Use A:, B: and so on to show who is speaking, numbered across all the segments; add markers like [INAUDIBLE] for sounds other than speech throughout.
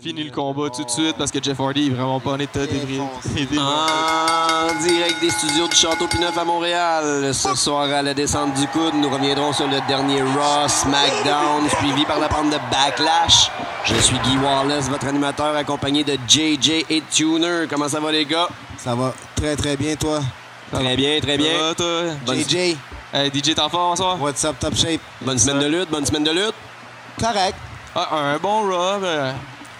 A: Fini le combat tout de suite parce que Jeff Hardy est vraiment pas en état d'ébri- d'ébri-
B: En direct des studios du Château Pineuf à Montréal, ce soir à la descente du coude, nous reviendrons sur le dernier Raw SmackDown, suivi par la bande de Backlash. Je suis Guy Wallace, votre animateur, accompagné de JJ et Tuner. Comment ça va, les gars?
C: Ça va très très bien, toi.
B: Très bien, très
A: Ça
B: bien.
A: va, toi?
B: Bonne-
C: JJ,
A: eh Hey, DJ, t'en fort, bonsoir.
C: what's up, top shape?
B: Bonne semaine de lutte, bonne semaine de lutte.
C: Correct.
A: Ah, un bon Raw, euh,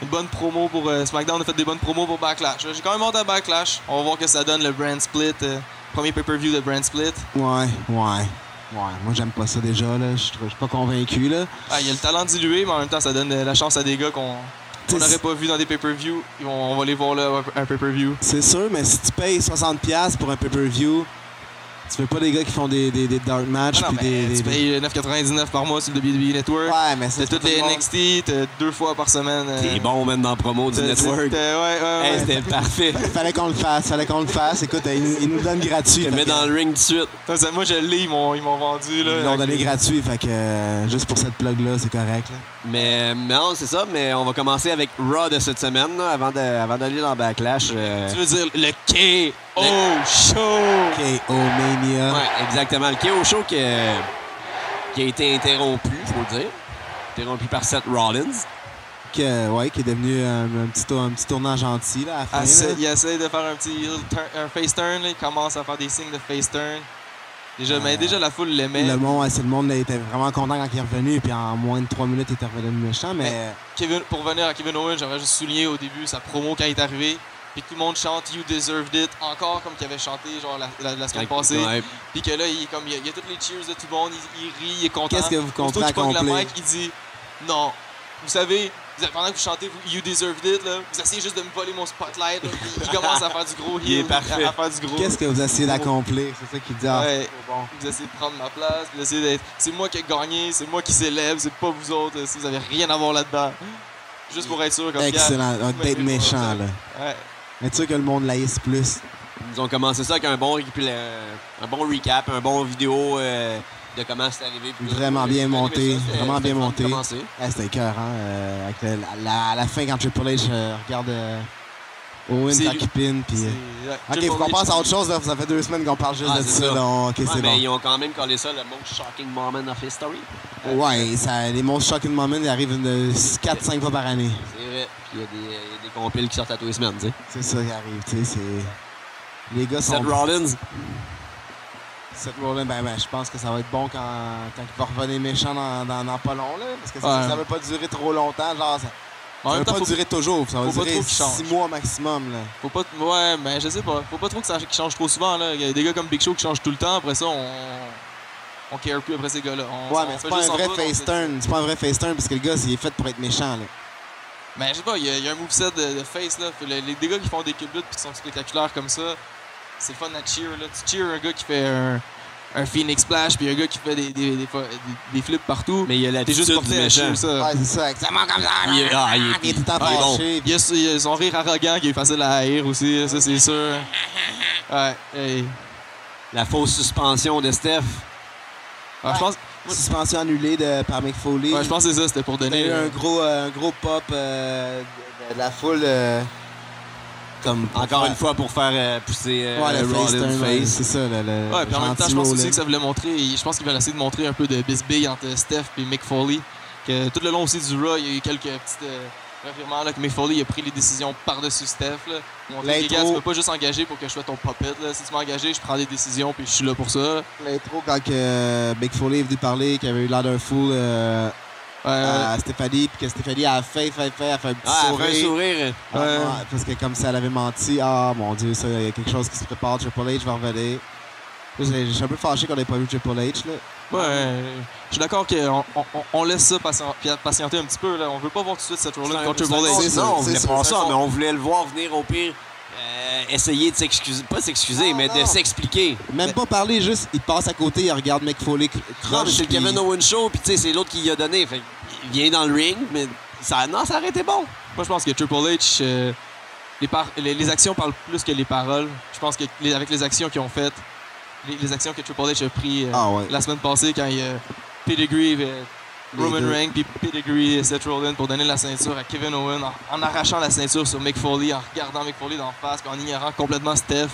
A: une bonne promo pour euh, SmackDown. On a fait des bonnes promos pour Backlash. J'ai quand même hâte à Backlash. On va voir que ça donne le brand split. euh, premier pay-per-view de brand split.
C: Ouais, ouais. Ouais, moi j'aime pas ça déjà, là. Je suis je suis pas convaincu, là.
A: Ah, Il y a le talent dilué, mais en même temps, ça donne euh, la chance à des gars qu'on qu'on
C: T'sais,
A: n'aurait pas vu dans des pay-per-view. Ils vont- On va les voir là, un pay-per-view.
C: C'est sûr, mais si tu payes 60$ pour un pay-per-view, tu veux pas des gars qui font des, des, des dark
A: Ah
C: matchs
A: non,
C: puis
A: mais
C: des,
A: tu
C: des-
A: payes 9,99 par mois sur le WWE Network.
C: Ouais, mais ça,
A: T'as
C: c'est
A: toutes
C: pas tout
A: les
C: le monde.
A: NXT, t'as deux fois par semaine. euh,
B: T'es bon, même dans le promo du
A: t'as-
B: network.
A: t'as- Ouais, ouais, ouais.
B: Hey, C'était parfait.
C: Fallait qu'on le fasse, fallait qu'on le fasse. Écoute, ils, ils nous donnent gratuit.
B: Je te
C: fait
B: mets
C: que-
B: dans le ring tout de suite.
A: Ça, ça, moi, je l'ai, ils m'ont ils m'ont vendu. Là,
C: Ils l'ont donné
A: Avec-
C: gratuit, fait que euh, juste pour cette plug-là, c'est correct. là.
B: Mais non, c'est ça, mais on va commencer avec Raw de cette semaine, là, avant de- avant d'aller dans Backlash. euh,
A: Tu veux dire le K.O. Show.
C: K.O. Mania.
B: Ouais, exactement. Le KO Show qui, euh, qui a été interrompu, faut le dire. Interrompu par Seth Rollins.
C: Que, ouais, qui est devenu euh, un, un petit, tour- un petit tournant gentil là, à la fin.
A: Ah,
C: là.
A: c'est- il essaie de faire un petit heel turn- un face turn. là, il commence à faire des signes de face turn. Déjà, mais déjà, la foule l'aimait.
C: Le monde, ouais, c'est le monde là, était vraiment content quand il est revenu, puis en moins de 3 minutes, il était revenu méchant, mais euh,
A: Mais- Kevin, pour venir à Kevin Owens, j'aimerais juste souligner au début sa promo quand il est arrivé. Puis tout le monde chante You Deserved It encore comme qu'il avait chanté genre la, la- la semaine passée.
B: Ouais.
A: Puis que là, il, est comme, il, y a, il y a toutes les cheers de tout le monde, il, il rit, il est content.
C: qu'est-ce que vous
A: Aussitôt
C: comptez
A: qu'il pogne la
C: accomplir?
A: mic, il dit Non, vous savez, vous- pendant que vous chantez vous- You Deserved It, là, vous essayez juste de me voler mon spotlight. là. Puis
C: [LAUGHS]
A: il commence à faire du gros
B: Il est
A: heel,
B: parfait.
A: à, à faire du gros.
C: Qu'est-ce que vous essayez d'accomplir? C'est ça qu'il dit. Ah,
A: Ouais.
C: c'est bon.
A: Vous essayez de prendre ma place, vous essayez d'être. C'est moi qui ai gagné, c'est moi qui s'élève, c'est pas vous autres, euh, si vous avez rien à voir là-dedans. Juste pour être sûr, comme Pierre,
C: Excellent. Ah,
A: m'as
C: D'être
A: fait
C: méchant,
A: voir ça.
C: là.
A: ouais.
C: Mais tu sais que le monde laïsse plus.
B: Ils ont commencé ça avec un bon, récap- un bon recap, un bon vidéo euh, de comment c'est arrivé. Puis
C: Vraiment bien
B: j'ai
C: monté,
B: aimé ça, c'était-
C: vraiment
B: c'était
C: bien
B: le fun de
C: monté.
B: commencer.
C: Ah, C'était écœurant. euh, avec le- la, la- à la fin, quand Triple H euh, regarde euh, Owen,
A: C'est
C: sa
A: lui.
C: cupine, puis. euh,
A: C'est- ouais,
C: Ok,
A: Triple
C: faut qu'on
A: H.
C: passe à autre chose, là. Ça fait deux semaines qu'on parle juste
B: Ah,
C: de
B: c'est
C: ça.
B: ça.
C: là. Ok,
B: Ouais, mais
C: c'est bon.
B: ils ont quand même collé ça le most shocking moment of history.
C: Ouais, ça, les monstres shocking moments, ils arrivent 4-5 fois par année.
B: C'est vrai. Puis il y a des, il y a des compiles qui sortent à tous les semaines, tu sais.
C: C'est ça qui arrive, tu sais, c'est... Les gars sont...
B: Seth Rollins.
C: Seth Rollins, ben, ben, je pense que ça va être bon quand, quand il va revenir méchant dans, dans, dans pas long, là. Parce que ça,
A: Ouais.
C: ça veut pas durer trop longtemps, genre, ça,
A: Mais en
C: ça
A: même
C: veut
A: temps,
C: pas
A: faut,
C: durer toujours, ça va
A: faut pas
C: durer
A: trop qu'il change.
C: 6 mois maximum, là.
A: faut pas. Ouais, mais je sais pas. Faut pas trop que ça qu'il change trop souvent. Là. Il y a des gars comme Big Show qui changent tout le temps. Après ça, on. On care plus après ces gars-là. On-
C: Ouais,
A: on
C: mais
A: fait
C: c'est pas un
A: juste en
C: vrai
A: bas, on
C: face
A: fait-
C: turn, c'est pas un vrai face turn, parce que le gars, il est fait pour être méchant, là.
A: Mais Ben, je sais pas, il y, a- il y a un moveset de, de face là. Fait le- les, des gars qui font des cubes puis qui sont spectaculaires comme ça, c'est le fun à cheer là. Tu cheer un gars qui fait un, un Phoenix Splash puis un gars qui fait des, des, des, fois- des- des flips partout.
B: Mais il y a
A: T'es juste porté à cheer ça.
C: Ouais, c'est ça, exactement comme ça.
B: Il est- ah, il est-
C: Il est tout le temps
B: ah, il est bon.
C: fâché,
A: Il y, a, ce- il y a son rire arrogant qui est facile à haïr aussi, ça c'est
C: [LAUGHS]
A: sûr. Ouais, hey.
B: La fausse suspension de Steph.
A: Ouais, Ah, je pense,
C: Suspension annulée de, par Mick Foley.
A: ouais, je pense que c'est ça, c'était pour
C: Il y
A: donner.
C: a eu
A: euh,
C: un gros, euh, un gros pop euh, de, de la foule. euh, comme
B: Encore
C: Ouais.
B: une fois pour faire euh, pousser euh,
C: Ouais, le
B: Rollins
C: face turn, ouais,
B: face.
C: c'est ça, le, le
A: Ouais, puis en même temps,
C: gentil
A: je pense
C: mot,
A: aussi
C: là.
A: que ça voulait montrer, je pense qu'ils veulent essayer de montrer un peu de bisbille entre Steph et Mick Foley. Que tout le long aussi du Raw, il y a eu quelques petites euh, revirements, là, que Mick Foley il a pris les décisions par-dessus Steph. Là. Montrer que, les gars,
C: L'intro.
A: tu peux pas juste engager pour que je sois ton puppet. Là. Si tu m'as engagé, je prends des décisions puis je suis là pour ça. Euh,
C: L'intro, quand que, euh, Big Foley est venu parler, qu'il avait eu l'air d'un fou euh,
A: Euh,
C: à Stéphanie, puis que Stéphanie a fait, fait, fait, a fait un petit
B: Ah, elle
C: sourire.
B: fait un sourire.
C: Ah,
A: Ouais.
C: ouais, parce que comme si elle avait menti, ah mon dieu, ça, il y a quelque chose qui se prépare, Triple H va revenir. Là, j'ai- Je suis un peu fâché qu'on ait pas vu Triple H, là.
A: ouais, je suis d'accord qu'on on, on- on laisse ça patient- patienter un petit peu. Là. On veut pas voir tout de suite cette Rollins contre Triple
C: bon
A: H.
B: C'est
C: signe,
B: ça, on
C: c'est
B: voulait
C: ça,
B: pas
C: c'est
B: ça,
C: bon.
B: mais on voulait le voir venir au pire. euh, essayer de s'excuser, pas s'excuser,
C: Non,
B: mais de
C: non.
B: s'expliquer.
C: Même pas parler, juste, il passe à côté, il regarde Mick Foley. cr-
B: Non, mais
C: croche,
B: c'est le
C: puis-
B: Kevin Owens Show, puis tu sais, c'est l'autre qui y a donné. Fait il vient dans le ring, mais ça, non, ça aurait été bon.
A: Moi, je pense que Triple H, euh, les, par- les, les actions parlent plus que les paroles. Je pense que les- avec les actions qu'ils ont faites, les, les actions que Triple H a pris euh,
C: Ah ouais.
A: la semaine passée quand il a Pedigree euh,
C: Les
A: Roman
C: deux.
A: Reigns puis Pedigree et Seth Rollins pour donner la ceinture à Kevin Owens en, en arrachant la ceinture sur Mick Foley, en regardant Mick Foley d'en face puis en ignorant complètement Steph.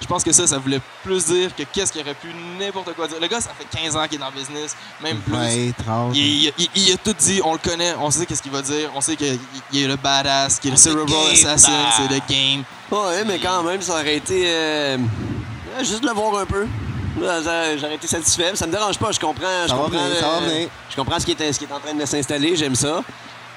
A: Je pense que ça, ça voulait plus dire que qu'est-ce qu'il aurait pu n'importe quoi dire. Le gars, ça fait 15 ans qu'il est dans le business, même plus.
C: Ouais, 30.
A: Il, il- il- il a tout dit, on le connaît, on sait qu'est-ce qu'il va dire, on sait qu'il il est le badass, qu'il est le cerebral
B: game
A: assassin,
B: back.
A: c'est le game.
B: Ouais, mais quand même, ça aurait été. euh, euh, juste le voir un peu. Là, ça- J'aurais été satisfait. Ça me dérange pas, je comprends. je
C: Ça va
B: comprends, euh,
C: venir, ça va venir.
B: Je comprends ce qui, est, ce qui est en train de s'installer, j'aime ça.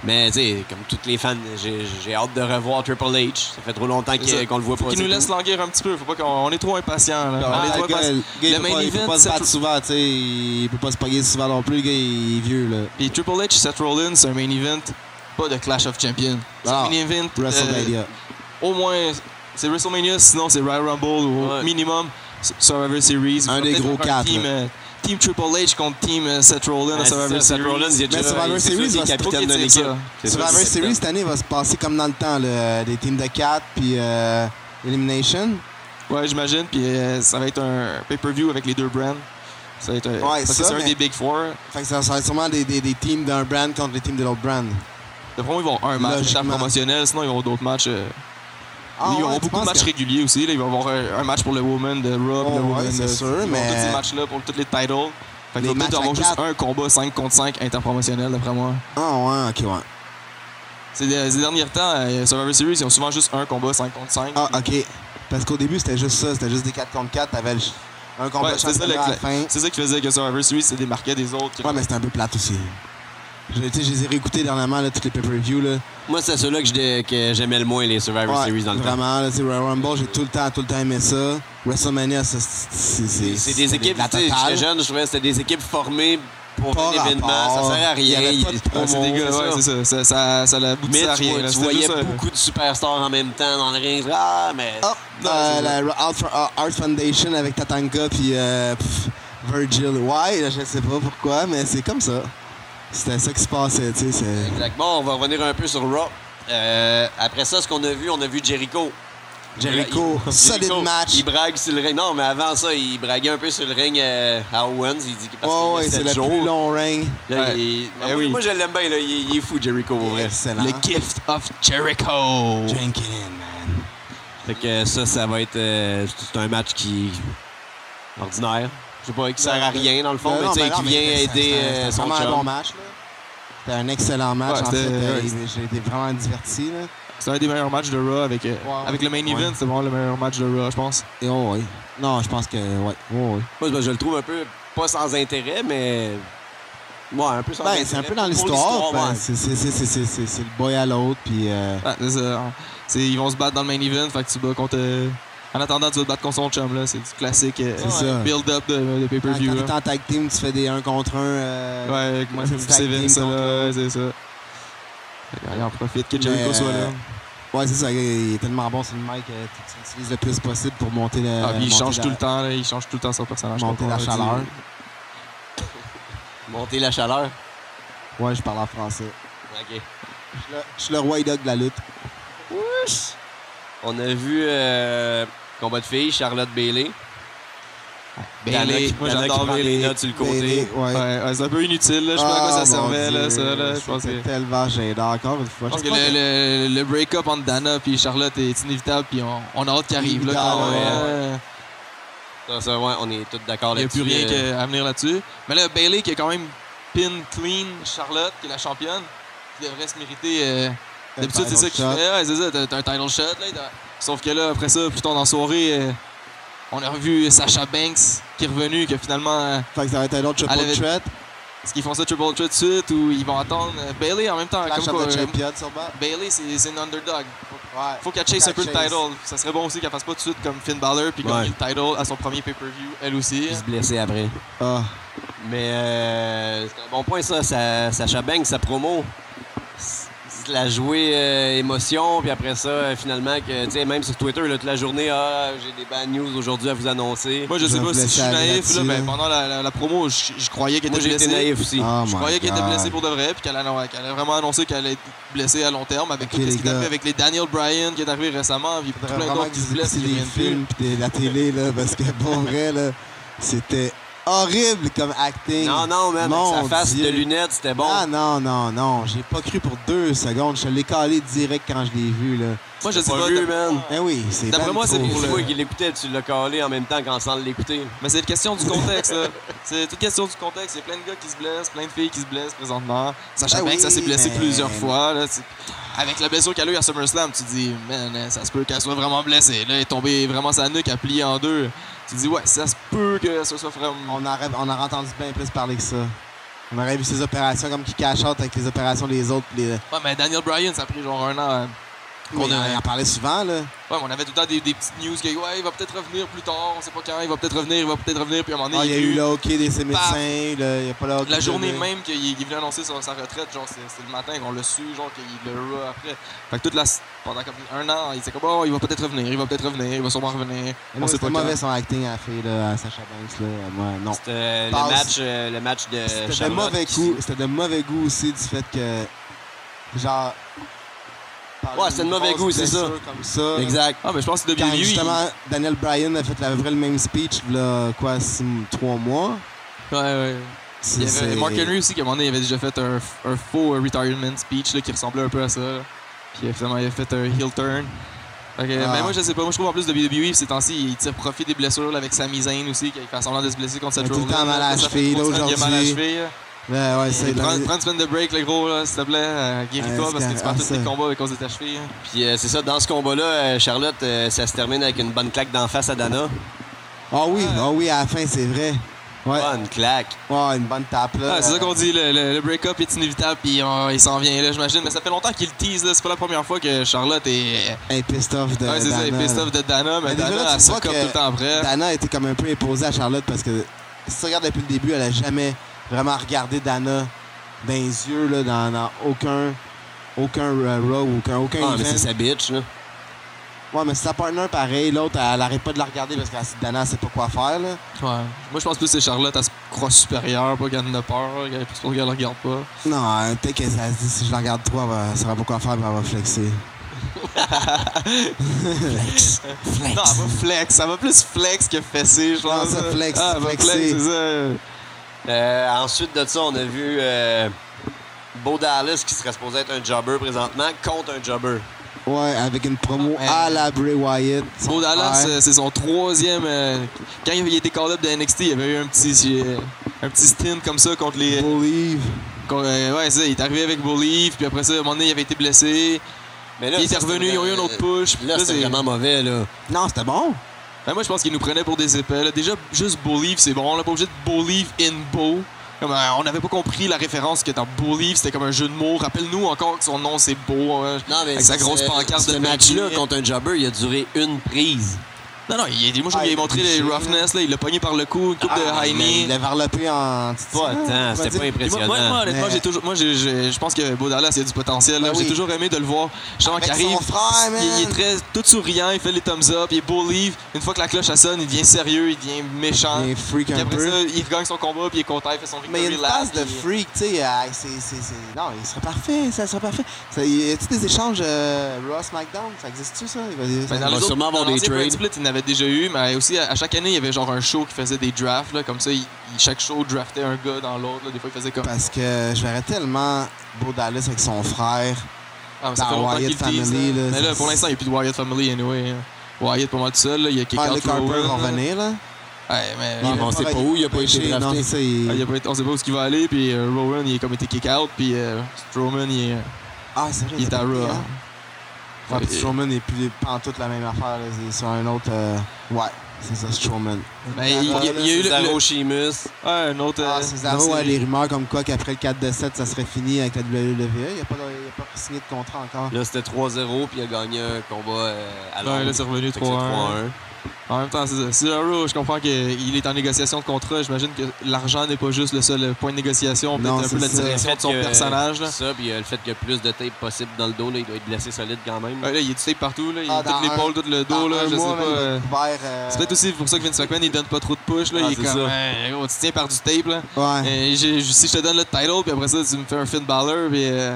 B: Mais, tu sais, comme toutes les fans, j'ai j'ai hâte de revoir Triple H. Ça fait trop longtemps
A: C'est
B: qu'il-
A: ça.
B: qu'on le voit
A: Faut
B: pas.
A: qu'il nous
B: c'est
A: laisse
B: tout.
A: languir un petit peu, faut pas qu'on on est trop impatient. Là.
C: Ah,
A: On est
C: le
A: trop
C: gars,
A: impatients.
C: le gars, il
A: Le
C: peut
A: main
C: pas- il peut
A: event,
C: pas se
A: Seth-
C: battre souvent, tu sais. Il peut pas se pogner souvent non plus, le gars, il est vieux, là.
A: Puis Triple H, Seth Rollins, c'est un main event, pas de Clash of Champions. C'est un
C: Non.
A: main event. euh,
C: WrestleMania.
A: au moins, c'est WrestleMania, sinon c'est Royal Rumble ou au
B: Ouais.
A: minimum Survivor Series.
C: Un des
A: Peut-être
C: gros
A: encore
C: quatre,
A: Team,
C: là.
A: euh, team Triple H contre Team euh, Seth Rollins à
B: Ah, c'est
A: Survivor
B: ça,
A: Series.
B: Seth Rollins, il est
C: Mais
B: déjà-
C: Survivor
B: il est
C: Series
B: sûr qu'il est
C: va se-
B: capitaine de
A: faut qu'il
B: l'équipe.
A: tire ça.
B: C'est sûr,
C: Survivor
B: c'est
C: Series, cette année, va se passer comme dans le temps, là, des teams de 4 puis euh, Elimination.
A: Ouais, j'imagine. Puis euh, ça va être un pay-per-view avec les deux brands. Ça va être un-
C: Ouais,
A: parce
C: ça,
A: que c'est un
C: mais-
A: des Big Four.
C: Fait que ça, ça va être sûrement des, des, des teams d'un brand contre les teams de l'autre brand.
A: D'après moi, ils vont avoir un match
C: Logiquement.
A: chaque promotionnel, sinon ils auront d'autres matchs. euh,
C: Ah,
A: ils
C: ouais,
A: auront
C: tu
A: beaucoup de
C: penses
A: matchs
C: que-
A: réguliers aussi. Là. Ils vont avoir un, un match pour le Woman, de Raw,
C: Oh,
A: le
C: ouais,
A: Woman.
C: c'est
A: de-
C: sûr,
A: ils vont
C: mais-
A: avoir tous ces matchs-là pour tous les titles. Fait
C: Les
A: qu'ils vont
C: matchs
A: peut-être
C: à
A: avoir juste
C: quatre.
A: un combat 5 contre 5 interpromotionnel, d'après moi.
C: Ah, ouais, ok, ouais.
A: Ces, ces derniers temps, euh, Survivor Series, ils ont souvent juste un combat 5 contre 5.
C: Ah, ok. Parce qu'au début, c'était juste ça, c'était juste des 4 contre 4, t'avais le ch- un combat
A: Ouais,
C: de
A: c'est ça, le
C: championnat à la
A: cla-
C: fin.
A: C'est ça qui faisait que Survivor Series se démarquait des autres.
C: Ouais, mais c'était un peu plate aussi. Je, tu sais, je les ai réécoutés dernièrement, là, toutes les pay-per-views, là.
B: Moi, c'est ceux-là que j'dé- que j'aimais le moins, les Survivor
C: Ouais,
B: Series dans le temps.
C: vraiment, là, tu sais, Royal Rumble, j'ai tout le temps, tout le temps aimé ça. WrestleMania, ça, c'est... c'est-
B: C'est des
C: c'était
B: équipes,
C: de la
B: tu sais, j'étais
C: totale.
B: jeune, je trouvais que c'était des équipes formées pour
C: Pas
B: un événement,
C: rapport.
B: ça sert à
C: Il y
B: rien.
C: avait pas de promo,
A: c'est des gars,
B: c'est
A: ouais,
B: ça.
A: c'est ça. Ça, ça, ça
B: Mais
A: l'aboutissait
B: tu,
A: à rien.
B: vois-
A: là.
B: tu
A: C'était
B: voyais
A: juste, euh,
B: beaucoup de superstars en même temps dans le ring. Ah, mais.
C: Ah,
A: Non,
C: euh,
A: c'est
C: la Art, Foundation avec Tatanka puis euh, pff, Virgil. Ouais, je sais pas pourquoi, mais c'est comme ça. C'était ça qui se passait, tu sais. c'est-
B: Exact. Bon, on va revenir un peu sur Raw. Euh, après ça, ce qu'on a vu, on a vu Jericho.
C: Jericho,
B: Il-
C: [LAUGHS] solide
B: Jericho,
C: match.
B: Il brague sur le ring. Non, mais avant ça, il braguait un peu sur le ring euh, à Owens. Il dit que parce
C: Ouais, ouais,
B: qu'il
C: c'est
B: y
C: le
B: a 7 jours.
C: plus long règne.
B: Là,
A: Ouais.
B: il-
A: Eh
B: moi,
A: oui.
B: moi, je l'aime bien. Là. Il, il est fou, Jericho, au vrai.
C: Excellent.
A: Le Gift of Jericho.
C: Drink it in, man.
B: Fait que ça, ça va être. euh, c'est un match qui. ordinaire. Je sais pas, qui sert à rien dans le fond,
C: Non,
B: mais
C: Ben, non,
B: tu sais,
C: non,
B: qui vient
C: c'était-
B: aider
C: c'était-
B: euh,
C: C'était
B: son
C: vraiment un
B: chum.
C: bon match, là. C'était un excellent match,
A: Ouais,
C: en fait.
A: c'était-
C: euh,
A: ouais,
C: il- J'ai été vraiment diverti, là.
A: C'est un des meilleurs matchs de Raw avec, euh,
C: Ouais.
A: avec le main event.
C: Ouais.
A: C'est vraiment le meilleur match de Raw, je pense.
C: Et oh, oui. Non, je pense que, ouais. Oh, oui.
B: Moi, je- je le trouve un peu pas sans intérêt, mais. Ouais, un peu sans
C: Ben,
B: intérêt.
C: c'est un peu dans
B: Pour
C: l'histoire.
B: ouais.
C: ben, c'est- c'est- c'est- c'est c'est- c'est- c'est le boy à l'autre, puis. euh,
A: Ah, c'est ça. C'est- ils vont se battre dans le main event. Fait que tu vas contre. euh, en attendant, tu vas te battre contre son chum. là. C'est du classique euh,
C: C'est ça.
A: build-up de, de
C: Quand
A: pay-per-view.
C: quand
A: là.
C: t'es en euh, tag team, tu fais des 1 contre 1.
A: Ouais, avec moi,
C: Moi, c'est
A: c'est
C: du tag team
A: ça,
C: contre
A: là. Ouais, c'est ça. Fait que, Il en profite que Jericho
C: euh, Mais,
A: soit là. Ah,
C: euh, Ouais, c'est ça. Il est tellement bon sur le mic, euh, tu tu l'utilises le plus possible pour monter le.
A: Ah, puis il
C: monter
A: change
C: la-
A: tout le temps, là, il change tout le temps son personnage.
C: Monter la
A: Je comprends,
C: chaleur.
A: là,
B: Monter la chaleur.
C: Ouais, je parle en français.
B: Ok.
C: Je suis le, je suis le roi dog de la lutte.
B: Oups. On a vu euh, combat de filles, Charlotte Bailey.
C: Ben,
A: tu sais. Bailey, moi j'adore
B: les
A: Bailey.
B: notes sur le côté.
C: Bailey, ouais.
A: Ouais, ouais, c'est un peu inutile, là. je sais
C: Ah,
A: pas à quoi ça servait, là, ça, là, je pense que...
C: C'est tellement gênant, encore une
A: Je
C: fois.
A: pense que
C: sais pas
A: le, le- le break-up entre Dana et Charlotte est inévitable, puis on, on a hâte qu'il arrive. Là, quand
C: Inévitable,
A: même.
B: Ça, ça, ouais, on est tous d'accord
A: Il n'y a
B: là-dessus.
A: plus rien
B: euh,
A: qu'à- à venir là-dessus. Mais là, Bailey qui a quand même pin clean Charlotte, qui est la championne, qui devrait se mériter. euh,
C: Un
A: D'habitude, c'est
C: title
A: ça qui fait.
C: shot.
A: Ouais, c'est ça, t'as t'as un title shot. Là, t'as- Sauf que là, après ça, plus tard dans la soirée, euh, on a revu Sasha Banks qui est revenu, que finalement. euh,
C: Fait que ça va être un autre
A: Elle avait-
C: triple threat.
B: Ah,
A: Est-ce qu'ils font ça triple threat de suite ou ils vont attendre Euh, Bailey en même temps
C: Clash
A: comme
C: of
A: quoi,
C: the
A: euh,
C: Champions, sûrement.
A: Bailey c'est c'est une underdog.
C: Ouais.
A: Faut qu'elle chase
C: Faut
A: un peu le
C: qu'elle chase.
A: title. Ça serait bon aussi qu'elle fasse pas tout de suite comme Finn Balor puis
B: Ouais.
A: gagne le title à son premier pay-per-view elle aussi.
B: puis se blesser après.
C: Ah,
B: Mais euh, c'est un bon point, ça. ça Sacha Banks, sa promo, s- s- la jouer euh, émotion, puis après ça, euh, finalement, que, tu sais, même sur Twitter, là, toute la journée, ah, j'ai des bad news aujourd'hui à vous annoncer. Moi,
A: Moi je
C: Je
A: sais
C: vais vous
A: pas si je
C: laisser
A: suis
C: aller
A: naïf là,
C: là-dessus,
A: mais
C: là.
A: pendant la, la- la promo je je croyais qu'elle était
B: j'ai été
A: blessée.
B: naïf aussi.
C: oh
A: Je
C: my
A: croyais qu'elle était
C: God.
A: blessée pour de vrai, puis qu'elle a, qu'elle a vraiment annoncé qu'elle allait être blessée à long terme avec
C: Ok,
A: tout ce
C: les
A: qui est arrivé
C: gars.
A: avec les Daniel Bryan qui est arrivé récemment, puis
C: Faudrait
A: plein
C: vraiment
A: d'autres
C: que
A: qui se
C: vous
A: blessent. qui
C: écoutiez des
A: reviennent plus. [LAUGHS]
C: films pis de la télé là, parce que pour vrai là, c'était horrible comme acting.
B: Non, non, man,
C: Mon
B: avec sa face
C: Dieu.
B: de lunettes, c'était bon.
C: Ah non, non, non. J'ai pas cru pour deux secondes. Je l'ai calé direct quand je l'ai vu, là.
A: Moi, je
B: T'as
A: sais
B: pas
A: pas.
B: vu,
A: t'as-
B: man.
C: Eh oui, c'est
A: D'après
C: ben
A: moi, c'est
C: trop.
A: pour
B: Une
A: le-
B: fois qu'il l'écoutait, tu l'as collé en même temps qu'en sans l'écouter.
A: Mais c'est une question du contexte, là. C'est toute question du contexte. Il y a plein de gars qui se blessent, plein de filles qui se blessent présentement. Sachant
C: Ben
A: bien que ça
C: oui,
A: s'est blessé
C: mais-
A: plusieurs fois. Là, c'est- Avec la blessure qu'elle a eu à SummerSlam, tu dis, man, euh, ça se peut qu'elle soit vraiment blessée. Là, elle est tombée vraiment sa nuque, à plier en deux. Tu dis, ouais, ça se peut que ce soit vraiment.
C: On aurait, on aurait entendu bien plus parler que ça. On aurait vu ses opérations comme qui cache out avec les opérations des autres. puis les-
A: Ouais, mais Daniel Bryan, ça a pris genre un an. euh, qu'on
C: On
A: a-
C: en parlait souvent, là.
A: Ouais, mais on avait tout le temps des, des petites news que, ouais, il va peut-être revenir plus tard, on sait pas quand, il va peut-être revenir, il va peut-être revenir, puis à un moment donné,
C: Ah, il y a
A: est
C: eu
A: plus.
C: le hockey des ses médecins, le- il n'y a pas le hockey
A: La
C: de-
A: journée même qu'il il est venu annoncer son- sa retraite, genre c'est c'est le matin qu'on l'a su, genre qu'il le raw après. Fait que toute la, pendant comme un an, il était comme oh il va peut-être revenir, il va peut-être revenir, il va sûrement revenir.
C: Mais
A: on
C: non,
A: sait Ah pas
C: C'était
A: quand.
C: mauvais son acting à la fille, là, à Sacha Banks, là. Moi, non.
B: C'était euh, le
C: Passe.
B: match, euh, le match de
C: C'était de
B: Charlotte
C: mauvais
B: qui-
C: goût. C'était de mauvais goût aussi du fait que. Genre. parler
B: Ouais, c'était de
C: d'une
B: mauvais
C: grosse
B: goût, c'est ça.
C: blessure Comme ça.
B: Exact.
A: Ah mais je pense que c'est
C: Quand
A: devenu lui.
C: justement Daniel Bryan a fait la vraie le même speech, là, quoi, six- trois mois.
A: Ouais ouais.
C: C'est-
A: Il y avait
C: c'est-
A: Mark Henry aussi qui à un moment donné il avait déjà fait un, un faux retirement speech là, qui ressemblait un peu à ça. là. Puis euh, finalement il a fait un heel turn. Fait que,
C: Ah.
A: Mais moi je sais pas, moi je trouve en plus de WWE ces temps-ci il tire profit des blessures là, avec Sami Zayn aussi qui fait semblant de se blesser contre
C: Il
A: cette
C: est tout le temps mal à la cheville, là,
A: Il est mal à la
C: aujourd'hui.
A: cheville, là.
C: Ouais, ouais, c'est
A: Hey, Prends, prends une semaine de break, le gros, là, s'il te plaît. Euh, Guéris-toi
C: Ouais,
A: parce que tu
C: c'est
A: perds tous
C: ça.
A: tes combats à cause de ta cheville. hein.
B: Puis euh, c'est ça, dans ce combat-là, euh, Charlotte, euh, ça se termine avec une bonne claque d'en face à Dana.
C: Ah oui, ah oui, à la fin, c'est vrai. Ouais.
B: Bonne claque. Ah,
C: Ouais, une bonne tape, là.
A: Ah, c'est ça
C: Euh,
A: qu'on dit, le, le- le break-up est inévitable, puis on- il s'en vient, là, j'imagine. Mais ça fait longtemps qu'il le tease, là. C'est pas la première fois que Charlotte est.
C: Elle est pissed off de.
A: ouais, c'est ça, elle est
C: Dana,
A: pissed
C: là.
A: off de Dana, mais,
C: Mais déjà,
A: Dana,
C: là, tu
A: elle se
C: vois
A: recope
C: que
A: tout le temps après.
C: Dana était comme un peu imposée à Charlotte parce que si tu regardes depuis le début, elle a jamais vraiment regardé Dana dans les yeux, là, dans, dans aucun. Aucun euh, Raw, aucun, aucun
B: Ah, mais
C: event.
B: c'est sa bitch, là.
C: Ouais, mais c'est sa partner, pareil. L'autre, elle, elle arrête pas de la regarder parce que la- Dana, elle sait pas quoi faire, là.
A: Ouais. Moi, je pense plus que c'est Charlotte, elle se croit supérieure, pas qu'elle en a peur, qu'elle- plus pour qu'elle le regarde pas.
C: Non, euh, peut-être qu'elle elle se dit si je la regarde trop, elle va- elle saura pas quoi faire, mais elle va flexer.
A: Non, elle va flex, elle va plus flex que fesser, je
C: Non,
A: pense.
C: ça
A: là.
C: flex,
A: Ah, elle va flex,
C: flexer.
A: c'est ça.
B: Euh, ensuite de ça, on a vu euh, Beau Dallas qui serait supposé être un jobber présentement contre un jobber.
C: Ouais, avec une promo
A: Ouais.
C: à la Bray Wyatt.
A: Bo Dallas,
C: Ouais.
A: euh, c'est son troisième. euh, quand il a été call-up de NXT, il avait eu un petit, euh, un petit stint comme ça contre
C: euh,
A: les.
C: Believe.
A: contre- euh, ouais, c'est ça, il est arrivé avec Believe, puis après ça, à un moment donné, il avait été blessé.
B: Mais là,
A: il
B: ça,
A: était revenu,
B: c'était-
A: ils ont eu un autre push. puis
B: Là,
A: là,
B: c'était
A: c'est-
B: vraiment mauvais, là.
C: Non, c'était bon.
A: Ben, moi, je pense qu'il nous prenait pour des épais. là. Déjà, juste Believe, c'est bon. On n'a pas obligé de Believe in Bo. Comme, euh, on n'avait pas compris la référence que dans Believe, c'était comme un jeu de mots. Rappelle-nous encore que son nom, c'est Bo. hein.
B: Non, mais
A: Avec sa
B: c'est-
A: grosse
B: c'est-
A: pancarte
B: Ce
A: de
B: match-là
A: Becky.
B: contre un jobber, il a duré une prise.
A: Non, non, il, moi, je trouve
C: Ah,
A: qu'il
C: il
A: a
C: l'a
A: montré les
C: touché, là.
A: roughness. Là. Il l'a pogné par le cou, une coupe de
C: Ah,
A: high
C: mais
A: knee.
C: Il l'a varlopé en. petit-
B: Pas tant,
C: on va
B: c'était
C: dire-
B: pas
A: Puis Moi,
B: impressionnant.
A: moi, moi, honnêtement,
C: Mais-
A: j'ai toujours, moi, j'ai- j'ai- je pense que Bo Dallas, il a du potentiel. là.
C: Ben
A: J'ai
C: oui.
A: toujours aimé de le voir. Genre, qui
C: Avec
A: arrive,
C: son frère,
A: il, il est
C: man.
A: très tout souriant, il fait les thumbs up, il est beau livre. Une fois que la cloche elle sonne, il devient sérieux, il devient méchant.
C: Il est freak
A: Puis
C: un
A: après
C: peu.
A: ça, il gagne son combat, puis il est content, il fait son
C: Mais il y
A: victory
C: a une
A: lap,
C: phase de
A: puis-
C: freak, tu sais. euh, c'est- c'est- c'est- Non, il serait parfait, ça serait parfait. Ça, y a-tu des échanges euh, Ross McDown Ça existe-tu, ça Il va- ça-
A: Ben, dans
B: va
A: les autres-
B: sûrement avoir
A: dans
B: des
A: l'ancien
B: trades.
A: Brand Split, il en avait déjà eu, mais aussi à, à chaque année, il y avait genre un show qui faisait des drafts. là. comme ça, il- il- chaque show draftait un gars dans l'autre. là. Des fois, il faisait comme.
C: Parce que je verrais tellement Beau Dallas avec son frère.
A: Ah, mais ça
C: dans
A: fait longtemps
C: ben, Wyatt
A: qu'il le tease,
C: Family,
A: là.
C: là,
A: Mais là,
C: ça-
A: pour l'instant, il n'y a plus de Wyatt Family anyway. hein. Wyatt, pas mal tout seul, là. il y a quelqu'un
C: Carly Carper Ah, va revenir, là.
A: mais, euh,
B: Ouais, on sait pas où, il a pas été
C: Non,
B: drafté.
C: c'est ça,
A: Ah,
C: il-
A: il a pas été- on sait pas où ce qu'il va aller, puis euh, Rowan il est comme été kick out, puis euh, Strowman il est,
C: Ah, c'est vrai.
A: il est à Raw.
C: hein. Ouais, puis Strowman n'est plus pas en toute la même affaire. là. C'est sur un autre. euh, Ouais, c'est ça, Strowman.
A: Ben, il, il- il y a eu le,
B: Cesaro
A: le-
B: Sheamus.
A: ouais, un autre.
C: Ah,
A: euh,
C: Cesaro a les rumeurs comme quoi qu'après le 4 de 7, ça serait fini avec la WWE. Il n'a pas, il a pas signé de contrat encore.
B: Là, c'était 3-0, puis il a gagné un combat euh, à Londres.
A: Ouais, là, c'est revenu
B: Fait que c'est
A: 3-1. En même temps, c'est ça. Cesaro, je comprends qu'il est en négociation de contrat. J'imagine que l'argent n'est pas juste le seul euh, point de négociation, peut-être
C: Non,
A: un peu
C: c'est
A: la
C: ça.
A: direction
B: fait
A: de son
B: que-
A: personnage. Là.
B: Ça, puis euh, le fait qu'il y a plus de tape possible dans le dos, là, il doit être blessé solide quand même.
A: Ouais, là, il est du tape partout, là. il a
C: Ah, dans
A: toute l'épaule, tout le dos,
C: Dans
A: là,
C: un
A: je sais
C: mois,
A: pas.
C: même, il
A: euh,
C: est couvert, euh,
A: C'est peut-être aussi pour ça que Vince McMahon il donne pas trop de push, là.
B: Ah,
A: il
B: c'est
A: est comme,
B: ça.
A: Hey, gros, tu tiens par du tape, là.
C: Ouais,
A: Et j'ai- si je te donne le title, puis après ça, tu me fais un Finn Balor, puis euh,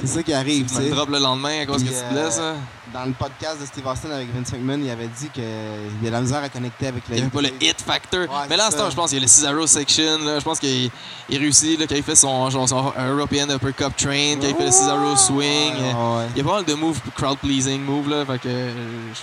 C: c'est ça qui arrive,
A: tu
C: tu
A: me le
C: sais.
A: drop le lendemain à cause que
C: Puis,
A: tu te
C: euh,
A: blesses. hein.
C: dans le podcast de Steve Austin avec Vince McMahon, il avait dit qu'il avait de la misère à connecter avec
A: Il
C: le
A: n'y avait pas le
C: hit.
A: hit factor.
C: Ben, Ouais,
A: mais là, en ce
C: c'est
A: temps,
C: ça.
A: je pense qu'il y a le Cesaro section. là. je pense qu'il il réussit, là, quand il fait son, genre, son European Upper Cup Train, quand il fait le Cesaro Swing.
C: Ouais, ouais.
A: Il y a pas mal de moves crowd-pleasing moves. Là, fait que, euh, je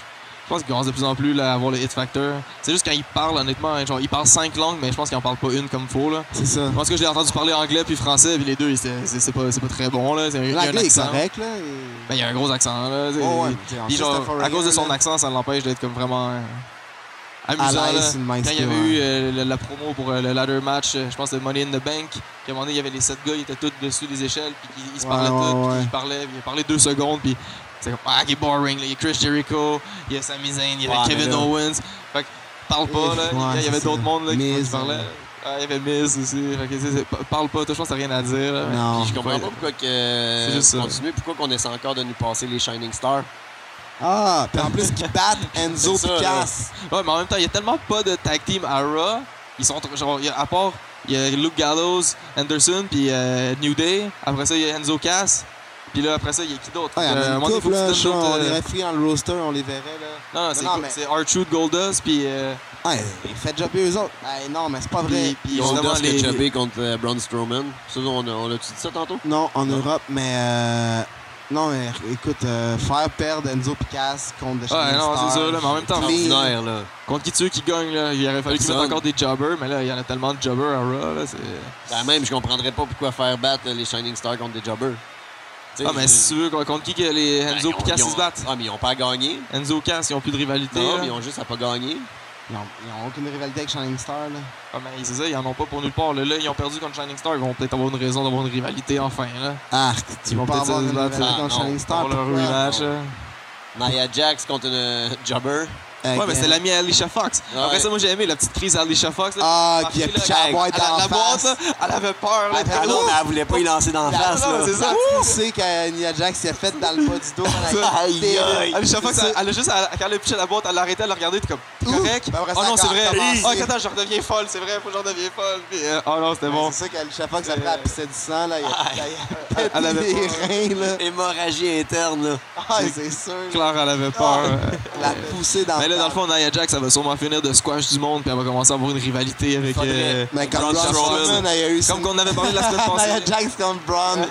A: je pense qu'il commence de plus en plus là, à avoir le hit factor. C'est juste quand il parle, honnêtement. hein, genre, il parle cinq langues, mais je pense qu'il en parle pas une comme il faut. Là.
C: C'est ça.
A: Moi, ce que j'ai entendu parler anglais puis français, puis les deux, c'est c'est- c'est pas, c'est pas très bon. là. C'est- il y a un
C: L'anglais est
A: accent.
C: correct, là. et-
A: Ben, il y a un gros accent. Là,
C: Ouais, ouais, mais tu sais, en
A: Puis
C: plus,
A: genre,
C: c'était Foreigner,
A: à cause de son
C: là.
A: accent, ça l'empêche d'être comme vraiment euh, amusant.
C: À l'aise
A: là.
C: sur le main
A: Quand il y
C: skill,
A: avait
C: ouais.
A: eu euh, la, la promo pour euh, le ladder match, euh, je pense le Money in the Bank, qu'à un moment donné, il y avait les sept gars, ils étaient tous dessus des échelles, puis ils, ils se
C: Ouais,
A: parlaient
C: ouais,
A: tous, puis
C: ouais.
A: ils parlaient, puis ils parlaient deux secondes, puis c'est comme ah, qui est boring. là. Il y a Chris Jericho, il y a Sami Zayn, il y avait
B: Ouais,
A: Kevin
B: mais là-
A: Owens. Fait que parle pas, là.
C: Ouais,
A: Il y a- il y
C: c'est
A: avait
C: ça.
A: d'autres mondes là, qui- qui
C: Miz,
A: parlaient.
C: ouais.
A: Ah, il y avait Miz aussi. Fait que, tu sais, c'est- pa- parle pas, toi, je pense que t'as rien à dire. là.
C: Non.
A: Puis
B: Je comprends
A: Ouais.
B: pas pourquoi que.
A: C'est juste ça.
B: Continuer, pourquoi qu'on essaie encore de nous passer les Shining Stars.
C: Ah, puis en plus,
A: [LAUGHS]
C: qu'ils battent Enzo
B: C'est ça, là.
C: Picasse.
A: Ouais, mais en même temps, il y a tellement pas de tag team à Raw. Ils sont tr- genre, il y a- à part, il y a Luke Gallows, Anderson, puis euh, New Day. Après ça, il y a Enzo Cass. Puis là, après ça, il y a qui d'autre?
C: Ah, il y en
A: Euh, à
C: a
A: un
C: une
A: moment donné,
C: couple,
A: faut que
C: là.
A: tu
C: je-
A: donnes
C: On
A: d'autres, euh,
C: les pris dans le roster, on les verrait, là.
A: Non, non,
C: Mais
A: c'est
C: non,
A: cool.
C: mais-
A: C'est R-Truth, Goldust, puis euh,
C: Ah, il fait jobber eux autres. Ah, non, mais c'est pas vrai.
A: puis- puis
B: Ils ont
A: justement,
B: le
A: les-
B: chopé contre euh, Braun Strowman. Ça, on, a- on a-tu dit ça tantôt?
C: Non, en Europe, mais. euh, Non, mais écoute, euh, faire perdre Enzo Picasso contre The
A: Ouais,
C: Shining
A: non, c'est
C: Stars,
A: ça, là, mais en même temps,
C: clean.
B: Ordinaire, là.
A: contre qui tu veux qui gagne, là, il aurait fallu qu'ils mettent
B: Personne.
A: encore des jobbers, mais là, il y en a tellement de jobbers à Raw, là, c'est...
B: Ben, même, je comprendrais pas pourquoi faire battre euh, les Shining Stars contre des Jobbers. Tu sais,
A: Ah, mais
B: je-
A: si tu veux, contre qui que les
B: Ben,
A: Enzo
B: ils ont-
A: et Cass
B: ils ont-
A: ils se battent?
B: Ah, mais ils ont pas gagné.
A: Enzo Cass, ils ont plus de rivalité,
B: Non,
A: là.
B: mais ils ont juste à pas gagner.
C: Ils ont- Ils n'ont aucune rivalité avec Shining Star, là.
A: Ah, mais c'est ça, ils en ont pas pour nulle part. Là, là, ils ont perdu contre Shining Star, ils vont peut-être avoir une raison d'avoir une rivalité enfin, là.
C: Ah,
A: Ils
C: tu
A: vont
C: peux pas
A: peut-être
C: avoir
A: se
C: une
A: battre,
C: rivalité
B: ah,
C: contre
B: non,
C: Shining
A: Pour
C: Star.
A: leur
C: pourquoi?
A: rematch,
B: Non.
A: là.
B: Nia Jax contre un Jobber.
C: Avec,
A: Ouais, mais c'était
C: euh,
A: l'ami Alicia Fox. Après
B: Ouais.
A: ça, moi j'ai aimé la petite crise à Alicia Fox. Là.
C: Ah,
A: Parce
C: qui a
A: que là,
C: piché la
A: elle-
C: boîte
A: elle-
C: en
A: La boîte, là,
C: face.
A: elle avait peur. Là,
C: Après,
A: Elle-
C: là,
A: Ah elle-
B: elle voulait pas y lancer dans
A: la face, là.
C: C'est
A: C'est
C: ça.
A: ça.
C: poussée que euh, Nia Jax s'est faite dans le bas du dos.
B: Aïe, aïe.
A: Alicia Fox,
C: c'est
A: elle, elle a juste, elle- quand elle a piché la boîte, elle l'arrêtait, elle l'a regardait, t'es comme
C: Ouh.
A: correct.
C: Ben, après,
A: oh
C: ça
A: non,
C: a
A: c'est vrai.
C: recommencé.
A: Oh, attends, je redeviens folle, c'est vrai, faut que je redevienne folle. Puis, euh, oh non, c'était bon. Euh,
C: C'est ça qu'Alicia Fox, après, elle pissait du sang, là. Il y
A: Elle
C: a
A: avait
C: des
A: [LAUGHS]
C: reins, là.
B: Hémorragie interne, là.
C: Ah, c'est sûr.
A: Claire, elle avait peur. [LAUGHS]
C: La poussée dans
A: Mais là,
C: le
A: dans le fond, Nia Jax, elle va sûrement finir de squash du monde, puis elle va commencer à avoir une rivalité avec.
B: Faudrait-
A: euh,
C: Mais quand
A: Braun
C: Braun
A: Strowman.
C: Strowman, il y a eu
A: Comme qu'on avait parlé la
C: [LAUGHS]
A: semaine passée.
C: Nia Jax contre Braun.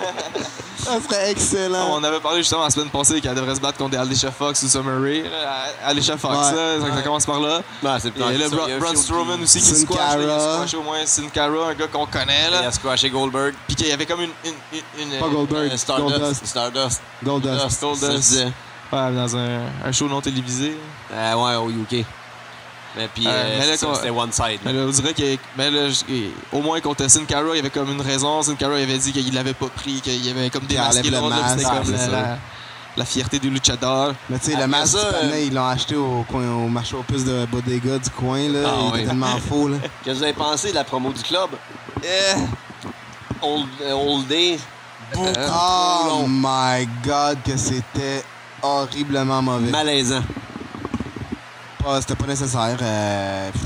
C: Ça serait
A: Non,
C: excellent.
A: On avait parlé justement la semaine passée qu'elle devrait se battre contre Alicia Fox ou Summer Rae. là. Alicia Fox,
C: Ouais.
A: là, ça- ça commence par là.
B: Ben, c'est
A: Et là, Bra- Braun Strowman aussi qui
C: Sin
A: squash. là, Il a
C: Cara.
A: squashé au moins Sin Cara, un gars qu'on connaît.
B: Il
A: Là.
B: a squashé Goldberg.
A: Puis qu'il y avait comme une. une, une, une-
C: Pas Goldberg,
B: Euh,
C: Goldust.
B: Stardust. Stardust. Goldust.
C: Goldust.
A: Goldust.
B: ça se disait.
A: Ouais, dans un, un show non télévisé.
B: Euh, ouais, au UK. Mais puis,
A: Euh,
B: euh,
A: mais là,
B: c'est ça,
A: qu'on-
B: c'était one side.
A: Mais
B: là.
A: là, on dirait qu'il y a- mais là, je- au moins contre Sin Cara, il y avait comme une raison. Sin Cara il avait dit qu'il l'avait pas pris, qu'il avait comme démasqué
C: enlève le
A: l'autre, là, C'était
C: masque,
A: comme
C: ouais,
A: la,
C: c'est ça.
A: la- la fierté du luchador.
C: Mais tu sais,
B: Après
C: le masque,
B: ça,
C: du
B: euh,
C: panais, ils l'ont acheté au, coin, au marché aux puces de Bodega du coin. Là.
B: Ah,
C: il
B: ouais.
A: [LAUGHS]
C: était tellement faux. Là.
B: Qu'est-ce que vous avez pensé de la promo du club?
A: Eh,
B: Old, euh, old Day. Beaucoup trop
C: Oh
B: long.
C: my god, que c'était horriblement mauvais.
B: Malaisant.
C: Pas- C'était pas nécessaire. euh, pff,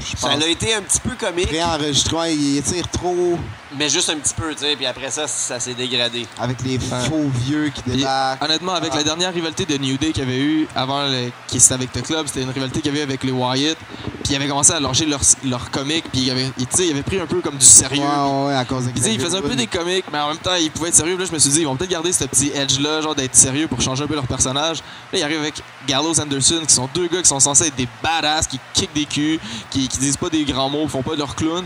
C: je
B: Ça
C: pense.
B: l'a été un petit peu comique,
C: Réenregistrement, il tire trop
B: mais juste un petit peu, tu sais. Puis après ça, ça s'est dégradé.
C: avec les
A: Ouais.
C: faux vieux qui
A: Puis,
C: débarquent.
A: honnêtement, avec
C: Ah.
A: la dernière rivalité de New Day qu'il y avait eu avant le- qui c'était avec le club, c'était une rivalité qu'il y avait eu avec les Wyatt. Puis ils avaient commencé à lâcher leur, leur comique, puis ils avaient, ils- tu sais, ils avaient pris un peu comme du
C: Ouais,
A: sérieux.
C: ouais, ouais, à cause de
A: Puis tu sais, ils faisaient un peu des comiques, mais en même temps, ils pouvaient être sérieux. Puis Là, je me suis dit, ils vont peut-être garder ce petit edge-là, genre d'être sérieux pour changer un peu leur personnage. Là, ils arrivent avec Gallows Anderson, qui sont deux gars qui sont censés être des badass, qui kick des culs, qui, qui disent pas des grands mots, font pas de leur clown.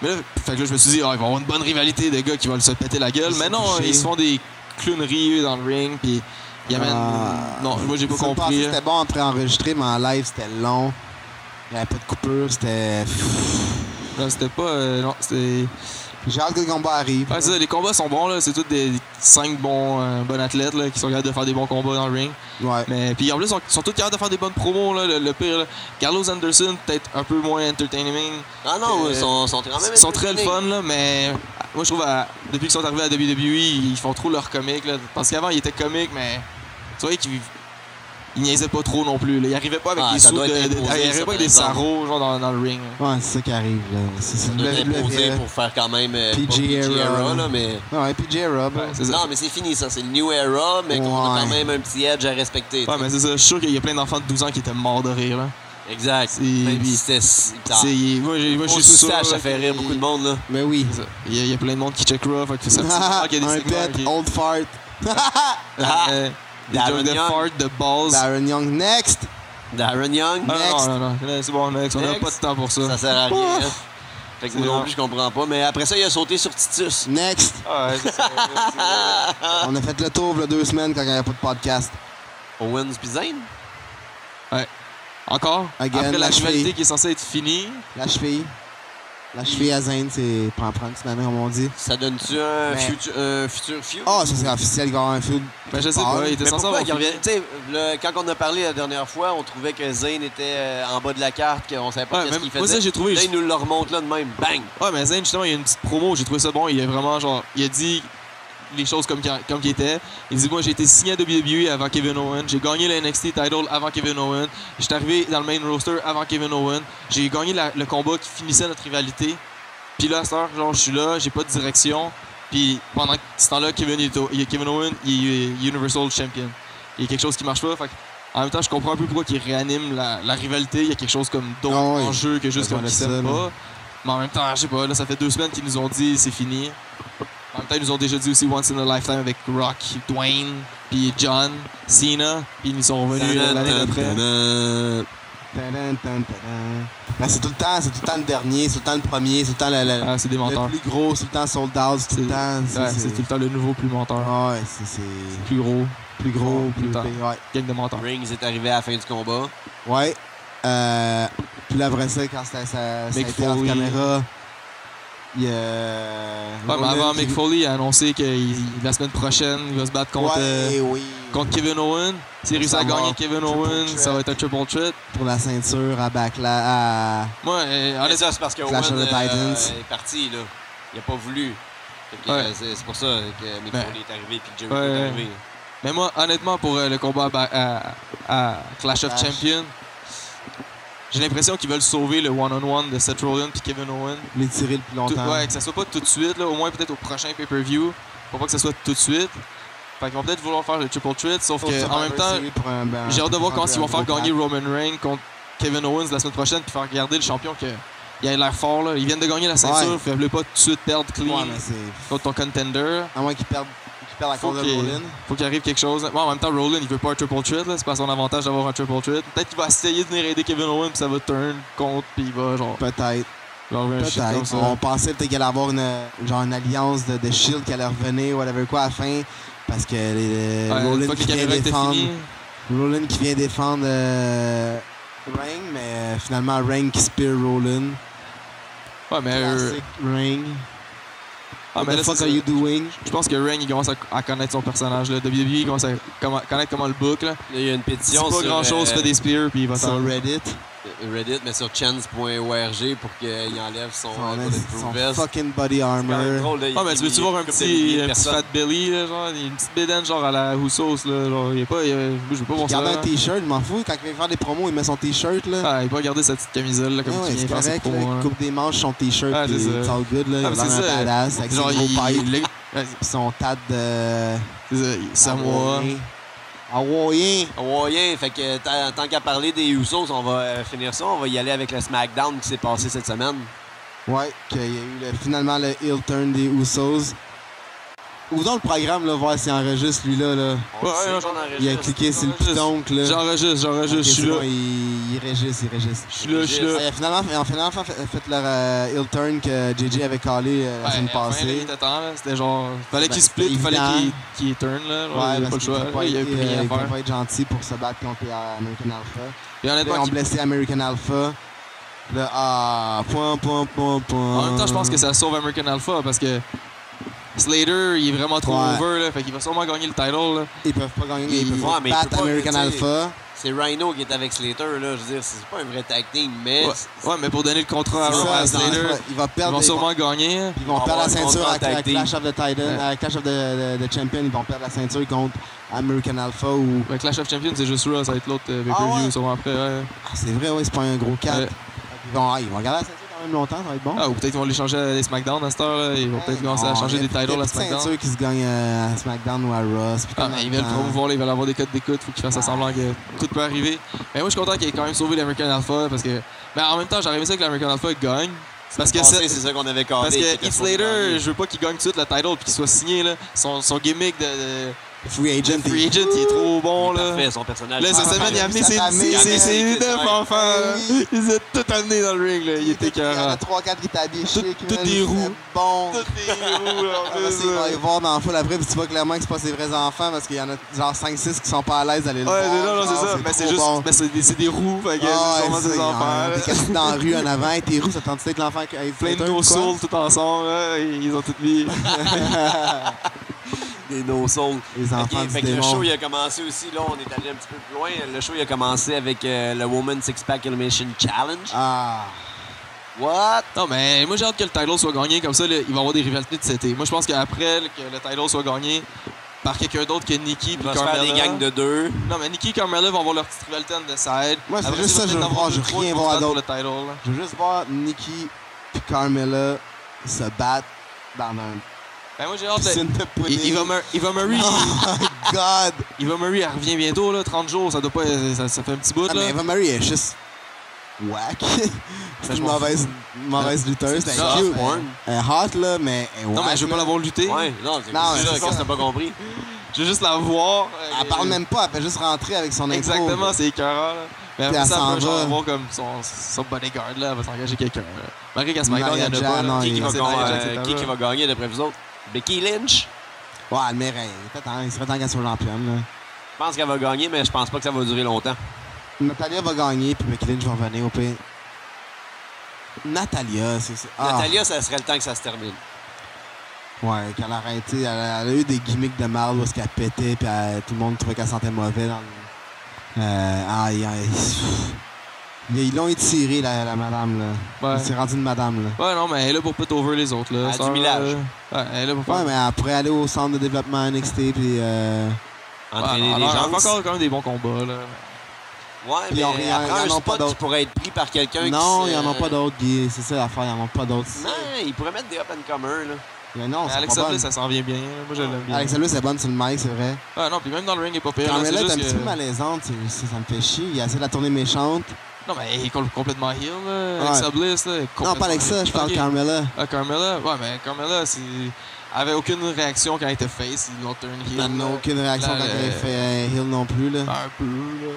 A: Mais là, fait que là, je me suis dit, ah, ils vont avoir une bonne rivalité de gars qui vont se péter la gueule.
C: Ils
A: Mais
C: sont
A: non,
C: touchés.
A: ils se font des clowneries eux, dans le ring, puis ils amènent.
C: Ah.
A: Non, moi, j'ai pas
C: Ça me passait,
A: compris.
C: C'était bon après enregistrer, mais en live, c'était long. Il n'y avait pas de coupure, c'était.
A: Là, C'était pas. euh, non, c'était.
C: J'ai hâte que le combat arrive.
A: Ouais, Ah, c'est ça, les combats sont bons, là. C'est tous des 5 bons, euh, bons athlètes là, qui sont capables de faire des bons combats dans le ring.
C: Ouais.
A: Mais puis en plus, ils sont, ils sont tous capables de faire des bonnes promos. Là, le, le pire, là. Carlos Anderson, peut-être un peu moins entertaining.
B: Non, Ah non,
A: Euh,
B: ils sont, sont quand même.
A: Ils sont très le fun, là, mais ah, moi je trouve, à- depuis qu'ils sont arrivés à E, WWE, ils font trop leur comique. Là, parce qu'avant, ils étaient comiques, mais tu vois qu'ils il niaisait pas trop non plus. là. Il arrivait pas avec
B: Ah,
A: des
B: ça
A: sous
B: doit
A: de,
B: être
A: de-
B: imposé,
A: il
B: ça,
A: arrivait pas
B: par
A: avec des
B: exemple.
A: sarraux genre dans, dans le ring. là.
C: Ouais, c'est ça qui arrive. Là. C'est, c'est
B: de
C: le- le-
B: l'imposer
C: le-
B: pour faire quand même euh,
C: PG
B: pas PG
C: era,
B: era,
C: ouais.
B: là, mais
C: Ouais, PJ Rob.
A: Ouais, c'est ça.
B: non mais c'est fini ça c'est le new era mais qu'on a quand
C: Ouais.
B: même un petit edge à respecter
A: Ouais, mais c'est ça. Je suis sûr qu'il y a plein d'enfants de 12 ans qui étaient morts de rire. Là.
B: exact
A: C'est-
B: même si c'était si-
A: C'est- moi, j'ai- moi, je
B: Au
A: suis sûr.
B: sous-stache, ça fait rire
A: que-
B: beaucoup de monde là
C: Mais oui.
A: C'est ça. Il y, a- il y a plein de monde qui checkera. Fait que ça [LAUGHS]
C: Ah,
A: ah, qu'il y a des
C: [LAUGHS] un
A: segments
C: pet,
A: qui-
C: old fart.
A: [LAUGHS] Euh,
B: Ah,
C: [LAUGHS]
A: des
B: Darren
A: jokes de
B: Young.
A: fart, de balls.
C: Darren Young, next!
B: Darren Young
A: Ah,
C: Next.
A: non, non, non, non, c'est bon, next. On n'a
B: Next.
A: pas de temps pour ça.
B: ça sert à rien
A: Ouf.
B: hein. fait que
A: C'est
B: moi non
A: long.
B: plus je comprends pas mais après ça il a sauté sur Titus
C: Next!
A: Ah, ouais, c'est ça.
B: [LAUGHS]
A: Ah.
C: On a fait le tour il y a deux semaines quand il n'y avait pas de podcast.
B: Owens puis Zayn
A: Encore.
C: Again,
A: Après la
C: la
A: rivalité
C: cheville.
A: qui est censée être finie.
C: La cheville. La cheville à Zane, c'est pas en prendre cette année, comme on dit.
B: ça donne-tu un
C: Mais-
B: futur un futur feud
C: Ah, ça c'est officiel qu'il va y avoir un feud.
A: Ben, je sais
C: Ah,
A: pas, il était
B: Mais
A: censé
B: pourquoi
A: avoir
B: qu'il
A: fini.
B: revienne- tu sais, le- quand on a parlé la dernière fois, on trouvait que Zayn était euh, en bas de la carte, qu'on savait pas
A: Ouais,
B: ce
A: même-
B: qu'il faisait.
A: moi, ça, j'ai trouvé.
B: Là, il nous le remonte là de même. Bang!
A: Ouais, mais Zayn, justement, il y a une petite promo, j'ai trouvé ça bon. Il a vraiment, genre, il a dit les choses comme qu'il comme qu'il était. Il dit Moi, j'ai été signé à WWE avant Kevin Owen. J'ai gagné le NXT title avant Kevin Owen. J'étais arrivé dans le main roster avant Kevin Owen. J'ai gagné la- le combat qui finissait notre rivalité. Puis là, à cette heure, genre, je suis là, j'ai pas de direction. Puis pendant ce temps-là, Kevin, il est au- il est- Kevin Owen, il est Universal Champion. Il y a quelque chose qui marche pas. Fait que, en même temps, je comprends un peu pourquoi il réanime la, la rivalité. Il y a quelque chose comme d'autre
C: Ah oui.
A: en jeu que juste
C: Besoin
A: comme
C: de
A: qu'ils
C: ça,
A: s'aiment
C: là.
A: pas. Mais en même temps, je sais pas, là, ça fait deux semaines qu'ils nous ont dit c'est fini. En même temps, ils nous ont déjà dit aussi Once in a Lifetime avec Rock, Dwayne, puis John, Cena, puis ils nous sont revenus euh, l'année d'après.
B: Tadam.
C: Tadam, tadam, tadam. Ben, c'est tout le temps, c'est tout le temps le dernier, c'est tout le temps le premier, c'est tout le temps le, le-
A: Ah, c'est des
C: le
A: menteurs.
C: plus gros, c'est tout le temps sold out, c'est tout le
A: C'est-
C: temps.
A: Ouais, c'est tout le temps le nouveau plus menteur.
C: Ah, ouais, c'est, c'est
A: Plus gros,
C: plus gros,
A: Tout
C: plus
A: le temps.
C: pire, ouais.
A: gang de menteurs.
B: Rings est arrivé à la fin du combat.
C: Ouais. Euh, puis là, après ça, quand c'était ça, ça a
A: Mick
C: été hors
A: Foley.
C: caméra, il y a.
A: Ouais, mais avant,
C: Rollins
A: Mick
C: qui-
A: Foley a annoncé que il- la semaine prochaine, il va se battre contre, euh,
C: Ouais, oui.
A: contre Kevin Owen. S'il réussit à
C: Ça va.
A: gagner Kevin
C: Triple
A: Owen,
C: threat.
A: ça va être un triple threat.
C: Pour la ceinture à Backlash.
A: Moi, euh,
B: Ah,
A: honnêtement,
B: ça, c'est parce que
C: Clash
B: Owen
C: of the
B: euh,
C: Titans.
B: est parti, là. Il a pas voulu. Fait que,
A: Ouais.
B: euh, C'est c'est pour ça que Mick
A: Ben.
B: Foley est arrivé puis Jericho
A: Ouais,
B: est
A: ouais.
B: arrivé.
A: Mais moi, honnêtement, pour euh, le combat à, Ba- à- à Clash of
C: Clash.
A: Champions, j'ai l'impression qu'ils veulent sauver le one-on-one de Seth Rollins et Kevin Owen.
C: L'étirer le plus
A: Tout-
C: longtemps.
A: ouais, que ça soit pas tout de suite, là, au moins peut-être au prochain pay-per-view. Faut pas que ça soit tout de suite. Fait qu'ils vont peut-être vouloir faire le triple threat, sauf que en même temps, j'ai hâte de voir comment ils vont faire gagner Roman Reigns contre Kevin Owens la semaine prochaine puis faire regarder le champion que il a l'air fort là. Ils viennent de gagner la ceinture,
C: Ouais.
A: fait fais-le pas tout de suite perdre clean
C: Ouais, mais c'est.
A: contre ton contender.
C: À moins qu'ils perdent qu'ils perdent la
A: Faut
C: cause de
A: qu'il-
C: Rollins.
A: faut qu'il arrive quelque chose. Moi, en même temps, Rollins, il veut pas un triple threat. là. C'est pas à son avantage d'avoir un triple threat. Peut-être qu'il va essayer de venir aider Kevin Owens, puis ça va turn contre, puis il va genre.
C: Peut-être.
A: il va avoir un shit comme
C: Peut-être.
A: ça.
C: On pensait peut-être qu'il allait avoir une, genre une alliance de, de Shield qui allait revenir ou whatever quoi à la fin. Parce que les,
A: Ouais, une
C: Rollins
A: fois que
C: qui
A: les
C: vient
A: caméras étaient
C: défendre.
A: finies.
C: Rollin qui vient défendre euh, Reign, mais euh, finalement Reign qui spear Rollin.
A: Ouais, mais. euh,
C: Classic Reign.
A: ah,
C: What
A: mais
C: the
A: là,
C: fuck
A: c'est
C: are you
A: ça.
C: doing?
A: Je pense que Reign, il commence à, à connaître son personnage. Là. WWE, il commence à comment- connaître comment le book. Là.
B: Là, il y a une
A: C'est
B: pétition
A: pas
B: sur
A: grand chose,
B: euh,
A: fait des spears, puis il va
C: Sur
A: t'en.
C: Reddit.
B: Reddit, mais sur chance.org pour qu'il enlève son,
C: Son,
B: euh, bulletproof
C: son
B: vest.
C: fucking body
B: C'est quand même
C: armor.
B: drôle, là, il-
A: Ah, mais tu
B: il-
A: veux-tu voir un
B: il-
A: petit,
B: il-
A: un petit
B: personne.
A: Fat Belly, là, genre, il y a une petite bédaine, genre à la Houssos, là, genre, il est pas, il y a- je veux pas voir ça.
C: Garde un
A: là.
C: t-shirt, je m'en fous. Quand il vient faire des promos, il met son t-shirt là.
A: Ah, il peut regarder sa petite camisole, là, comme
C: Ouais,
A: tu
C: ouais, c'est
A: viens faire, c'est
C: correct,
A: pour hein.
C: là,
A: moi.
C: il coupe des manches, son t-shirt,
A: Ah,
C: pis
A: c'est ça.
C: it's all good, là, il
A: Ah, mais
C: va dans
A: c'est
C: un
A: ça.
C: badass avec
A: Genre,
C: ses gros
A: il,
C: pipes,
A: le- ouais,
C: pis son tas de... euh,
A: c'est ça, il- Samoa.
C: Hawaïen. Hawaïen!
B: Hawaïen, fait que euh, tant, tant qu'à parler des Usos, on va euh, finir ça. On va y aller avec le SmackDown qui s'est passé cette semaine.
C: Ouais, qu'il y a eu le- finalement le heel turn des Usos. Ouvrons le programme, là, voir s'il enregistre, lui-là, là.
B: On
A: Ouais,
B: sait
A: ouais,
B: qu'on enregistre.
C: Il a cliqué sur le
A: J'enregistre.
C: piton, là.
A: J'enregistre,
C: Ok,
A: j'enregistre, je
C: c'est
A: suis
C: bon,
A: là.
C: il, il régisse, il régisse.
A: Je suis là, je suis
B: il-
A: là.
C: Ouais, finalement, en finalement, fait, fait leur euh, heel turn que JJ avait calé euh, la
A: Ouais,
C: semaine
A: enfin, là, il
C: passée.
A: était temps, là. C'était genre. Fallait
C: Ben,
A: qu'il split,
C: c'était
A: fallait
C: évident.
A: qu'il qu'il turn, là. genre, il n'y a pas le
C: parce
A: choix.
C: qu'ils peuvent
A: là, Il n'y a
C: être,
A: plus
C: euh,
A: rien à
C: ils peuvent
A: faire.
C: pas être gentils pour se battre contre les, euh, American Alpha.
A: Et
C: Là, ils
A: honnêtement,
C: ont blessé American Alpha. Là, ah, point, point, point, point.
A: en même temps, je pense que ça sauve American Alpha parce que. Slater, il est vraiment trop
C: Ouais.
A: over, là, fait qu'il va sûrement gagner le title. là.
C: Ils peuvent pas gagner, ils
A: Ils-
C: peuvent
B: Ouais, mais
C: pas
B: ils peuvent
C: battre
B: pas,
C: American
B: tu sais.
C: Alpha.
B: C'est Rhino qui est avec Slater, là. Je veux dire, c'est pas un vrai tag team, mais.
A: Ouais. ouais, mais pour donner le contrat à
C: C'est
A: Raw
C: ça,
A: à
C: dans-
A: Slater,
C: il va
A: ils
C: perdre
A: vont
C: ils
A: sûrement gagner. hein.
C: Ils
B: On
C: vont
B: va
C: perdre la
B: avoir un
C: ceinture
B: contrat
C: avec la
B: tag team.
C: Clash of the Titan,
A: Ouais.
C: la Clash of the, the- the Champion. Ils vont perdre la ceinture contre American Alpha ou.
A: Ouais, Clash of Champions, c'est juste là, ça va être l'autre euh,
C: Ah
A: pay-per-view
C: ouais?
A: sûrement après. ouais. Oh.
C: Ah, c'est vrai, ouais, c'est pas un gros 4.
A: Ouais.
C: Ils, vont, ah, ils vont garder la ceinture quand même longtemps, ça va être bon.
A: Ah, ou peut-être ils vont les changer à les SmackDown à cette heure, là. Ils vont Ah, peut-être commencer à
C: Non,
A: changer
C: il y a
A: des
C: plus- il y a
A: titles à
C: plus de
A: SmackDown.
C: ceinture qui se gagne euh, à SmackDown ou à Raw. c'est plus
A: Ah,
C: comme
A: mais ils veulent
C: dans-
A: promouvoir, là, ils veulent avoir des codes d'écoute, faut qu'ils fassent
C: Ouais.
A: semblant que tout peut arriver. Mais moi, je suis content qu'il ait quand même sauvé l'American Alpha parce que. Mais en même temps, j'aurais aimé ça que l'American Alpha gagne. Parce que,
B: On sait,
A: c'est-
B: c'est ça qu'on avait cordé.
A: parce que Heath Slater, je veux pas qu'il gagne tout de suite le title puis qu'il soit signé, là. Son, son gimmick de, de
C: Free Agent.
A: Free Agent, il est trop bon, là.
B: Parfait, son personnage.
A: Là, cette
C: Ah,
A: semaine, il a amené
C: sa
A: ses,
C: famille,
A: ses, ses, ses
B: avec-
A: neuf
B: ouais.
A: enfants. là.
C: Oui.
A: Ils ont tout amené dans le ring. Là. Il était
C: Il y en a
A: carré.
C: 3-4 qui étaient habillés
A: Tout-
C: chic,
A: tout
C: man,
A: des
C: ils
A: roues.
C: étaient bons.
A: Toutes les roues, là, en
C: Après ça,
A: plus,
C: ils vont
A: là.
C: aller voir dans la foule après, puis tu vois clairement que c'est pas ses vrais enfants parce qu'il y en a genre 5-6 qui sont pas à l'aise d'aller le
A: Ouais,
C: voir.
A: c'est- non, non,
C: genre,
A: c'est ça. Mais c'est
C: trop
A: juste.
C: bon.
A: Mais c'est des, c'est des roues, fait que
C: Ah,
A: c'est
C: ouais,
A: sûrement
C: c'est
A: des
C: ça,
A: enfants.
C: ils ont-
A: là.
C: T'es cassé dans la rue en avant, tes roues, ça tente peut-être l'enfant qui a
A: Plein de nos souls tout ensemble,
C: hein,
A: là, et ils ont toutes mis.
B: Des no souls.
C: Les enfants
B: Ok,
C: du
B: fait que le
C: démon.
B: show il a commencé aussi, là on est allé un petit peu plus loin. Le show il a commencé avec euh, le Woman Six Pack Elimination Challenge.
C: Ah.
B: What?
A: [LAUGHS] Non, mais moi j'ai hâte que le title soit gagné, comme ça, là, il va y avoir des rivalités de cet été. Moi je pense qu'après là, que le title soit gagné par quelqu'un d'autre que Nikki
B: Il
A: puis
B: va se faire
A: Carmella.
B: des gangs de deux.
A: Non, mais Nikki et Carmella vont avoir leur petite rivalité de side.
C: Moi, c'est
A: Après,
C: juste
A: ils vont
C: ça, je
A: peut-être
C: veux
A: avoir
C: voir,
A: deux,
C: je veux
A: trois
C: rien
A: qui vont se battre pour le title,
C: voir d'autre.
A: là.
C: Je veux juste voir Nikki puis Carmella se battre dans un
A: Ben, moi j'ai hâte. de-
C: piscine de pudding.
A: Il- Eva Mur- Eva Murray,
C: Oh my [LAUGHS] god!
A: Eva Murray, elle revient bientôt, là, 30 jours, ça doit pas. Ça, ça fait un petit bout,
C: Ah, mais
A: là.
C: Eva Marie est juste. Whack.
A: je
C: C'est une
A: m'en fous.
C: mauvaise, une mauvaise lutteuse.
A: c'est
C: Elle
A: ça,
C: est cute.
B: porn.
C: Elle est hot, là, mais. elle est
A: Non, mais
C: whack,
A: je veux pas
C: là.
A: l'avoir lutté.
B: Ouais, non, c'est
C: Non,
B: c'est
C: c'est
B: ça,
C: ça.
B: qu'est-ce que t'as pas compris?
A: Je veux juste la voir. euh,
C: Elle parle même pas, elle fait juste rentrer avec son intro.
A: Exactement, c'est écœurant, là. Mais
C: Puis
A: après
C: elle
A: ça,
C: s'en
A: après, genre,
C: va.
A: on va voir comme son, son bodyguard, là, elle va s'engager quelqu'un. là. Malgré qu'à ce moment-là, il y en
C: Nia
A: a
C: Jax,
A: pas. là.
C: non,
B: qui, qui
C: il-
B: va,
A: c'est
B: gagner-
A: Nia
B: euh,
A: Jax, etc.
B: qui qui va gagner d'après vous autres? Becky Lynch?
C: Ouais, elle mérite. Il était temps- Il serait temps qu'elle soit championne, là.
B: Je pense qu'elle va gagner, mais je pense pas que ça va durer longtemps.
C: Natalia va gagner, puis Becky Lynch va revenir au pire. Natalia, c'est ça. Ah,
B: Natalia, ça serait le temps que ça se termine.
C: Ouais, qu'elle a arrêté. Elle a, elle a eu des gimmicks de marde où est-ce qu'elle pétait, puis elle- tout le monde trouvait qu'elle sentait mauvais dans le. Euh, aïe, aïe. pff. Ils ils l'ont étiré, la, la madame, là.
A: Ouais.
C: C'est rendu une madame, là.
A: Ouais, non, mais elle est là pour put over les autres, là.
B: Elle a
A: Ça, là,
B: du millage.
A: Ouais, elle est là pour faire.
C: Ah, Ouais, mais après aller au centre de développement NXT, puis. Euh,
B: Entraîner
A: Ouais,
B: les
A: alors,
B: gens.
A: elle fait encore quand même des bons combats, là.
B: Ouais,
C: Puis
B: mais
C: ils ont rien-
B: après,
C: ils
B: un
C: en ont pas
B: spot qui
C: d'autres.
B: pourrait être pris par quelqu'un qui
C: non,
B: se-
C: ils en
A: euh,
C: ont pas d'autres, Guy. C'est ça l'affaire, ils en ont pas d'autres.
B: Non, ils pourraient mettre des up and comers, là.
C: Mais non,
A: Mais
C: c'est pas
A: Alexa
C: bonne.
A: Bliss, ça s'en vient bien. là. Moi, je l'aime bien.
C: Alexa Bliss est bonne sur le mic, c'est vrai.
A: Ouais, non, puis même dans le ring, il est pas pire. là,
C: Carmella
A: c'est
C: est un
A: juste
C: petit
A: que-
C: peu malaisante, c'est- c'est- ça me fait chier. Il essaie de la tourner méchante.
A: Non, mais elle est com- complètement heal, là.
C: Ouais.
A: Alexa Bliss, là. est
C: Non,
A: complètement-
C: pas Alexa, je parle
A: Ok.
C: de Carmella.
A: Ah, Carmella, ouais, mais Carmella, c'est. Elle avait aucune réaction quand elle était face, ils l'ont turn heel.
C: Elle n'a
A: là.
C: aucune réaction
A: là,
C: quand
A: le-
C: elle fait euh, heel non plus, là.
A: Un peu, là.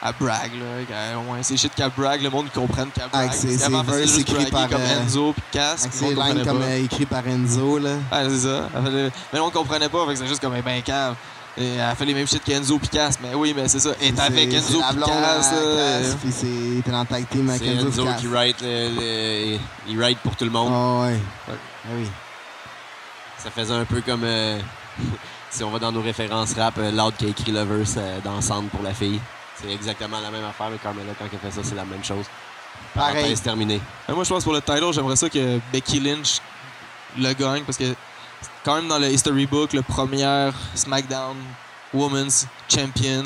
A: Elle brague, là. quand- Au moins, c'est shit qu'elle brague, le monde comprenne qu'elle brague.
C: Avec ses-
A: Parce
C: ses
A: qu'avant, elle faisait
C: verses
A: juste braguer
C: écrits par,
A: comme
C: euh,
A: Enzo puis Cass.
C: Avec
A: puis le
C: ses
A: monde
C: lines
A: comprenait
C: comme
A: pas.
C: euh, écrit par Enzo, là.
A: Ah, c'est ça. Elle faisait- Mais là, on comprenait pas, fait que c'était juste comme un ben cave. Et elle fait les mêmes shit qu'Enzo Picasse, mais oui, mais c'est ça. Elle est avec
C: C'est- c'est
A: Enzo euh.
C: la blonde à
A: Picasse. là.
C: Cass, Puis c'est il était dans le tag team avec
B: C'est
C: Enzo
B: Enzo
C: puis Cass.
B: qui write, le- le- il write pour tout le monde.
C: Ah ouais.
A: Ouais.
C: Ah oui.
B: Ça faisait un peu comme, euh, [LAUGHS] si on va dans nos références rap, euh, Loud qui a écrit Lovers euh, dans Sand pour la fille. C'est exactement la même affaire, mais Carmela, quand elle fait ça, c'est la même chose.
C: Pareil.
B: Parenthèse terminée.
A: Mais Ah, moi, je pense pour le title, j'aimerais ça que Becky Lynch le gagne parce que c'est quand même dans le History Book, le premier SmackDown Women's Champion.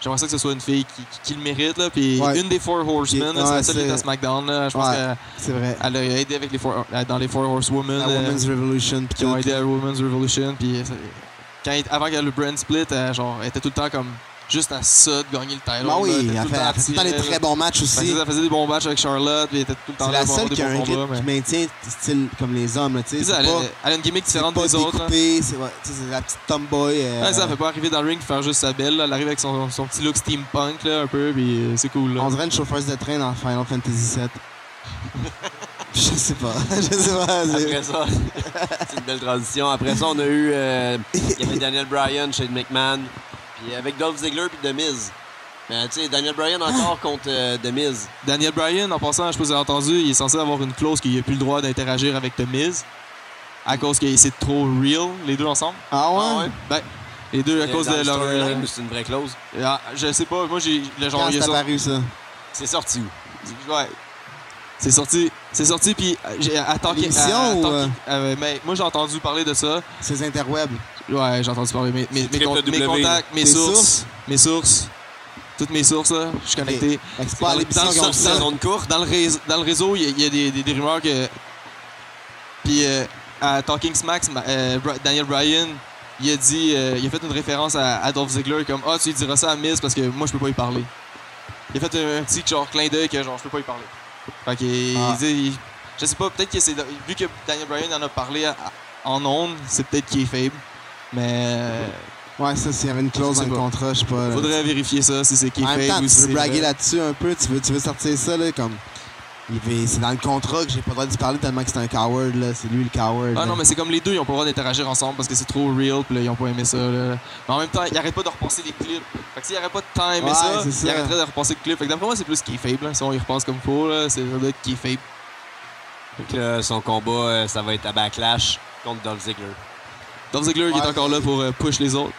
A: J'aimerais ça que ce soit une fille qui, qui- qui le mérite. Là, puis
C: Ouais.
A: une des Four Horsemen,
C: Qui-
A: là, c'est
C: ouais,
A: la seule qui est à
C: c'est-
A: SmackDown. là. Je pense
C: Ouais. C'est vrai.
A: qu'elle a aidé avec les four, euh, dans les Four Horsewomen.
C: La
A: Ah, euh,
C: Women's Revolution. puis
A: qui ont
C: tout.
A: aidé à Women's Revolution. Puis ça- quand, elle- avant qu'elle le brand split, elle, genre, elle était tout le temps comme juste à ça de gagner le title.
C: Ah oui,
A: là. était
C: elle
A: tout
C: fait
A: le
C: elle fait tout le temps des
A: attirée,
C: très
A: là.
C: bons matchs
A: Fait que
C: aussi.
A: Ben, ça, Elle faisait des bons matchs avec Charlotte, puis elle était tout le temps
C: C'est
A: là
C: la
A: pour
C: seule
A: avoir
C: qui a
A: des
C: un
A: bons combats.
C: rythme
A: mais-
C: qui maintient style comme les hommes. là, Tu sais,
A: C'est
C: c'est
A: ça, elle,
C: pas,
A: a- elle a une gimmick
C: c'est
A: différente
C: pas
A: des autres. hein.
C: découpé, c'est ouais, tu sais, c'est la petite tomboy. euh,
A: Ouais, ça, elle fait pas arriver dans le ring faire juste sa belle. là. Elle arrive avec son, son petit look steampunk, là, un peu, puis euh, c'est cool. là.
C: On dirait une chauffeuse de train dans Final Fantasy VII. [LAUGHS] je sais pas. [LAUGHS] Je sais pas.
B: Après
C: c'est-
B: ça, [LAUGHS] c'est une belle transition. Après ça, on a eu. euh, Il y avait Daniel Bryan, Shane McMahon, puis avec Dolph Ziggler puis The Miz. Mais tu sais, Daniel Bryan encore contre euh, The Miz.
A: Daniel Bryan, en passant, je sais pas si vous avez entendu, il est censé avoir une clause qu'il n'a plus le droit d'interagir avec The Miz. à cause que c'est trop real, les deux ensemble.
C: Ah ouais?
A: Ah ouais? Ben, les deux à
B: Dans
A: cause de
B: le
A: leur. euh,
B: storyline, C'est une vraie clause.
A: Ah, je sais pas, moi j'ai le genre.
C: Quand
A: il
C: c'est
A: est sorti-
C: apparu ça?
B: C'est sorti où?
A: Ouais. C'est sorti, c'est sorti, puis euh, j'ai attaqué.
C: L'émission ou, euh?
A: mais ben, moi j'ai entendu parler de ça.
C: Ces interwebs.
A: Ouais, j'ai entendu parler. Mes, mes,
B: C'est
A: mes, con-
B: triple
A: mes
B: W.
A: contacts, mes
C: Tes
A: sources,
C: sources?
A: mes sources, toutes mes sources, là, je suis connecté.
C: Fait que c'est pas à
A: Dans-
C: l'émission
A: dans-
C: comme
A: dans-
C: ça.
B: Saison de courte.
A: Dans le réseau, dans le réseau, il y a- il y, a des, des- des rumeurs que. Puis euh, à Talking Smacks, ma- euh, Bri- Daniel Bryan, il a dit, euh, il a fait une référence à Adolf Ziggler comme ah tu lui diras ça à Miz parce que moi je peux pas y parler. Il a fait un, un petit genre clin d'œil que genre je peux pas y parler. Fait qu'il
C: Ah.
A: il dit, il- je sais pas, peut-être que c'est vu que Daniel Bryan en a parlé à- à- en ondes, c'est peut-être qu'il est faible. Mais euh,
C: Ouais, ça, s'il y avait une clause
A: Je
C: dans
A: sais
C: le
A: pas.
C: contrat, je sais pas. là.
A: faudrait vérifier ça si c'est qu'il est
C: En même
A: faible
C: temps,
A: ou
C: tu
A: si
C: veux
A: c'est
C: braguer
A: vrai.
C: là-dessus un peu, tu veux, tu veux sortir ça, là, comme. Il fait- C'est dans le contrat que j'ai pas le droit d'y parler tellement que c'est un coward, là. C'est lui le coward.
A: Ah
C: là.
A: non, mais c'est comme les deux, ils ont pas le droit d'interagir ensemble parce que c'est trop real, puis là, ils ont pas aimé ça. là. Mais en même temps, ils arrêtent pas de repasser les clips. Fait que s'ils arrêtent pas de temps aimer
C: Ouais,
A: ça,
C: c'est ça.
A: ils arrêteraient de repasser le clip. Fait que d'après moi, c'est plus qui faible. hein. Si on y repasse comme faut, là, c'est vrai qui est faible.
B: Fait que là, son combat, euh, ça va être à Backlash contre Dolph Ziggler.
A: Dolph Ziggler qui
C: Ouais,
A: est encore là pour euh, push les autres,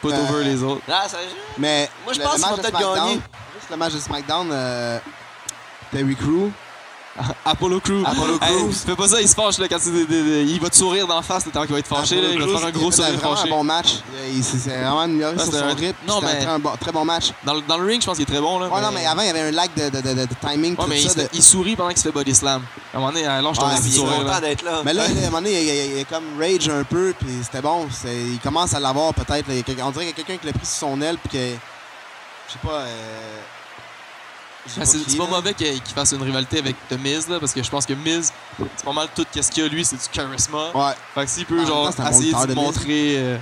A: put
C: Euh,
A: over les autres. [LAUGHS]
B: Ah, ça...
C: Mais
B: Moi, je
C: le-
B: pense
C: le
B: qu'ils
C: match
B: vont
C: de
B: peut-être
C: SmackDown,
B: gagner.
C: Juste le match de SmackDown, euh, Terry Crew.
A: Apollo Crew.
C: Apollo
A: Hey,
C: Crews.
A: fais pas ça, il se fâche là, quand c'est des- des- des- il va te sourire d'en face le temps qu'il va être fâché.
C: Apollo
A: là, il va te
C: Crews,
A: faire un
C: il
A: gros
C: a fait
A: sourire
C: vraiment
A: fâché.
C: un bon match. Il s'est s'est vraiment amélioré
A: Ah,
C: sur
A: c'était
C: son
A: un-
C: rythme.
A: Non,
C: C'était un
A: mais-
C: très bon- très bon match.
A: Dans, le- dans le ring, je pense qu'il est très bon. Là,
C: Ouais, non, mais avant, il y avait un lag de, de, de, de- de timing.
A: Ouais,
C: tout
A: mais il,
C: ça,
A: se-
C: de-
A: il sourit pendant qu'il se fait body slam. À un moment donné, lâche ton
C: Ouais,
A: petit
C: puis il est
A: sourire. là.
B: content d'être là.
C: Mais là, à un moment donné, il, il- il- il a comme rage un peu, puis c'était bon. C'est- Il commence à l'avoir peut-être. là. Il y a quelqu'un- On dirait qu'il y a quelqu'un qui l'a pris sous son aile, puis que. Je sais pas. euh, je sais
A: Ben, c'est
C: qui,
A: c'est pas
C: là.
A: mauvais qu'il qu'il fasse une rivalité avec The Miz, là, parce que je pense que Miz, c'est pas mal tout ce qu'il a, lui, c'est du charisma.
C: Ouais.
A: Fait que s'il
C: En
A: peut,
C: même
A: genre,
C: temps, c'est un bon
A: essayer
C: lutteur,
A: de
C: The Miz.
A: montrer. euh,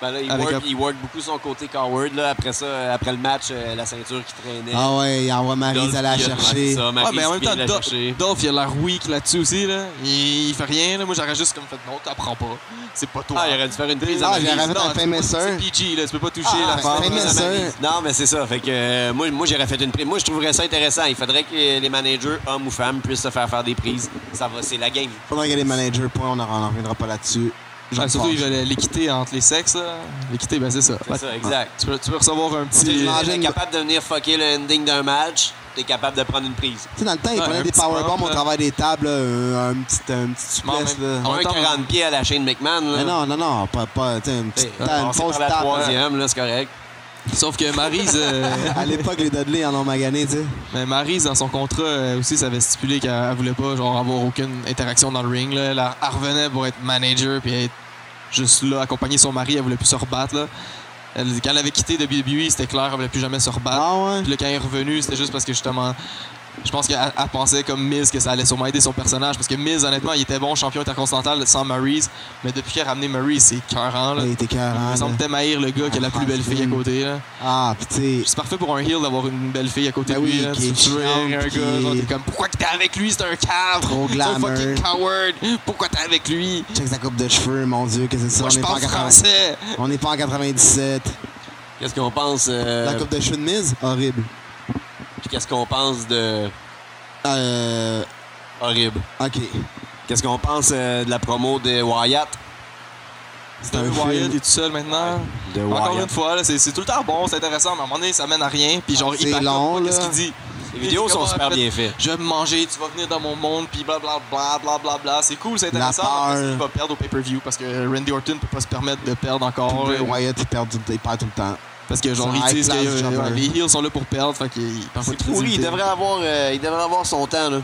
B: Ben là, il,
A: Avec
B: work,
A: un-
B: il work beaucoup son côté coward. Là. Après ça, euh, après le match, euh, la ceinture qui traînait.
C: Ah ouais, il envoie Maryse aller la chercher.
A: Ouais, mais en même temps, Dolph, Dolph, il a l'air weak là-dessus aussi, là. Il, il fait rien, là. Moi, j'aurais juste comme fait, non, t'apprends pas. C'est pas toi.
B: Ah, il aurait dû faire une prise
C: Ah,
B: à
C: il aurait
B: Maryse.
C: fait
A: Non,
C: un
A: tu peux
C: fameux
A: pas-
C: sir.
A: C'est PG, là. Tu peux pas toucher
B: Ah,
A: la
B: fait
A: femme.
C: un
A: là.
C: fameux
A: Ça
C: sir.
A: m'arrive.
B: Non, mais c'est ça. Fait que euh, moi, moi j'aurais fait une prise. Moi, je trouverais ça intéressant. Il faudrait que les managers, hommes ou femmes, puissent se faire faire des prises. Ça va, c'est la game.
C: Faudrait qu'il y ait des managers, point, on n'en reviendra pas là-dessus. Je
A: Ah,
C: me
A: surtout,
C: fâche.
A: il veulent l'équité entre les sexes, là. L'équité, ben, c'est ça.
B: C'est
A: Ouais.
B: ça, exact.
A: Tu peux, tu peux recevoir un
B: Tu
A: petit.
C: J'imagine-
B: es capable de venir fucker le ending d'un match. T'es capable de prendre une prise.
C: Tu sais, dans le temps, il
A: Ouais,
C: prenait
A: un
C: des
A: petit
C: powerbombs
A: bump,
C: au
A: là.
C: travail des tables, là, un, un petit, un petit souplesse.
A: Mais en même-
C: là.
A: en même
B: Un
A: temps,
B: 40 pieds à la chaîne McMahon. Là.
C: Mais non, non, non, pas, pas tu sais, une petite
B: Eh,
C: ta-
B: on
C: une
B: s'est
C: fausse
B: parlé à la
C: tape.
B: troisième, là, c'est correct.
A: Sauf que Maryse. euh,
C: [LAUGHS] À l'époque, les Dudley en ont magané, tu sais.
A: Mais Maryse, dans son contrat euh, aussi, ça avait stipulé qu'elle elle voulait pas genre, avoir aucune interaction dans le ring. Là. Elle, elle revenait pour être manager puis être juste là, accompagner son mari. Elle voulait plus se rebattre. Là. Elle, quand elle avait quitté WWE, c'était clair, elle voulait plus jamais se rebattre.
C: Ah ouais?
A: Puis là, quand elle est revenue, c'était juste parce que justement, je pense qu'elle elle pensait comme Miz que ça allait sûrement aider son personnage. Parce que Miz, honnêtement, il était bon champion intercontinental sans Maryse. Mais depuis qu'elle a ramené Maryse, c'est cœurant. Là.
C: Il était
A: Il me
C: carré.
A: semble tellement haïr le gars qui a la plus belle fille à côté. Là.
C: Ah, pis tu
A: Puis
C: sais,
A: C'est parfait pour un heel d'avoir une belle fille à côté
C: Ben
A: de lui.
C: oui,
A: là.
C: qui est
A: tu veux
C: chiante,
A: un gars,
C: qui
A: genre,
C: est-
A: t'es comme pourquoi que t'es avec lui, c'est un cave,
C: Trop
A: c'est un
C: glamour.
A: fucking coward. Pourquoi t'es avec lui
C: check sa coupe de cheveux, mon dieu, qu'est-ce que c'est ça?
A: Moi
C: on
A: je
C: est pas en
A: parle
C: 80
A: français.
C: On n'est pas en 97.
B: Qu'est-ce qu'on pense? euh,
C: La coupe de cheveux de mise? Horrible.
B: puis Qu'est-ce qu'on pense de.
C: Euh.
B: Horrible.
C: Ok.
B: Qu'est-ce qu'on pense euh, de la promo de Wyatt?
C: C'est
A: T'as
C: un
A: vu Wyatt il est
C: film.
A: tout seul maintenant.
B: De
A: Encore une fois, là, c'est c'est tout le temps bon, c'est intéressant, mais à un moment donné, ça mène à rien. Puis genre,
C: C'est
A: il back up
C: long,
A: pas qu'est-ce
C: là.
A: qu'il dit.
B: Les vidéos sont super bien faites.
A: Je vais me manger, tu vas venir dans mon monde, puis blablabla, blablabla. C'est cool, c'est
C: La
A: intéressant.
C: peur.
A: mais après ça, il va perdre au pay-per-view parce que Randy Orton peut pas se permettre de perdre encore. euh,
C: Bray Wyatt, il perd, tout- il perd tout le temps.
A: Parce que genre,
C: C'est un
A: ils disent que
C: high-class
A: euh,
C: jobber.
A: ouais, les heels sont là pour perdre, fait qu'ils perdent pas de
B: Oui, il
A: crédibilité.
B: devrait avoir, euh, il devrait avoir son temps. Là.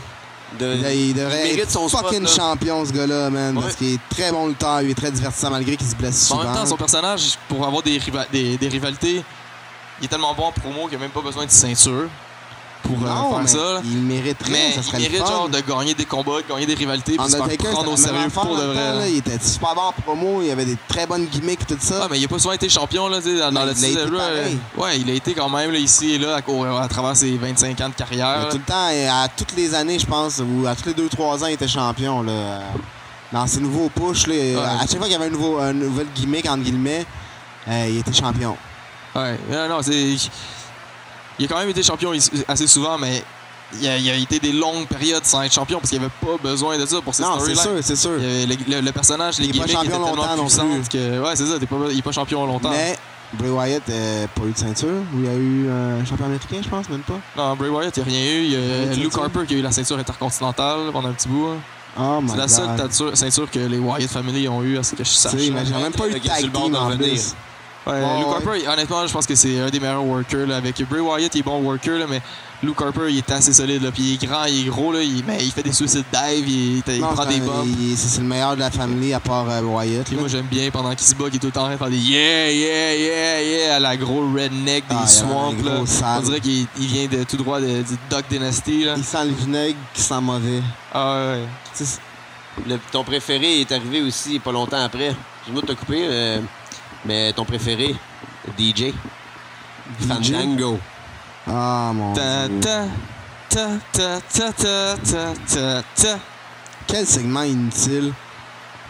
B: De-
C: Il, il devrait
B: mérite
C: être
B: son spot,
C: fucking
B: là.
C: champion, ce gars-là, man.
B: Ouais.
C: Parce qu'il est très bon lutteur, il est très divertissant malgré qu'il se blesse
A: Mais En
C: souvent.
A: même temps, son personnage, pour avoir des, riva- des, des rivalités, il est tellement bon en promo qu'il a même pas besoin de ceinture pour euh,
C: non,
A: faire
C: mais
A: ça. là.
C: il mériterait,
A: Mais
C: ça serait
A: il
C: le
A: mérite
C: fun.
A: genre de gagner des combats, de gagner des rivalités, puis de se faire
C: Undertaker,
A: prendre au
C: c'était la même
A: sérieux pour
C: affaire
A: de
C: dans le temps,
A: vrai.
C: là.
A: là.
C: il était super bon en promo, il avait des très bonnes gimmicks et tout ça.
A: Ouais, Ah, mais il a pas souvent été champion là, tu sais, dans, dans le
C: Mais il l'a
A: style
C: été
A: de Raw,
C: pareil.
A: euh, Ouais, il a été quand même là, ici et là à, cour- à travers ses 25 ans de
C: Il
A: carrière.
C: a
A: là.
C: tout le temps, à toutes les années, je pense, ou à tous les 2-3 ans, il était champion. Là. Dans ses nouveaux pushs, là, à chaque fois qu'il y avait un, nouveau, un nouvel gimmick, entre guillemets, euh, il était champion.
A: Ouais, non, non, c'est. Il a quand même été champion is- assez souvent, mais il y a, il y a été des longues périodes sans être champion parce qu'il n'y avait pas besoin de ça pour cette
C: Non, c'est
A: storyline.
C: sûr, c'est sûr.
A: Il y avait le, le- le personnage, les
C: Il est pas
A: gimmicks étaient
C: champion
A: tellement
C: longtemps non
A: puissantes
C: plus.
A: que. Ouais, c'est ça, t'es pas- il n'est pas champion longtemps.
C: Mais Bray Wyatt n'a pas eu de ceinture. Ou il y a eu un champion américain, je pense, même pas.
A: Non, Bray Wyatt, il n'y a rien eu. Il y
C: Il y
A: a
C: a une
A: Luke
C: ceinture.
A: Harper qui a eu la ceinture intercontinentale pendant un petit bout. hein.
C: Oh my
A: C'est la
C: god.
A: seule ceinture, ceinture que les Wyatt Family ont eu à ce que je sache.
C: Tu sais, imagine, même pas eu de
B: Il est sur
C: tag
B: le bord
C: team
B: de
C: en
B: revenir.
C: plus.
A: Ouais,
C: Ouais,
A: Luke
C: ouais.
A: Harper, honnêtement, je pense que c'est un des meilleurs workers. Là, avec Bray Wyatt, il est bon worker, là, mais Luke Harper, il est assez solide. Là, puis il est grand, il est gros, là, il, mais il fait des suicide dives, il, il
C: Non,
A: prend
C: c'est
A: des
C: un-
A: bombes.
C: il- C'est c'est le meilleur de la famille à part euh, Wyatt.
A: Puis
C: là.
A: moi, j'aime bien pendant qu'il se bat, qu'il est tout le temps en train de faire des yeah, yeah, yeah, yeah à la gros redneck des
C: Ah, il a
A: swamps.
C: un
A: là.
C: gros sale.
A: On dirait qu'il il vient de tout droit de- du Duck Dynasty. Là.
C: Il sent le vinaigre qui sent mauvais.
A: Ah, ouais.
C: Tu sais,
B: Le- ton préféré est arrivé aussi pas longtemps après. Excuse-moi de te couper, euh, mais ton préféré, DJ.
C: DJ?
B: Fandango.
C: Ah mon
A: Ta,
C: dieu.
A: ta, ta, ta, ta, ta, ta, ta, ta.
C: Quel segment inutile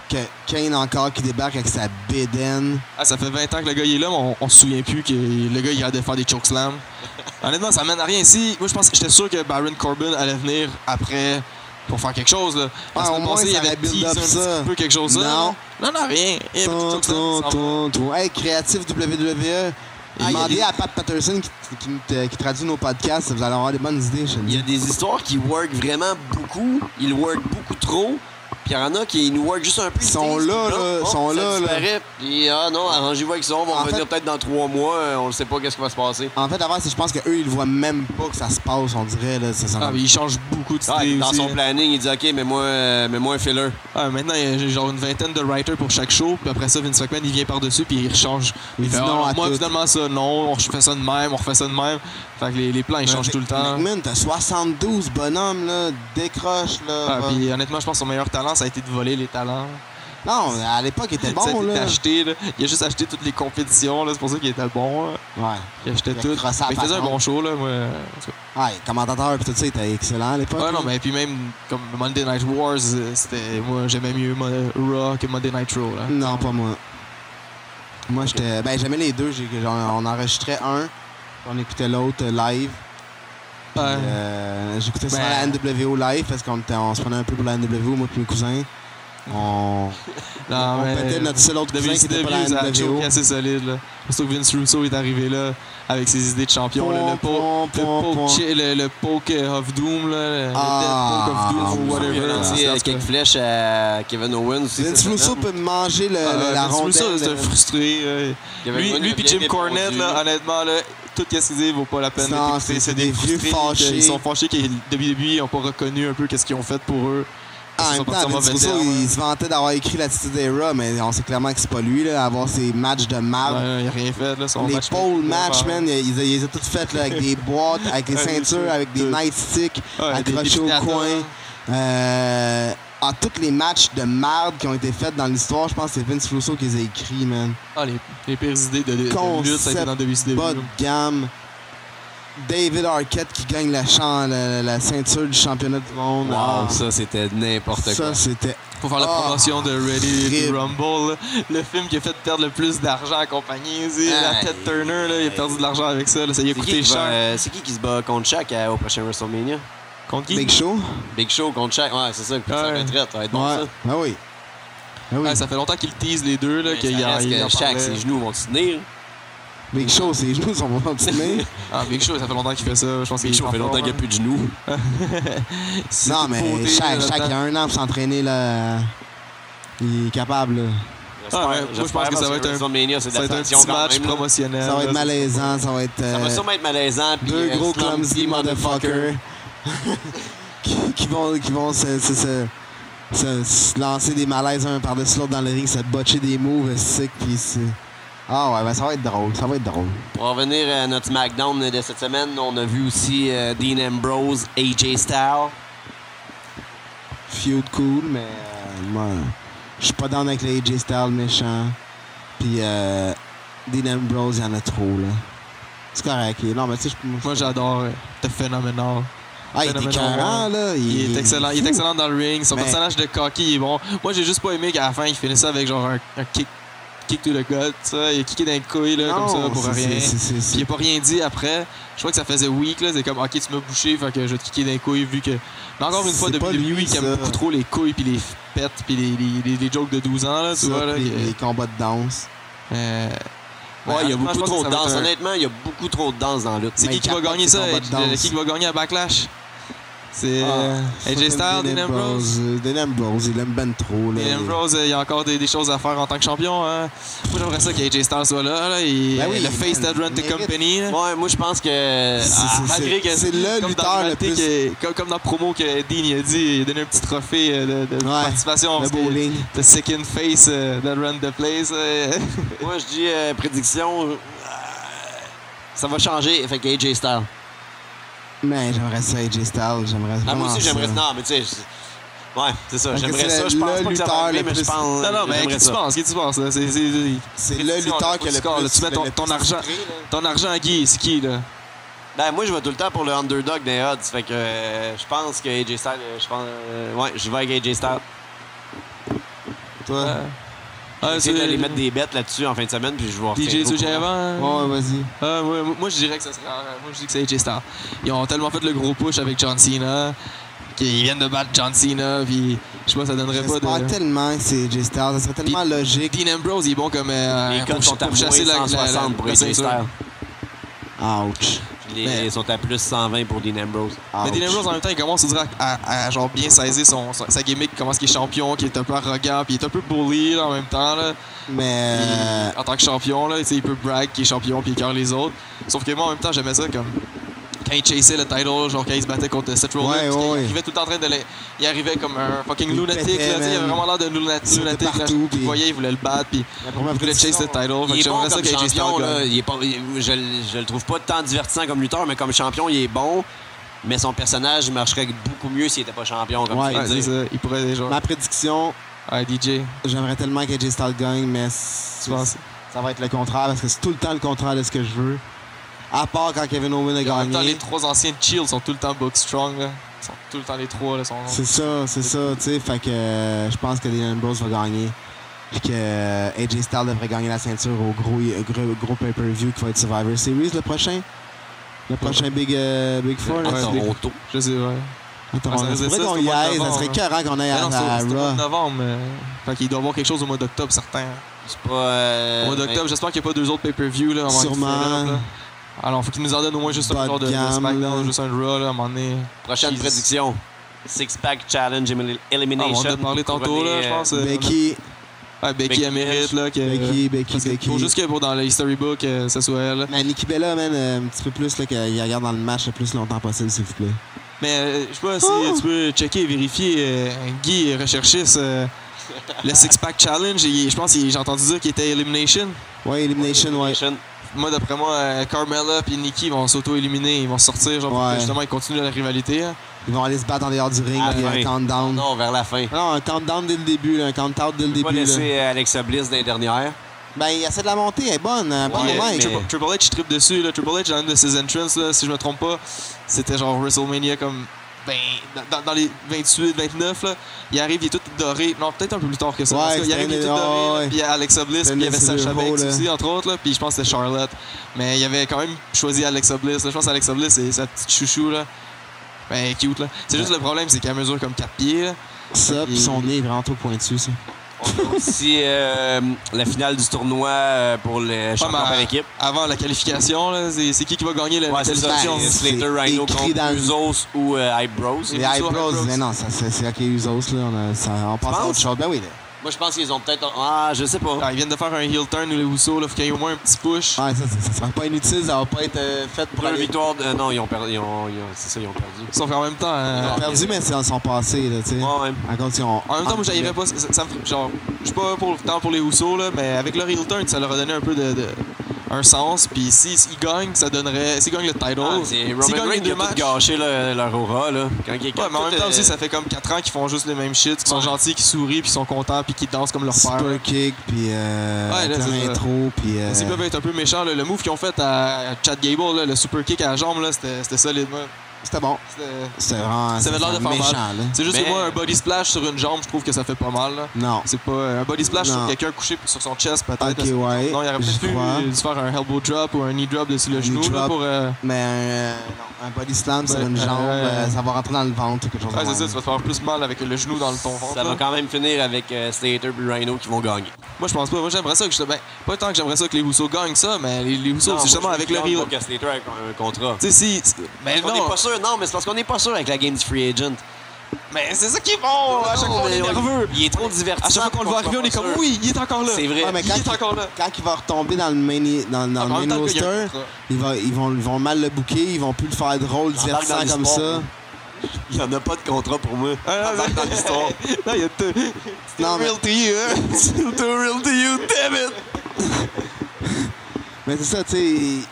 C: que Kane encore qui débarque avec sa bédaine.
A: Ah, ça fait 20 ans que le gars il est là, mais on, on se souvient plus que le gars il a de faire des chokeslams.
C: [LAUGHS]
A: Honnêtement, ça mène à rien ici. Moi, je pense que j'étais sûr que Baron Corbin allait venir après pour faire quelque chose. Là. La
C: Ah,
A: semaine
C: au moins,
A: passée, il
C: ça
A: avait
C: aurait build
A: teasé
C: up
A: un petit
C: ça.
A: peu quelque chose. là.
C: Non.
A: Non, non, rien. Il y a plus de
C: Ton,
A: chokeslams,
C: ton,
A: ça s'en va.
C: ton, ton. Hey, créatif WWE.
A: Ah, il y a
C: Demandez
A: des-
C: à Pat Patterson qui, qui, qui- qui traduit nos podcasts, vous allez avoir des bonnes idées, je te le
B: Il y
C: dis.
B: a des histoires qui work vraiment beaucoup. Ils work beaucoup trop. Puis il y en a qui nous work juste un peu.
C: Ils sont
B: disent,
C: là, là,
B: oh,
C: ils sont
B: ça
C: là, là.
B: disparaît. Puis, ah non, arrangez-vous avec ça. On va
C: En
B: revenir
C: fait-
B: peut-être dans trois mois. euh, On ne sait pas qu'est-ce qui va se passer.
C: En fait, l'affaire, c'est que je pense qu'eux, ils le voient même pas que ça se passe, on dirait. Là, ça, ça-
A: Ah, mais il change beaucoup de
B: Ah,
A: style
B: dans
A: aussi,
B: son
C: hein.
A: là.
B: planning, il dit OK, mais moi, mais moi un filler.
A: Ah, maintenant, il y a j'ai genre une vingtaine de writers pour chaque show. Puis après ça, Vince McMahon, il vient par-dessus puis il change.
C: Il dit
A: fait,
C: non
A: ah,
C: à
A: moi,
C: tout.
A: finalement, ça, non, on refait ça de même, on refait ça de même. Fait que les, les plans, ils changent
C: Mais-
A: tout le temps.
C: McMahon, t'as 72 bonhommes, là. Décroche, là.
A: Ah,
C: va.
A: puis honnêtement, je pense que son meilleur talent, ça a été de voler les talents.
C: Non, mais à l'époque,
A: [LAUGHS]
C: il était
A: ça a
C: bon,
A: été
C: là.
A: d'acheter, là. Il a juste acheté toutes les compétitions, là. C'est pour ça qu'il était bon, là.
C: Ouais.
A: Il achetait
C: Il a
A: tout.
C: crossé à
A: Fait qu'il faisait un
C: patente.
A: bon show, là, moi. en tout cas.
C: Ouais, commentateur pis tout ça, il était excellent à l'époque.
A: Ouais, non,
C: là.
A: mais puis même, comme Monday Night Wars, euh, c'était. Moi, j'aimais mieux Mo- Raw que Monday Night Raw, là.
C: Non, pas moi. Moi, j'étais. Ben, j'aimais les deux. J'ai- j'en- On enregistrait un, puis on écoutait l'autre euh, live. Puis,
A: Ouais.
C: euh, J'écoutais ça
A: Ben-
C: à la NWO live parce qu'on était- on se prenait un peu pour la NWO, moi et mes cousins. On,
A: Non,
C: on
A: Ah, mais-
C: pétait notre seul autre cousin qui était pas
A: WCW,
C: la
A: ça a
C: NWO.
A: choqué assez solide, là. Surtout que Vince Russo est arrivé, là, avec ses idées de champion, là. Le poke.
C: Pom,
A: Le
C: pom, pom.
A: poke, chi- le, le poke of Doom, là, le
C: Ah,
A: death poke of Doom, ou
C: oui.
A: whatever.
B: Il a
A: là.
B: lancé
A: En
B: euh,
A: tout cas.
B: quelques flèches à Kevin Owens. aussi,
C: Vince
B: cette
C: Russo
B: semaine.
C: peut manger le,
A: Ah,
C: le- euh, la
A: Vince
C: rondelle.
A: Russo, c'était
C: de-
A: frustré. euh,
B: Kevin
A: Lui,
B: Owens
A: lui
B: a
A: puis
B: bien
A: Jim Cornette,
B: répondu.
A: là, honnêtement, là, tout ce qu'ils disent vaut pas la peine
C: Non,
A: d'écouter.
C: c'est- c'est des vieux
A: frustrés,
C: fâchés.
A: Ils sont fâchés que WWE n'ont pas reconnu un peu qu'est-ce qu'ils ont fait pour eux.
C: Ah, En
A: Ils sont
C: même temps,
A: partis en hein.
C: Vince
A: mauvais
C: Russo,
A: terme,
C: il se vantait d'avoir écrit l'attitude era, mais on sait clairement que c'est pas lui, là, à avoir ses matchs de
A: là.
C: marbre.
A: Ouais, Il a rien fait. Là, son
C: les
A: match
C: pole
A: contre-
C: match,
A: ouais.
C: man, ils, ils- ils les ont toutes faites là,
A: [LAUGHS]
C: avec des boîtes, avec des
A: Ouais, des
C: ceintures,
A: trucs
C: avec des
A: de-
C: nightsticks
A: Ouais, des- des
C: accrochés au
A: prédateurs.
C: coin. Euh, en tous les matchs de marde qui ont été faits dans l'histoire, je pense que c'est Vince Russo qui les a écrits, man.
A: Ah, les, les pires idées de, de- de lutte, ça a été dans WCW.
C: Bas de gamme. David Arquette qui gagne la, chan- la, la ceinture du championnat du monde. Ah,
B: Wow, ça, c'était n'importe
C: ça,
B: quoi.
C: c'était.
A: Pour faire la
C: Ah,
A: promotion de Ready
C: horrible.
A: to Rumble, là. le film qui a fait perdre le plus d'argent à la compagnie. c'est La
B: Aïe.
A: tête Turner, là, il a perdu de l'argent avec ça. là, ça lui a
B: C'est qui,
A: coûté
B: qui va-
A: cher.
B: euh, c'est qui qui se bat contre Shaq euh, au prochain WrestleMania?
A: Contre qui
C: Big Show?
B: Big Show contre Shaq. Ouais, c'est ça, puis sa
A: Ouais.
B: retraite. Ça va être bon,
C: Ouais.
B: ça.
C: Ah oui. Ah oui.
A: Ouais, Ça fait longtemps qu'ils teasent les deux. Là,
B: Mais
A: qu'il y
B: ça
A: a-
B: reste
A: il en
B: que Shaq,
A: parlait.
B: ses genoux vont se tenir.
C: Big Show, ses genoux sont ventilés.
A: Ah, Big Show, ça fait longtemps qu'il fait ça. Je pense
B: Big
A: qu'il
B: Show
A: est
B: fait
A: en
B: longtemps
A: forme,
B: qu'il n'y a plus de genoux.
A: C'est
C: Non,
A: tout
C: mais
A: beauté,
C: chaque,
A: là,
C: chaque, il y a un an pour s'entraîner, là. Il est capable, là.
A: Ah, ouais, moi, je pense que ça va être un-
B: WrestleMania, c'est de
A: Ça va
B: la
A: être un
B: sanction
A: petit
B: quand
A: match
B: même, là.
A: promotionnel.
C: Ça va être
A: Euh, là,
C: malaisant, ça va être.
B: Ça va
C: euh,
B: sûrement être malaisant. puis,
C: deux
B: euh,
C: gros
B: slumpy
C: clumsy motherfuckers. [LAUGHS] qui, qui vont, qui vont se, se, se- se- se lancer des malaises un par-dessus l'autre dans le ring, se botcher des moves sick, puis c'est. Ah ouais, ben ça va être drôle, ça va être drôle.
B: Pour en revenir à notre SmackDown de cette semaine, on a vu aussi euh, Dean Ambrose, AJ Styles.
C: Feud cool, mais. euh, moi, je suis pas down avec les AJ Styles méchants. Puis, euh, Dean Ambrose, il y en a trop, là. C'est correct. il- Non, mais tu sais, je.
A: Moi, j'adore. euh, The Phenomenal.
C: Ah, il est
A: Phénoménal.
C: écœurant, là.
A: Il, est excellent. Il est
C: fou.
A: excellent dans le ring. Son
C: Mais-
A: personnage de Cocky est bon. Moi, j'ai juste pas aimé qu'à la fin, il finissait avec genre un, un kick kick to the gut, ça. Il a kické dans les couilles, là,
C: Non,
A: comme ça, pour
C: c'est-
A: rien.
C: c'est- c'est- c'est-
A: Puis il a pas rien dit après. Je crois que ça faisait week, là. C'est comme, ok, tu m'as bouché, fait que je vais te kicker dans les couilles, vu que. Mais encore une fois,
C: C'est pas
A: depuis
C: lui,
A: qui aime
C: ça.
A: beaucoup trop les couilles, puis les pets, puis les, les, les- les jokes de 12 ans, là, tu
C: ça,
A: vois, là.
C: les,
A: que-
C: les combats de danse.
A: euh,
B: Ouais, il y a
A: honnêtement, je
B: beaucoup
A: pense
B: trop
A: que
B: de
A: ça va
B: danse.
A: être un-
B: Honnêtement, il y a beaucoup trop de danse dans la lutte.
A: C'est
C: Mais
A: qui qui
C: quatre
A: va gagner
C: matchs,
A: ça?
C: c'est combat de
A: Edge-
C: danse.
A: Qui va gagner à Backlash? C'est euh,
C: Ah,
A: AJ Styles,
C: fucking
A: Dean Ambrose.
C: euh, Dean Ambrose, il aime ben trop. Là,
A: Dean Ambrose, euh, il y a encore des, des choses à faire en tant que champion. hein. Moi, j'aimerais ça qu'AJ Styles soit là. là et,
C: Ben oui,
A: le face
C: man,
A: d'Adrent
C: il
A: the
C: mérite.
A: Company. là.
B: Ouais, moi, je pense que. ah,
C: C'est- c'est-
B: malgré que.
C: c'est le
A: comme
C: lutteur
A: dans
C: le
A: Rivalité
C: plus.
A: que- comme, comme dans le promo que Dean il a dit, il a donné un petit trophée euh, de, de
C: Ouais,
A: participation.
C: Le
A: parce que
C: bowling.
A: The second face euh, d'Adrent the Place. euh,
B: Moi, je dis euh, prédiction. euh, ça va changer. Fait que AJ Styles.
C: Mais j'aimerais ça, AJ Styles. J'aimerais
B: Ah, moi
C: vraiment
B: aussi, j'aimerais
C: ça.
B: ça. Non, mais tu sais. c'est- Ouais, c'est ça.
C: Fait que
B: J'aimerais
C: c'est
B: ça. Je
C: le
B: pense pas que ça va
C: lutteur
B: arriver,
C: le
B: mais je
C: plus-
B: pense.
A: non, non, mais
B: j'aimerais
A: qu'est-ce que
B: ça.
A: tu penses? Qu'est-ce que tu penses? là? C'est- c'est-
C: C'est
A: c'est-
C: le
A: c'est-
C: lutteur qui a
A: tu
C: le
A: scores,
C: plus-
A: là, Tu mets ton,
C: le
A: ton
C: plus
A: argent,
C: titré, là.
A: ton argent à Guy, c'est qui, là?
B: Ben, moi, je vais tout le temps pour le underdog des odds. Fait que euh, je pense que AJ Styles. euh, Je pense. euh, ouais, je vais avec AJ Styles.
A: Ah,
C: Toi.
A: Euh,
B: Je vais
A: ah,
B: essayer
A: c'est-
B: d'aller mettre des bêtes là-dessus en fin de semaine, puis je vais voir.
A: DJ Sujet avant. hein?
C: Ouais, vas-y.
A: Ah, moi, moi, je dirais que ça serait. Moi, je dis que c'est AJ Styles. Ils ont tellement fait le gros push avec John Cena qu'ils viennent de battre John Cena, puis je sais pas, ça donnerait pas
C: J'espère
A: de.
C: tellement que c'est AJ Styles. Ça serait tellement logique.
A: Dean Ambrose, il est bon comme. euh,
B: Les
A: pour-
B: codes sont à
A: pour
B: moins
A: chasser la- la- la-
B: 160 pour
A: la
B: AJ Styles.
A: ceinture.
C: Ouch.
B: Puis Les,
A: Mais-
B: ils sont à plus 120 pour Dean Ambrose.
A: Mais hein. Dean
C: Ouch.
A: Ambrose, en même temps, il commence on dirait, à, à- à, genre bien saisir son, son- sa gimmick, comment est-ce qu'il est champion, qu'il est un peu arrogant, puis il est un peu bully là, en même temps. Là.
C: Mais. euh,
A: Puis, en tant que champion, là, tu sais, il peut brag qu'il est champion puis il cœur les autres. Sauf que moi, en même temps, j'aimais ça comme quand il chassait le title, genre quand il se battait contre Seth Rollins.
C: Ouais,
A: puis qu'il-
C: ouais, ouais.
A: Il arrivait tout le temps en train de les... Il arrivait comme un fucking
C: Il
A: lunatic.
C: pétait,
A: là, tu sais, il avait
C: man.
A: vraiment l'air d'un lunat-
C: Il sautait
A: lunatic. là.
C: partout,
A: Tu le
C: puis-
A: voyais, il voulait le battre. Puis
C: La
A: il
C: première
A: voulait
C: prédiction,
A: chase le title. Fait
B: Il
A: que
B: est bon
A: j'aimerais ça
B: comme
A: que AJ Styles
B: champion, là.
A: gagne.
B: Il est pas- il- je, le- je le trouve pas tant divertissant comme lutteur, mais comme champion, il est bon. Mais son personnage marcherait beaucoup mieux s'il était pas champion, comme
C: Ouais,
B: tu
A: Ouais,
B: viens de
A: c'est
B: dire.
A: ça. Il pourrait genre.
C: Ma prédiction,
A: Ouais, DJ,
C: j'aimerais tellement qu'AJ Styles gagne, mais c-
A: tu penses.
C: ça va être le contraire parce que c'est tout le temps le contraire de ce que je veux. À part quand Kevin Owen a
A: Puis en même temps, les
C: gagné.
A: trois anciens de Shield sont tout le temps book strong. Là. Ils sont tout le temps les trois. Là, sont...
C: C'est ça, c'est ça, tu sais. Fait que euh, je pense que Dean Ambrose va gagner. Puis que euh, AJ Styles devrait gagner la ceinture au gros, gros, gros pay-per-view qui va être Survivor Series le prochain. Le prochain Big, euh, Big Four. là.
B: À
A: Ouais,
B: Toronto.
A: Je sais, ouais.
C: Attends,
A: Ah, ça
C: on
A: faisait
C: faudrait
A: ça,
C: qu'on
A: c'est au
C: y
A: mois de
C: aille. Ça
A: novembre, hein.
C: serait carré qu'on aille
A: Mais
C: à,
A: non, c'est
C: à
A: au- c'est au mois de
C: Raw.
A: novembre. euh, Fait qu'il doit y avoir quelque chose au mois d'octobre, certain. hein.
B: C'est pas. euh,
A: au mois d'octobre, j'espère qu'il n'y a pas deux autres pay-per-view. là, avant qu'il
C: Sûrement.
A: fasse le rap, là. Alors, faut qu'il nous en donne au moins juste un
C: Bas de
A: genre de, de
C: gamme,
A: SmackDown,
C: là.
A: juste un Raw, là, à un moment donné. Ah,
B: ben, prochaine
A: Jesus.
B: prédiction. Six-pack challenge Emin-
A: Ah,
B: elimination.
A: on en a parlé
B: pour
A: tantôt, là,
B: revenir,
A: je
B: euh,
A: pense. euh,
C: Becky,
A: Ouais, Becky,
B: Becky
A: elle mérite, là. Que,
C: Becky, Becky,
A: parce que
C: Becky.
A: Faut juste que pour dans le History Book, euh, ça soit elle.
C: Mais Nikki Bella, man, euh, un petit peu plus, là, qu'il regarde dans le match le plus longtemps possible, s'il vous plaît.
A: Mais euh, je sais pas si
C: Oh.
A: tu peux checker, vérifier. euh, Guy recherchait ce- le Six-Pack Challenge. et Je pense que j'ai entendu dire qu'il était Elimination.
C: Ouais, Elimination, ouais.
B: Elimination.
A: Moi, d'après moi, euh, Carmella et Nikki vont s'auto-éliminer. Ils vont sortir, genre, pour que,
C: Ouais.
A: justement, ils continuent la rivalité. hein.
C: Ils vont aller se battre en dehors du ring,
A: Ah,
B: À la
C: puis
B: fin.
C: un countdown. Non.
B: Non, vers la fin.
C: un countdown dès le début, là, un countdown dès le
B: On va
C: début. là.
B: laisser euh, Alexa Bliss des dernières.
C: Ben, il essaie de la monter, elle est bonne, un bon
B: Ouais,
C: moment.
B: mais-
C: il-
A: Triple, Triple H tripe dessus. Là. Triple H, dans une de ses entrances, là, si je me trompe pas, c'était genre WrestleMania comme. Ben, dans, dans les 28, 29, là, il arrive, il est tout doré. Non, peut-être un peu plus tard que ça.
C: Ouais,
A: parce que il
C: c'était
A: arrive, il est tout
C: un-
A: doré. là,
C: ouais.
A: Puis il y a Alexa Bliss,
C: C'était
A: puis il y
C: une
A: avait
C: Civil
A: Sasha Banks
C: War, là.
A: aussi, entre autres. Là, puis je pense que c'était Charlotte. Mais il avait quand même choisi Alexa Bliss. là. Je pense que Alexa Bliss, c'est sa petite chouchou. Là. Ben, cute. là. C'est juste le problème, c'est qu'elle mesure comme 4 pieds. là.
C: Ça, puis son nez est vraiment trop pointu, ça.
A: [LAUGHS]
B: On a aussi euh, la finale du tournoi euh, pour les champions
A: mal. Euh,
B: par équipe.
A: Avant la qualification, là, c'est c'est qui qui va gagner la, la
B: Ouais, c'est ça.
A: qualification?
C: Ben,
B: c'est Slater,
C: c'est
B: Rhino
C: écrit
B: contre
C: dans le-
B: Usos ou euh, Eyebrows.
A: Et
C: Les
A: Usos,
C: eyebrows,
A: eyebrows.
C: mais non, ça, c'est c'est OK, Usos, là, on, a- ça- on passe à
B: penses?
C: autre chose. Ben oui, là.
B: Moi, je pense qu'ils ont peut-être. Ah, je sais pas.
A: Ah, ils viennent de faire un heel turn ou les Usos, là, faut qu'il y ait au moins un petit push.
C: Ouais, ça, ça, ça sera pas inutile, ça va pas être euh, fait pour
B: Première
C: aller...
B: victoire. de- euh, non, ils ont perdu. Ils ont, ils ont- c'est ça, ils ont perdu.
A: Sauf qu'en même temps, euh,
C: Ils ont perdu, mais c'est en son passé, là, tu sais.
B: Ouais, ouais.
C: Encore si on...
A: en même temps, moi, j'arriverais pas. Ça, ça me ferait- genre, je suis pas pour le temps pour les Usos, là, mais avec leur heel turn, ça leur a donné un peu de, de- un sens. Puis si ils gagnent, ça donnerait. S'ils gagnent le title,
B: Ah, c'est
A: s'ils
B: Roman
A: gagnent les
B: Reigns
A: Oh,
B: qui
A: deux
B: a tout
A: matchs.
B: gâché le- leur aura, là. Quand il
A: Ouais, mais en même temps aussi, ça fait comme 4 ans qu'ils font juste les mêmes shit, qu'ils sont
B: Ouais.
A: gentils, qu'ils sourient, puis sont contents, puis qu'ils dansent comme leur père.
C: Super kick, puis euh,
A: Ouais, là,
C: avec
A: c'est
C: leur
A: ça.
C: intro, puis... euh,
A: S'ils peuvent être un peu méchants, là, le move qu'ils ont fait à à Chad Gable, là, le super kick à la jambe, là, c'était c'était solide. moi.
C: C'était bon.
A: C'était-
C: C'était vraiment
A: Ça avait l'air de faire mal.
C: méchant, là.
A: C'est juste
B: Mais-
A: que moi, un body splash sur une jambe, je trouve que ça fait pas mal. là.
C: Non.
A: C'est pas euh, un body splash
C: Non.
A: sur quelqu'un couché sur son chest, peut-être.
C: Ok, ouais.
A: Non, il aurait
C: j'y
A: peut-être pu
C: crois.
A: euh, se faire un elbow drop ou un knee drop dessus le
C: Knee
A: genou là,
C: drop.
A: pour. euh,
C: Mais euh, non, un body slam sur
A: Ouais,
C: une
A: euh,
C: jambe, euh,
A: ouais.
C: ça va rentrer dans le ventre ou quelque chose
A: Ouais,
C: comme
A: c'est ça, tu vas te faire plus mal avec le genou dans le ton ventre.
B: Ça va
A: là.
B: quand même finir avec euh, Slater et Rhino qui vont gagner.
A: Moi, je pense pas. Moi, j'aimerais ça que je. Ben, pas tant que j'aimerais ça que les Rousseaux gagnent ça, mais les, les Rousseaux,
B: Non,
A: c'est justement
B: moi, je
A: avec
B: me
A: le
B: demande
A: Rio.
B: pas que Slater ait un contrat.
A: Tu sais, si. Mais
B: On n'est
A: non,
B: pas sûr, non, mais c'est parce qu'on n'est pas sûr avec la game du free agent.
A: mais c'est ça qui est bon! Oh, À chaque fois, on est
B: Non,
A: nerveux!
B: Il est trop divertissant.
A: À chaque fois qu'on le voit arriver, on est comme, oui, il est encore là! Ah,
B: C'est vrai.
C: Ouais, mais
A: Il
C: quand
A: est
C: il-
A: encore là!
C: Quand il va retomber dans le main, dans, dans
A: En
C: le
A: même
C: main
A: temps, le gars, il y a un
C: roster,
A: contrat. [LAUGHS]
C: il va- ils, vont, ils vont mal le bouquer, ils vont plus le faire drôle,
B: J'embarque dans
C: divertissant
B: le
C: comme
B: sport,
C: ça.
B: Il n'y en a pas de contrat pour moi.
A: Ah,
B: Embarque
A: [LAUGHS]
B: dans l'histoire.
A: Là, il y a tout.
C: Non, mais-
A: Real to you, hein?
B: Too real to you, damn it!
C: Mais c'est ça, tu sais.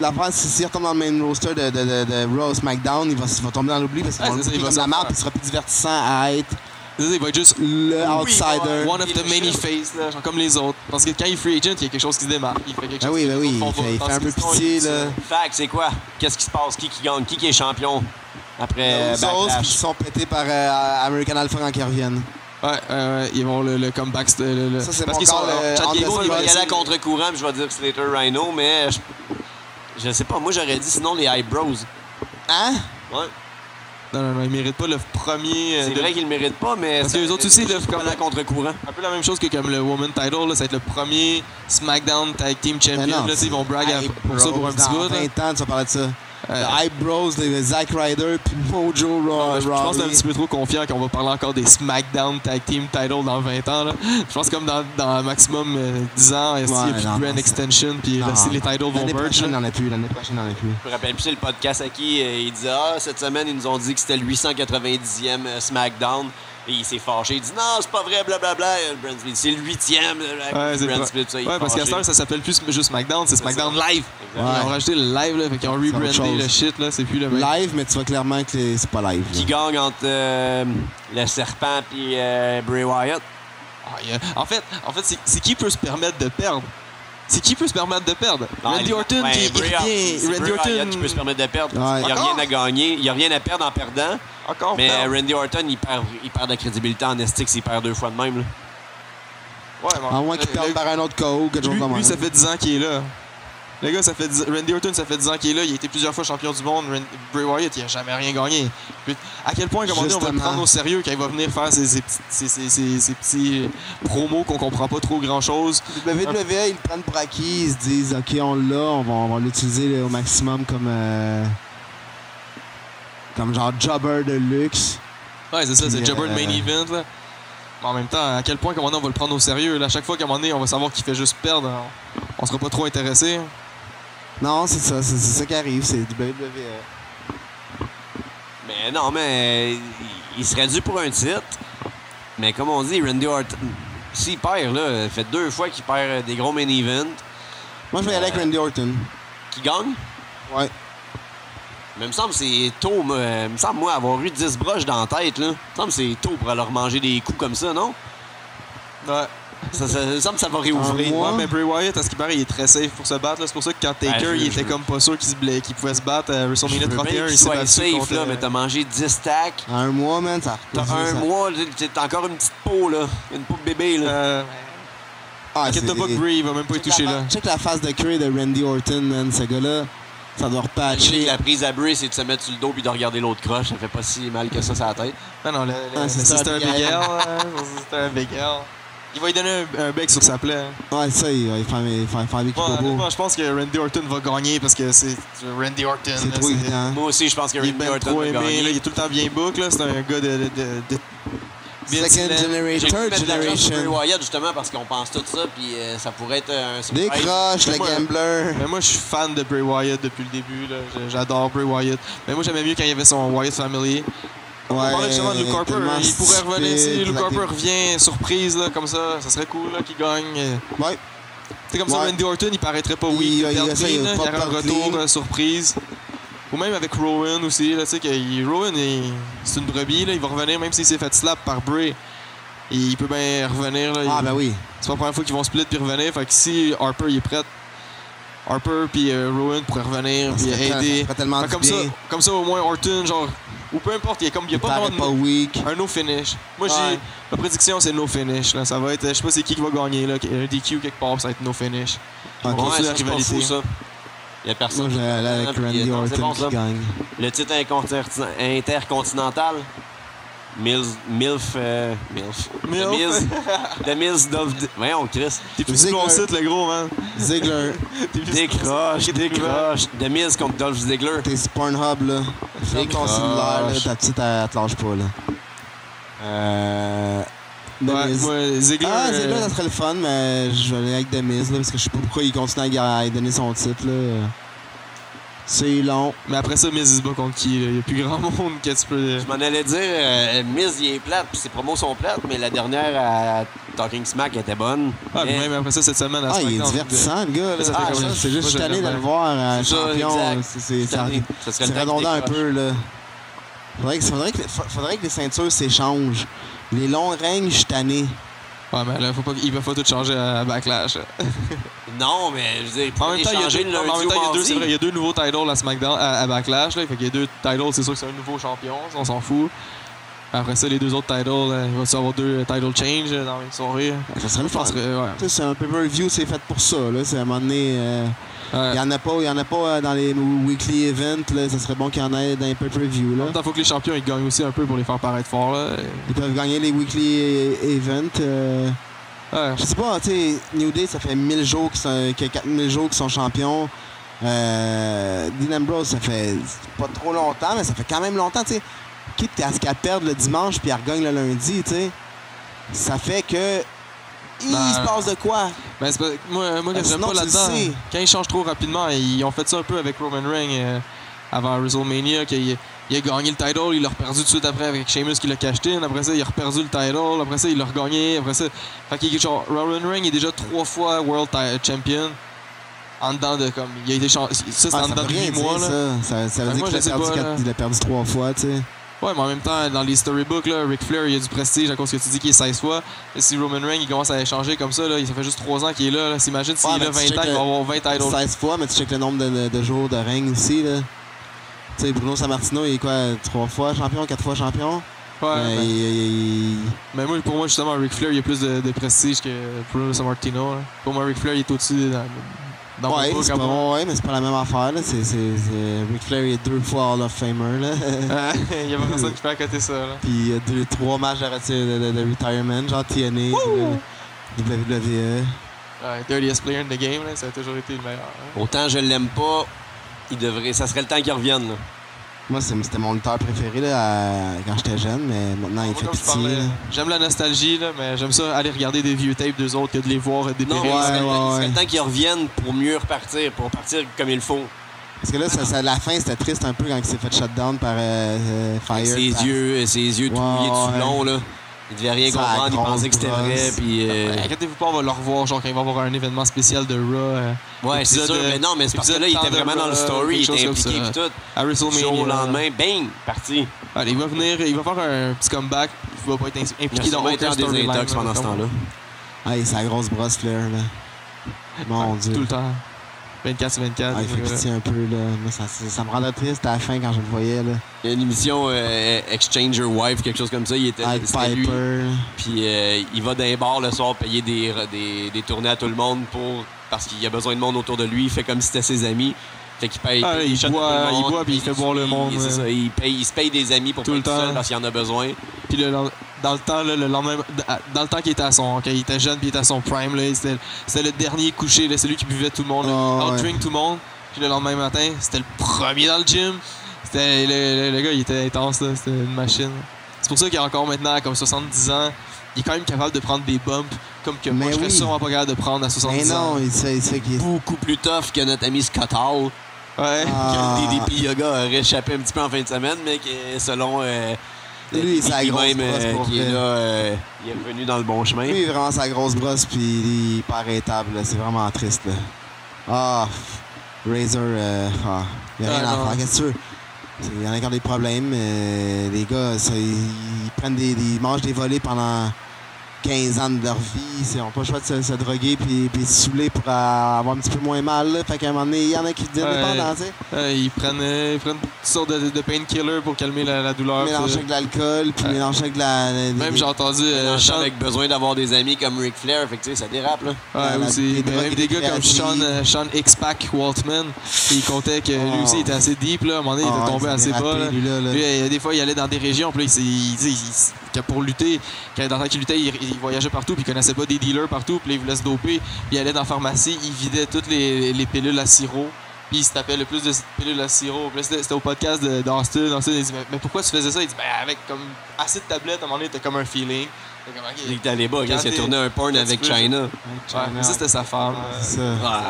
C: La France, s'il si retombe dans le main roster de, de, de, de Raw ou SmackDown, il va, il va tomber dans l'oubli parce qu'ils
A: Ouais,
C: vont
A: Ah,
C: le
A: c'est ça,
C: bouquer
A: il va
C: comme
A: se
C: la
A: faire.
C: merde puis il sera plus divertissant à être
A: C'est ça, Il va être juste
C: le outsider.
A: one of the many faces, là, genre comme les autres. Parce que quand il est free agent, il y a quelque chose qui se démarque. Il fait quelque
C: Ah
A: chose
C: oui,
A: que
C: ben
A: les autres
C: oui, il
A: font
C: fait, il
A: pas.
C: fait un
A: Dans
C: peu
A: ce qu'ils
C: pitié,
A: font,
C: là. Euh,
B: Fact, c'est quoi? Qu'est-ce qui se passe? Qui qui gagne? Qui qui est champion?
A: Ben,
B: Après euh,
C: Les autres, puis ils
B: Backlash.
C: sont pétés par euh, American Alpha quand ils reviennent.
A: Ouais, ouais, ouais, ils vont le, le comeback. c'est- Le, le-
C: Ça, c'est
A: parce
C: mon
A: qu'ils sont
C: call, euh,
A: Chad
C: on
A: Gable,
C: descend,
A: il
B: Il
A: va
B: va y aller à
A: essayer-
B: contre-courant, puis je vais dire Slater Rhino, mais je, je sais pas. Moi, j'aurais dit sinon les eyebrows.
C: Hein?
B: Ouais.
A: Non, non, non, il mérite pas le premier. euh,
B: C'est
A: de-
B: vrai qu'ils le méritent pas, mais.
A: Parce
B: ça-
A: que les autres aussi, là,
B: Pas
A: comme-
B: à contre-courant.
A: Un peu la même chose que comme le Woman Title, là, ça va être le premier SmackDown Tag Team Champion.
C: Mais non,
A: là, tu sais, ils vont brag à- pour ça pour un petit
C: dans
A: bout. là.
C: 20 ans, tu vas parler de ça.
A: Euh,
C: Le Eyebrows, les Zack Ryder, puis Mojo
A: Non, mais
C: Raw.
A: je je pense que t'es un petit peu trop confiant qu'on va parler encore des SmackDown Tag Team Title dans 20 ans. Là. Je pense que comme dans, dans maximum euh, 10 ans, est-ce qu'il
C: Ouais,
A: y a plus
C: non,
A: de brand
C: c'est-
A: extension, puis là, si les titles vont
C: L'année
A: merge.
C: prochaine,
A: là.
C: il n'y en a plus. L'année prochaine, il n'y en a plus.
B: Je me rappelle plus c'est le podcast à qui euh, il disait Ah, cette semaine, ils nous ont dit que c'était le 890e euh, SmackDown. Et il s'est fâché. Il dit Non, c'est pas vrai, blablabla. Et, euh, Brent Smith, c'est le 8e.
A: Ouais, c'est
B: Brent
A: vrai.
B: Smith, ça, il est
A: Ouais, parce qu'à
B: fâché.
A: cette heure, ça s'appelle plus juste SmackDown, c'est SmackDown Live.
B: Exact.
C: Ouais.
A: Ils ont rajouté le live, là, fait qu'ils ont
C: C'est autre
A: rebrandé
C: chose.
A: le shit, là, c'est plus le même.
C: Live, mais tu vois clairement que les- c'est pas live. là.
B: Qui gagne entre euh, le serpent et Bray Wyatt
A: Ah, il y a- En fait, en fait c'est- c'est qui peut se permettre de perdre C'est qui peut se permettre de perdre
B: Non,
A: Randy
B: il-
A: Orton
B: ouais,
A: qui il
B: Bray Wyatt,
A: revient.
B: c'est
A: Randy
B: Bray Wyatt qui
A: Orton.
B: peut se permettre de perdre.
C: Ouais.
B: Il n'y a
A: Encore?
B: rien à gagner. Il n'y a rien à perdre en perdant.
A: Encore
B: mais
A: perdre.
B: Randy Orton, il perd, il perd de crédibilité en estique s'il perd deux fois de même. là.
A: Ouais, mais en
C: À moins
A: fait,
C: qu'ils Ah, perdent
A: le-
C: par un autre KO, quelque chose
A: Lui,
C: comme
A: lui, ça fait 10 ans qu'il est là. Le gars, ça fait 10 Randy Orton, ça fait 10 ans qu'il est là. Il a été plusieurs fois champion du monde. Rand- Bray Wyatt, il a jamais rien gagné. Puis, à quel point, comme on dit, on va le
C: Justement.
A: prendre au sérieux quand il va venir faire ses, ses petits- ses- ses- ses- ses petits promos qu'on comprend pas trop grand chose.
C: WWE, ils le prennent pour acquis, ils se disent Ok, on l'a, on va, on va l'utiliser là, au maximum comme. euh, comme genre jobber de luxe.
A: Ouais, c'est ça,
C: Puis,
A: c'est Jobber de
C: euh,
A: Main Event. Là. Mais en même temps, à quel point, comme on dit, on va le prendre au sérieux. là. À chaque fois qu'à un moment donné, on va savoir qu'il fait juste perdre, on, on sera pas trop intéressé.
C: Non, c'est ça, c'est, c'est ça qui arrive, c'est WWE.
B: Mais non, mais euh, il- il serait dû pour un titre. Mais comme on dit, Randy Orton, s'il perd, là, ça fait deux fois qu'il perd euh, des gros main events,
C: Moi, je vais y aller avec Randy Orton.
B: qu'il gagne.
C: Ouais.
B: Mais il me semble que c'est tôt. moi, euh, Il me semble, moi, avoir eu 10 broches dans la tête, là. Il me semble que c'est tôt pour leur manger des coups comme ça, non?
A: Ouais.
B: Ça, ça- il me semble que ça va réouvrir.
C: mois.
A: Ouais, mais Bray Wyatt, à ce qui paraît, il est très safe pour se battre. là. C'est pour ça que quand Taker,
B: je-
A: il
B: je-
A: était comme pas sûr qu'il se bla- qu'il pouvait se battre à
B: Je veux
A: WrestleMania
B: bien
A: 31,
B: qu'il
A: il s'est
B: soit
A: battu
B: safe,
A: contre...
B: là, mais t'as mangé 10 stacks.
C: En un mois, man, ça
B: T'as
C: ça-
B: un
C: ça-
B: mois, là, t'as encore une petite peau, là. Une peau de bébé, là.
A: Euh,
C: Ah,
A: Inquiète-toi
C: c'est-
A: pas que Bray, il va même pas être
C: check
A: touché,
C: la,
A: là.
C: Check la face de Curry de Randy Orton, man, ce gars-là. Ça doit repatcher.
B: La prise à Bray, c'est de se mettre sur le dos puis de regarder l'autre croche. Ça fait pas si mal que ça sur la tête.
A: Non, non, le, le,
C: Ah,
A: le
C: c'est
A: Sister
C: ça,
A: Abigail,
C: Abigail.
A: hein, son Sister Abigail. Il va lui donner un, un bec sur sa plaie. hein.
C: Ouais, ça, il va il faire, il faire, il faire avec
A: Moi,
C: Bobo.
A: honnêtement, je pense que Randy Orton va gagner parce que c'est Randy Orton.
C: C'est
A: là,
C: trop évident.
B: Moi aussi, je pense que
A: Il est
B: Randy
A: bien
B: Orton
A: trop
B: va
A: aimé, là, il
B: gagner.
A: est tout le temps bien book, là. C'est un gars de... de, de, de bien
C: Second
A: silent.
B: J'ai
C: generation, third
B: pu mettre de l'argent sur Bray
C: generation.
B: Wyatt, justement, parce qu'on pense tout ça, puis euh, ça pourrait être un surprise.
C: Décroche, le
A: Moi,
C: gambler.
A: Mais moi, je suis fan de Bray Wyatt depuis le début. là. Je- J'adore Bray Wyatt. Mais moi, j'aimais mieux quand il y avait son Wyatt Family. On parlait justement de Luke Harper.
C: tellement
A: Il pourrait revenir si
C: stupide,
A: Luke
C: la
A: Harper
C: dé-
A: revient, surprise, là, comme ça. Ça serait cool là, qu'il gagne.
C: Ouais,
A: C'est comme ça,
C: Ouais.
A: Randy Orton, il paraîtrait pas
C: Il- euh,
A: oui.
C: il-
A: Il, perd
C: il-
A: clean,
C: il- il-
A: là. il y aura un
C: perd
A: retour
C: clean.
A: euh, surprise. Ou même avec Rowan aussi. Là, tu sais que il- Rowan, il- c'est une brebis. Là, il va revenir même s'il s'est fait slap par Bray. Il peut bien revenir. Là,
C: Ah,
A: Il-
C: ben oui.
A: c'est pas la première fois qu'ils vont split puis revenir. Fait que si Harper il est prêt, Harper puis euh, Rowan pourraient revenir
C: Ça
A: puis
C: serait tel- ça
A: aider.
C: ferait tellement
A: Fait
C: du
A: comme ça,
C: bien.
A: comme ça au moins Orton genre ou peu importe, il y a comme il y a
C: Il
A: pas
C: paraît
A: vraiment de-
C: pas weak.
A: un no finish. Moi
B: Ouais.
A: j'ai ma prédiction c'est no finish là, ça va être je sais pas c'est qui qui va gagner là, un DQ quelque part, ça va être no finish. Ouais,
C: Ok.
B: Ouais,
A: c'est
B: ça,
A: la
B: je pense
A: rivalité.
B: fou, ça. Il y a
C: Moi,
B: personne.
C: je vais aller avec
B: Puis,
C: Randy
B: non, c'est
C: Orton
B: bon, ça.
A: [LAUGHS]
C: qui gagne.
B: Le titre intercontinental, intercontinental Mills, Milf, euh, Milf,
A: Milf.
B: The Mills, The Mills Dove, voyons Chris,
A: T'es plus
C: Ziggler.
A: sur ton site le gros man.
C: Ziggler,
A: T'es plus
B: décroche,
A: sur ton site.
B: décroche, The Mills contre Dolph Ziggler,
C: t'es sur Pornhub, là. Ferme ton
B: Décroche.
C: cellulaire, là. Ta petite, elle, elle te lâche pas, là. Euh...
A: Ouais,
C: Demise.
A: moi, Ziggler.
C: Ah,
A: euh,
C: Ziggler, ça serait le fun, mais je vais aller avec Demise, là, parce que je sais pas pourquoi il continue à à donner son titre, là. C'est long.
A: Mais après ça, Miz bat contre qui? Il n'y a plus grand [LAUGHS] monde que tu peux. euh,
B: je m'en allais dire, euh, Miz il est plate, puis ses promos sont plates, mais la dernière à Talking Smack était bonne,
A: Ah,
B: Mais-
A: puis même après ça, cette semaine, à
C: Ah, il est
A: SmackDown,
C: divertissant, le gars. là.
A: Ça, ça fait
C: Ah,
A: comme-
C: ça, c'est
A: moi,
C: juste, je suis
A: j'aime
C: tanné de
A: bien.
C: le voir, euh,
B: C'est ça,
C: champion.
B: exact.
C: C'est-
A: euh,
C: c'est-
B: Ça
C: ça-
B: serait le
C: C'est
B: temps qu'il
C: redondant un
B: décroche.
C: peu, là. Faudrait que, faudrait que, faudrait que les ceintures s'échangent. Les longs règnes, je suis tanné.
A: Ouais, mais là, faut pas, il va pas tout changer à Backlash. là.
B: Non, mais je veux dire,
A: En même temps, il y a
B: changer
A: deux,
B: le lundi
A: en même temps, il y a
B: au
A: deux, c'est
B: mardi.
A: vrai, il y a deux nouveaux titles à SmackDown, à, à Backlash. Là, fait qu'il y a deux titles, c'est sûr que c'est un nouveau champion, ça, on s'en fout. Après ça, les deux autres titles, euh, il va y avoir deux euh, title change euh, dans la même soirée.
C: Ça serait le
A: Je pense
C: fun.
A: que, ouais.
C: Tu sais, C'est un pay-per-view, c'est fait pour ça. Là. C'est à un moment donné, euh, il
A: Ouais.
C: y en a pas, il y en a pas euh, dans les weekly events. Là. Ça serait bon qu'il y en ait dans les pay-per-view.
A: En
C: Là.
A: même temps, faut que les champions ils gagnent aussi un peu pour les faire paraître forts. Là.
C: Ils peuvent gagner les weekly events. euh,
A: Ouais.
C: je sais pas, tu sais, New Day, ça fait 1000 jours qu'ils sont, qu'il y a 4000 jours qu'ils sont champions. Euh, Dean Ambrose, ça fait pas trop longtemps, mais ça fait quand même longtemps, tu sais. Quitte à ce qu'elle perde le dimanche puis elle regagne le lundi, tu sais. Ça fait que. Il
A: Ben,
C: se passe de quoi?
A: Ben, c'est pas- moi, moi,
C: Ah,
A: que j'aime
C: sinon,
A: pas
C: tu le
A: là-dedans,
C: sais.
A: quand ils changent trop rapidement, ils ont fait ça un peu avec Roman Reigns euh, avant WrestleMania, qu'il il a gagné le title, il l'a reperdu tout de suite après avec Sheamus qui l'a cacheté, après ça, il a reperdu le title, après ça, il l'a regagné, après ça. Fait que genre, Roman Reigns est déjà trois fois World Ti- euh, Champion en dedans de comme. Il a été chan- Ça, c'est
C: Ah,
A: en
C: ça
A: dedans
C: veut
A: de
C: rien
A: huit
C: dire,
A: mois, là.
C: ça. Ça, ça veut
A: Ben,
C: dire
A: moi,
C: qu'il a
A: je sais
C: perdu
A: pas,
C: quatre-
A: là.
C: il a perdu trois fois, tu sais.
A: Ouais, mais en même temps, dans les storybooks, là, Ric Flair, il a du prestige à cause que tu dis qu'il est 16 fois. Et si Roman Reigns, il commence à échanger comme ça, là, ça fait juste 3 ans qu'il est là. là. S'imagine s'il
C: Ouais,
A: est
C: mais
A: là
C: tu
A: 20 ans,
C: sais
A: il va
C: que
A: avoir 20 titles.
C: 16 fois, mais tu checkes le nombre de, de jours de règne aussi, là. Tu sais, Bruno Sammartino, il est quoi, trois fois champion, quatre fois champion?
A: Ouais,
C: Euh,
A: ben-
C: il- il- il-
A: Mais moi, pour moi, justement, Ric Flair, il y a plus de, de prestige que Bruno Sammartino. là. Pour moi, Ric Flair, il est au-dessus dans, dans
C: ouais,
A: mon book.
C: c'est
A: à
C: pas,
A: moi.
C: ouais, mais c'est pas la même affaire, là. C'est, c'est, c'est- Ric Flair, il est deux fois Hall of Famer, là.
A: Ouais, [LAUGHS] il y a pas personne qui peut à côté ça. Là.
C: [LAUGHS] Puis il y a deux, trois matchs de, reti- de- de- de retirement, genre TNA, WWE.
A: Ouais, dirtiest player in the game, là, ça a toujours été le meilleur. hein.
B: Autant je l'aime pas, il devrait, ça serait le temps qu'il revienne. là.
C: Moi, c'est- c'était mon lutteur préféré, là, à- quand j'étais jeune, mais maintenant, il
A: Moi,
C: fait
A: comme je
C: pitié,
A: parlais,
C: là.
A: J'aime la nostalgie, là, mais j'aime ça aller regarder des vieux tapes d'eux autres que de les voir
B: Non,
A: dépérir.
B: mais il serait-
C: ouais,
B: il serait
C: ouais.
B: le temps qu'ils reviennent pour mieux repartir, pour partir comme il faut.
C: Parce que là, ça, ça- la fin, c'était triste un peu quand il s'est fait shutdown par euh, euh, Fire.
B: Avec ses
C: Par-
B: yeux, ses yeux tout
C: Ouais,
B: mouillés tout
C: ouais.
B: long, là. Il devait rien
C: Ça
B: comprendre, il
C: grosse
B: pensait que c'était
C: brosse.
B: vrai, puis... euh,
A: Ouais, Inquiétez-vous pas, on va le revoir genre, quand il va y avoir un événement spécial de Raw euh,
B: Ouais, c'est sûr,
A: Épisode, euh,
B: mais non, mais c'est parce que
A: épisode
B: là, il était
A: Thunder
B: vraiment dans le
A: Rock,
B: story, il
A: quelque
B: était
A: chose comme
B: impliqué, puis
A: ça.
B: tout.
A: à
B: Du
A: WrestleMania.
B: jour au
A: là.
B: lendemain, bang, parti.
A: Allez, il va venir, il va faire un petit comeback, il va pas être ins-
B: Il a
A: impliqué dans
B: sûrement été
A: aucun
B: en
A: storyline.
B: désintox
A: là,
B: pendant ce
A: comme-
B: temps-là.
C: Ah, il sa grosse brosse, Flair, là. Mon
A: Ouais,
C: dieu.
A: Ah, Tout le temps. 24 sur 24.
C: Ah, il fait
A: euh,
C: pitié un peu, là. Moi, ça, ça- ça me rendait triste à la fin quand je le voyais, là.
B: Il y a une émission euh, Exchange Your Wife, quelque chose comme ça, il était,
C: Avec
B: c'était lui.
C: Piper.
B: Puis euh, il va dans les bars le soir payer des, des, des tournées à tout le monde pour parce qu'il a besoin de monde autour de lui. Il fait comme si c'était ses amis. Fait qu'il paye.
A: Ah,
B: paye-
A: il
B: shot à tout le
A: boit- il
B: monde,
A: boit, puis il
B: paye
A: fait
B: des
A: boire le
B: souris,
A: monde,
B: c'est
A: ouais.
B: ça, il, paye, il se paye des amis pour
A: Tout
B: pas
A: le
B: être seul
A: temps.
B: parce qu'il en a besoin.
A: Puis le, lend- dans le temps, là, le lendemain, da- dans le temps qu'il était à son, quand il était jeune, puis il était à son prime, là, c'était, c'était le dernier couché, là, celui qui buvait tout le monde,
C: Ah,
A: là,
C: ouais.
A: drink tout le monde. Puis le lendemain matin, c'était le premier dans le gym. C'était le, le- le gars, il était intense, là, c'était une machine. C'est pour ça qu'il a encore maintenant, à comme 70 ans, il est quand même capable de prendre des bumps, comme que moi,
C: Mais
A: je serais
C: oui.
A: sûrement pas capable de prendre à 70
C: Mais non,
A: ans.
C: il se fait, il se fait qu'il-
B: Beaucoup plus tough que notre ami Scott Hall,
A: Ouais.
C: Ah.
B: que le DDP Yoga aurait échappé un petit peu en fin de semaine, mais que selon. euh, le
C: Lui, c'est la
B: DDP
C: grosse
B: même,
C: brosse
B: euh,
C: pour
B: qui est
C: vrai.
B: là, euh, il est revenu dans le bon chemin.
C: Lui, il est vraiment sa grosse brosse, puis il est pas arrêtable, là. C'est vraiment triste, là. Ah, pff, Razor, euh, ah, il n'y a
A: Ah,
C: rien à
A: non.
C: faire. Qu'est-ce que tu veux? C'est- Il y en a encore des problèmes. euh, les gars, ça, ils, ils prennent des, des- ils mangent des volets pendant 15 ans de leur vie, ils n'ont pas le choix de se, se droguer puis, puis se saouler pour euh, avoir un petit peu moins mal. Là. Fait qu'à un moment donné, il y en a qui deviennent
A: Ouais.
C: dépendants, tu sais.
A: Euh, ils, prennent, euh, ils prennent toutes sortes de, de painkillers pour calmer la, la douleur.
C: Mélanger
A: puis, euh,
C: avec de l'alcool, puis
A: Ouais.
C: mélanger avec de la. la-
A: Même
C: des-
A: j'ai entendu euh,
B: Un chat
A: Sean,
B: avec besoin d'avoir des amis comme Ric Flair, fait que tu sais, ça dérape là.
A: ouais,
C: la-
A: aussi,
C: des
A: mais
C: drogues
A: même des gars comme
C: récréatives.
A: Sean, euh, Sean X-Pac Waltman, il comptait que lui aussi il était assez deep, là, à un moment donné, il
C: Ah,
A: était tombé
C: ouais,
A: assez
C: c'est
A: bas.
C: dérapé,
A: là.
C: lui, là, là.
A: Lui, euh, des fois, il allait dans des régions, puis là, il s'est- il dit il- que pour lutter, quand dans le temps qu'il luttait, il, il voyageait partout, puis il connaissait pas des dealers partout, puis là, il voulait se doper, puis il allait dans la pharmacie, il vidait toutes les, les pilules à sirop, puis il se tapait le plus de pilules à sirop. Puis là, c'était c'était au podcast de- d'Austin, Austin, il dit mais, mais pourquoi tu faisais ça Il dit ben, avec comme assez de tablettes, à un moment donné, t'as comme un feeling. T'as comme,
B: Il
A: Ok,
B: était allé bas,
A: Quand
B: il a
A: t'es-
B: tourné un porn
A: quand
B: avec
A: tu peux,
B: China.
A: Ouais, mais ça, c'était sa femme.
C: C'est ça.
B: Ah.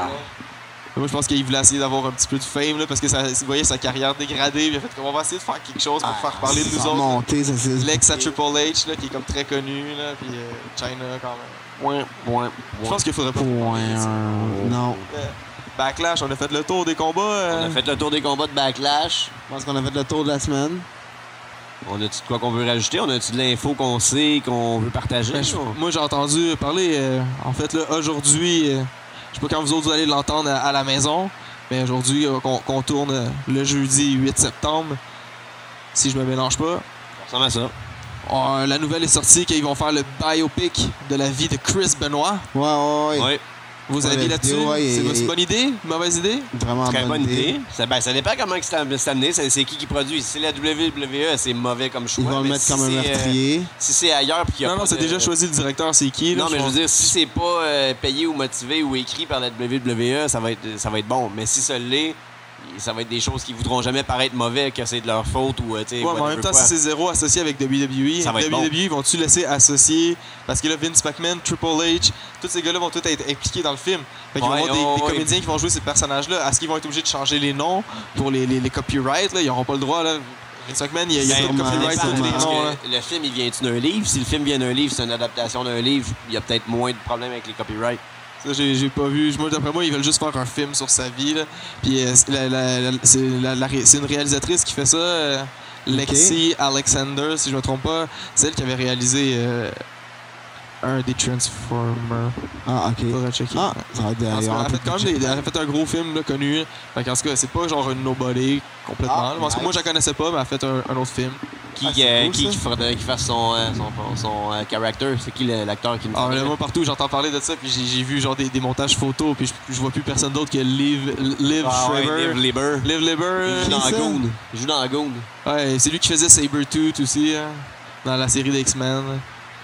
A: Moi, je pense qu'il voulait essayer d'avoir un petit peu de fame, là, parce que ça, il voyait sa carrière dégradée. puis Il a fait comme on va essayer de faire quelque chose pour
C: Ah,
A: faire parler de nous
C: ça a
A: autres.
C: monté, ça, c'est-
A: L'ex à Triple H, là, qui est comme très connu, là, puis euh, China quand même.
B: Point, point,
A: Je pense qu'il faudrait pas.
C: Point. Non.
A: Backlash, on a fait le tour des combats.
B: On
A: euh,
B: a
C: Hein?
B: fait le tour des combats de Backlash.
C: Je pense qu'on a fait le tour de la semaine.
B: On a-tu de quoi qu'on veut rajouter? On a-tu de l'info qu'on sait, qu'on veut partager?
A: Ben, je-
B: On-
A: moi, j'ai entendu parler, euh, en fait, là, aujourd'hui, euh, je sais pas quand vous autres vous allez l'entendre à, à la maison, mais aujourd'hui, euh, qu'on qu'on tourne euh, le jeudi 8 septembre, si je me mélange pas.
B: Ça ressemble à ça.
A: Euh, la nouvelle est sortie qu'ils vont faire le biopic de la vie de Chris Benoit.
C: Ouais, ouais, ouais.
B: Ouais.
A: Vos
C: Ouais,
A: avis
C: la
A: là-dessus?
C: vidéo, ouais,
A: c'est
C: et-
A: c'est une bonne idée? Une mauvaise idée?
C: Vraiment
B: Très
C: bonne idée.
B: Ça, ben, ça dépend comment que c'est am- c'est amené, c'est c'est qui qui produit. Si c'est la WWE, c'est mauvais comme choix.
C: Ils vont le
B: mais
C: mettre
B: si
C: comme un
B: c'est, euh,
C: meurtrier.
B: si c'est ailleurs, puis qu'il y a
A: Non,
B: pas
A: non, c'est
B: de-
A: déjà choisi le directeur, c'est qui? là,
B: Non, mais je
A: pense.
B: veux dire, si c'est pas euh, payé ou motivé ou écrit par la WWE, ça va être, ça va être bon. Mais si ça l'est, ça va être des choses qui voudront jamais paraître mauvais, que c'est de leur faute ou, euh, tu
A: Ouais,
B: sais,
A: mais en
B: whatever
A: même temps,
B: quoi.
A: si c'est zéro associé avec E, WWE,
B: Ça va être bon.
A: WWE vont-tu laisser associer Parce que là, Vince McMahon, Triple H, tous ces gars-là vont tous être impliqués dans le film. Fait qu'ils
B: Ouais,
A: vont avoir des,
B: oh,
A: des
B: ouais.
A: comédiens qui vont jouer ces personnages-là. Est-ce qu'ils vont être obligés de changer les noms pour les, les, les copyrights? Là? Ils n'auront pas le droit. Là. Vince McMahon, il y a, il y a
C: Ben,
A: pas de
C: sûrement,
A: copyright sur tous les
C: sûrement.
B: Parce
A: noms.
B: que
A: là.
B: le film, il vient-tu d'un livre? Si le film vient d'un livre, c'est une adaptation d'un livre, il y a peut-être moins de problèmes avec les copyrights.
A: Ça, j'ai, j'ai pas vu. Moi, d'après moi, ils veulent juste faire un film sur sa vie. là. Puis euh, c'est la- la- la- c'est, la- la ré- c'est une réalisatrice qui fait ça, euh, Lexi Alexander, si je me trompe pas. C'est elle qui avait réalisé euh, un des Transformers.
C: Ah, ok.
A: Faudrait checker.
C: Ah, ça va
A: En
C: être
A: tout
C: d'ailleurs
A: cas,
C: un
A: elle,
C: peu
A: a fait quand même
C: budget.
A: des- elle a fait un gros film là, connu. Fait qu'en tout cas, c'est pas genre une nobody complètement.
C: Ah,
A: là. Parce que
C: nice.
A: moi, je la connaissais pas, mais elle a fait un, un autre film.
B: Qui,
C: Ah, c'est
B: euh,
C: cool,
B: qui,
C: ça.
B: qui faudrait qu'il fasse son, euh, son, son, euh, character? C'est qui Ah, le- l'acteur qui nous
A: Alors,
B: fait
A: Ah, là,
B: ça?
A: moi, partout, j'entends parler de ça, puis j'ai, j'ai vu genre des, des montages photos, puis je, je vois plus personne d'autre que Liv, Liv
B: Ah ouais,
A: Schreiber.
B: Dave Lieber.
A: Liv
B: Il
A: Lieber.
B: joue
C: Qui
B: dans
C: ça?
B: Goon. Il joue dans Goon.
A: Ouais, c'est lui qui faisait Sabretooth aussi, hein, dans la série des X-Men.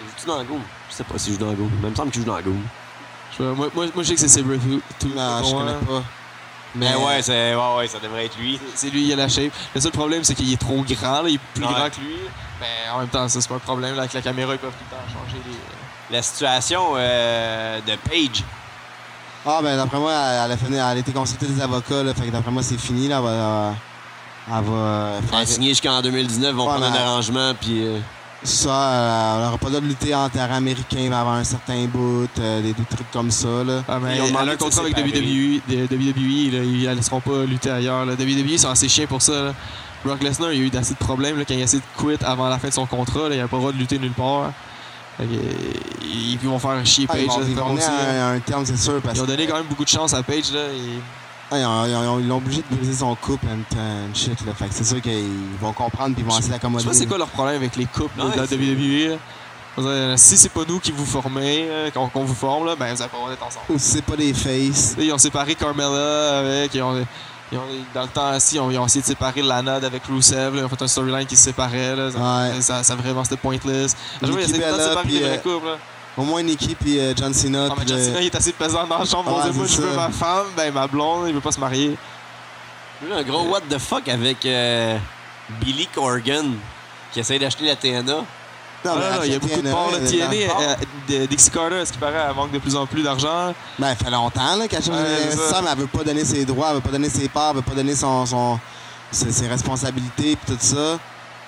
B: Il joue-tu dans Goon? Je sais pas s'il joue dans Goon. Mais il me semble qu'il joue dans Goon.
A: Je sais pas, moi, moi, moi, je sais que c'est Sabretooth.
C: Non, je
A: pour moi,
C: connais pas.
B: Mais Eh ouais, c'est- ouais, ouais, ça devrait être lui.
A: C'est lui, il a la shape. Le seul problème, c'est qu'il est trop grand, là, il est plus
B: Ouais.
A: grand que lui. Mais en même temps, ça, c'est pas un problème. Là, avec la caméra, ils peuvent tout le temps changer les.
B: La situation euh, de Page.
C: Ah, ben d'après moi, elle elle a, fini, elle a été consultée des avocats, là. Fait que d'après moi, c'est fini, là. Elle va. Elle va
B: Elle a
C: faire
B: signé jusqu'en 2019, ils vont
C: Ouais,
B: prendre
C: mais-
B: un arrangement, puis... euh,
C: ça. euh, Elle n'aura pas le droit de lutter en terrain américain avant un certain bout, euh, des, des trucs comme ça, là.
A: Ah, mais
B: Ils ont
A: ils ont
B: demandé
A: un
B: de se
A: contrat avec
B: séparer.
A: WWE. de- WWE là, ils la laisseront pas lutter ailleurs. Là. WWE ils sont assez chiens pour ça. là. Brock Lesnar, il a eu assez de problèmes là, quand il a essayé de quitter avant la fin de son contrat. Là, il a pas le droit de lutter nulle part. Fait que, euh, ils ils vont faire chier
C: Ah,
A: Page.
C: ils vont
A: là,
C: ils
A: comme
C: vont
A: aussi,
C: venir
A: là.
C: à un, un terme, c'est sûr, parce
A: Ils ont donné
C: que-
A: quand même beaucoup de chance à Page là. Et...
C: Ah, ils, ont, ils, ont- ils l'ont obligé de briser son couple and, and shit, là. Fait que c'est sûr qu'ils vont comprendre puis ils vont essayer
A: Je
C: d'accommoder.
A: sais pas c'est quoi leur problème avec les couples là,
B: Ouais,
A: de la
B: c'est-
A: WWE. là. On dirait, euh, Si c'est pas nous qui vous formez, euh, qu'on qu'on vous forme, là, ben vous allez pas être ensemble.
C: Ou si c'est pas des faces.
A: Tu sais, Ils ont séparé Carmella avec. Ils ont, ils ont- dans le temps, si, on- ils ont essayé de séparer Lana avec Rusev. là. ils ont fait un storyline qui se séparait. là. ça,
C: Ouais.
A: ça, ça vraiment, c'était pointless. Je vois, ils
C: Nikki
A: essaient tout le temps de
C: Bella,
A: séparer les
C: puis,
A: vrais
C: euh,
A: couples. là.
C: Au moins Nikki puis euh, John Cena.
A: Ah, mais
C: puis
A: John
C: le-
A: Cena, il est assez pesant dans la chambre.
C: Ouais,
A: on dit, moi,
C: c'est
A: je veux
C: ça.
A: ma femme, ben ma blonde, il veut pas se marier.
B: J'ai eu un gros what the fuck avec euh, Billy Corgan qui essaie d'acheter la TNA.
C: Non,
A: Ah,
C: mais
A: non, il y a
C: TNA,
A: beaucoup de ports. là.
C: elle est
A: TNA,
C: dans-
A: euh, de- Dixie Carter, à ce qui paraît, elle manque de plus en plus d'argent.
C: Ben, elle fait longtemps là, qu'elle cherche
A: Ouais,
C: un
A: c'est ça.
C: investisseur, mais elle veut pas donner ses droits, elle veut pas donner ses parts, elle veut pas donner son, son- ses, ses responsabilités pis tout ça.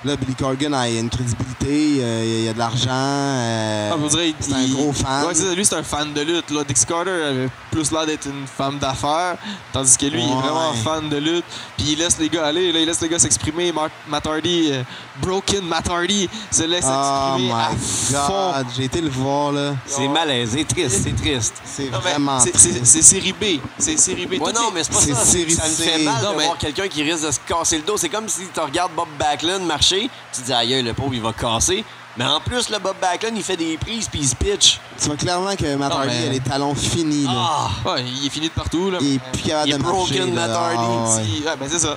C: Là, Billy Corgan, il y a une crédibilité, euh, il y a de l'argent. euh,
A: Ah, je dirais,
C: c'est un
A: il-
C: gros fan.
A: Ouais, c'est ça, lui, c'est un fan de lutte. Là. Dix Carter avait plus l'air d'être une femme d'affaires, tandis que lui, il est vraiment
C: Ouais.
A: fan de lutte. Puis il laisse les gars aller, là, il laisse les gars s'exprimer. Mar- Matt Hardy, euh, Broken Matt Hardy, se laisse
C: oh
A: exprimer à
C: my
A: fond.
C: god, j'ai été le voir là.
B: C'est malaisé, triste, c'est triste.
C: C'est
A: Non, mais
C: vraiment.
A: c'est- c'est
C: triste.
A: c'est série B. C'est série B.
B: Ouais,
A: Toutes
B: non,
A: les-
B: mais c'est pas
C: c'est
B: ça. c'est que Ça me
C: série
B: fait
C: C.
B: mal de
A: Non, mais-
B: voir quelqu'un qui risque de se casser le dos. C'est comme si tu regardes Bob Backlund marcher, tu te dis aïe, le pauvre, il va casser. Mais en plus, le Bob Backlund, il fait des prises puis il se pitch.
C: Tu vois clairement que Matt
A: Non,
C: Hardy
A: mais-
C: a les talons finis là.
B: Ah!
A: Ouais, il est fini de partout. Là.
C: il est
A: mais-
C: plus capable
B: il est
C: de marcher.
B: broken,
C: là.
B: Matt Hardy,
C: Ah, ouais.
A: Si- ouais, ben c'est ça.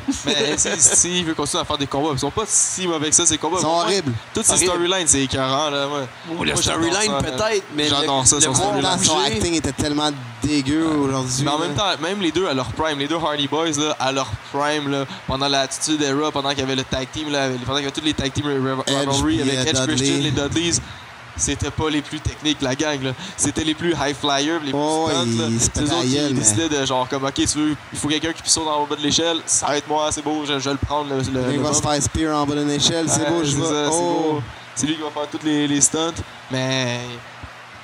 A: Mais
C: [LAUGHS]
A: s'il si, s'il veut continuer à faire des combats, ils sont pas si mauvais que ça, ces combats.
C: Ils sont
A: Moi,
C: horribles.
A: Toutes ces
B: Horribles.
A: storylines, c'est écœurant. Là, ouais.
B: Ou le
A: Moi, j'adore
B: storyline,
A: ça, là.
B: peut-être, mais.
A: J'adore
B: le-
A: ça,
B: le
A: son
B: voir
A: storyline.
C: Pourtant, son
B: bouger.
C: acting était tellement dégueu aujourd'hui.
A: Mais en
C: là.
A: même temps, même les deux à leur prime, les deux Hardy Boys là, à leur prime, là, pendant l'attitude era, pendant qu'il y avait le tag team, là, pendant qu'il y avait tous les tag team riv-
C: Edge,
A: rivalry
C: puis,
A: avec
C: euh,
A: Edge
C: Dudley.
A: Christian, les Dudleys, c'était pas les plus techniques, la gang. là. C'était les plus high flyers, les plus
C: Oh,
A: stunts. là.
C: ils se
A: C'est eux autres qui
C: pétaillaient, mais-
A: décidaient de genre, comme, ok, tu veux, il faut quelqu'un qui puisse sauter en bas de l'échelle, ça va être moi, c'est beau, je, je vais le prendre. Le, le-
C: Il
A: le
C: va se
A: bump.
C: faire spear en bas d'une échelle, c'est
A: Ouais,
C: beau, je
A: ça,
C: vois.
A: c'est
C: Oh!
A: beau. C'est lui qui va faire toutes les, les stunts, mais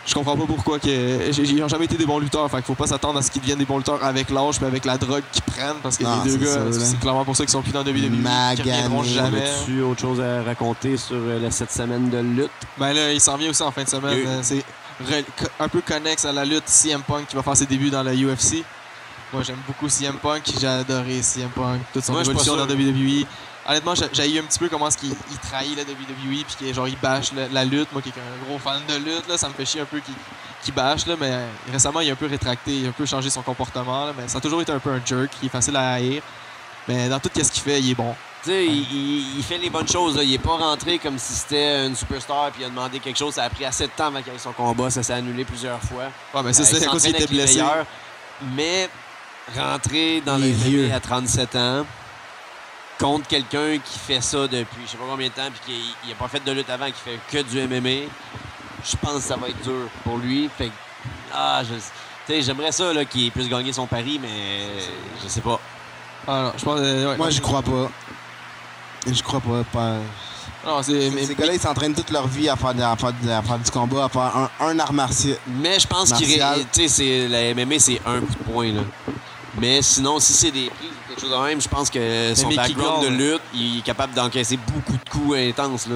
A: je comprends pas pourquoi que j'ai- ils ont jamais été des bons lutteurs. Fait qu'il faut pas s'attendre à ce qu'ils deviennent des bons lutteurs avec l'âge mais avec la drogue qu'ils prennent parce que
C: Non,
A: les deux
C: c'est
A: gars,
C: sûr, là.
A: c'est clairement pour ça qu'ils sont plus dans WWE, E, qu'ils
C: Magané,
A: reviendront jamais.
B: As-tu autre chose à raconter sur euh, la- cette semaine de lutte?
A: Ben là, il s'en vient aussi en fin de semaine.
B: Il y a eu-
A: Euh, C'est re- co- un peu connexe à la lutte CM Punk qui va faire ses débuts dans la UFC. Moi, j'aime beaucoup CM Punk. J'ai adoré CM Punk. Toute son
B: Moi, je suis pas
A: évolution dans
B: sûr.
A: WWE. Honnêtement, j'ai- j'ai eu un petit peu comment est-ce qu'il il trahit la WWE puis qu'il genre il bâche la, la lutte. Moi, qui est un gros fan de lutte, là, ça me fait chier un peu qu'il qu'il bâche là, mais euh, récemment il a un peu rétracté, il a un peu changé son comportement là, mais ça a toujours été un peu un jerk, il est facile à haïr. Mais dans tout ce qu'il fait, il est bon.
B: Tu sais, il, il- il fait les bonnes choses. là. Il est pas rentré comme si c'était une superstar puis il a demandé quelque chose. Ça a pris assez de temps avant qu'il ait son combat. Ça s'est annulé plusieurs fois.
A: Ouais, mais
B: Euh,
A: ça,
B: il
A: c'est à cause qu'il
B: s'entraîne
A: était
B: avec les
A: blessé.
B: meilleurs, Mais rentrer dans
C: Il
B: le
C: est
B: vieux
C: vieux.
B: à 37 ans contre quelqu'un qui fait ça depuis je sais pas combien de temps puis qui n'a pas fait de lutte avant, qui fait que du MMA, je pense que ça va être dur pour lui. Fait que, ah, je- tu sais, j'aimerais ça là, qu'il puisse gagner son pari, mais je sais pas.
A: Ah, non, je pense, euh, ouais.
C: Moi, j'y crois pas. Je crois pas. pas-
A: Non, c'est- mais-
C: Ces gars-là, ils s'entraînent toute leur vie à faire, de- à faire de- à faire du combat, à faire un, un art martial.
B: Mais je pense qu'il
C: Martial.
B: ré- tu sais, c'est- la MMA c'est un coup de poing là. Mais sinon si c'est des prises ou quelque chose de même, je pense que son
A: Mickey
B: background de
A: Gall,
B: lutte, il est capable d'encaisser beaucoup de coups intenses là.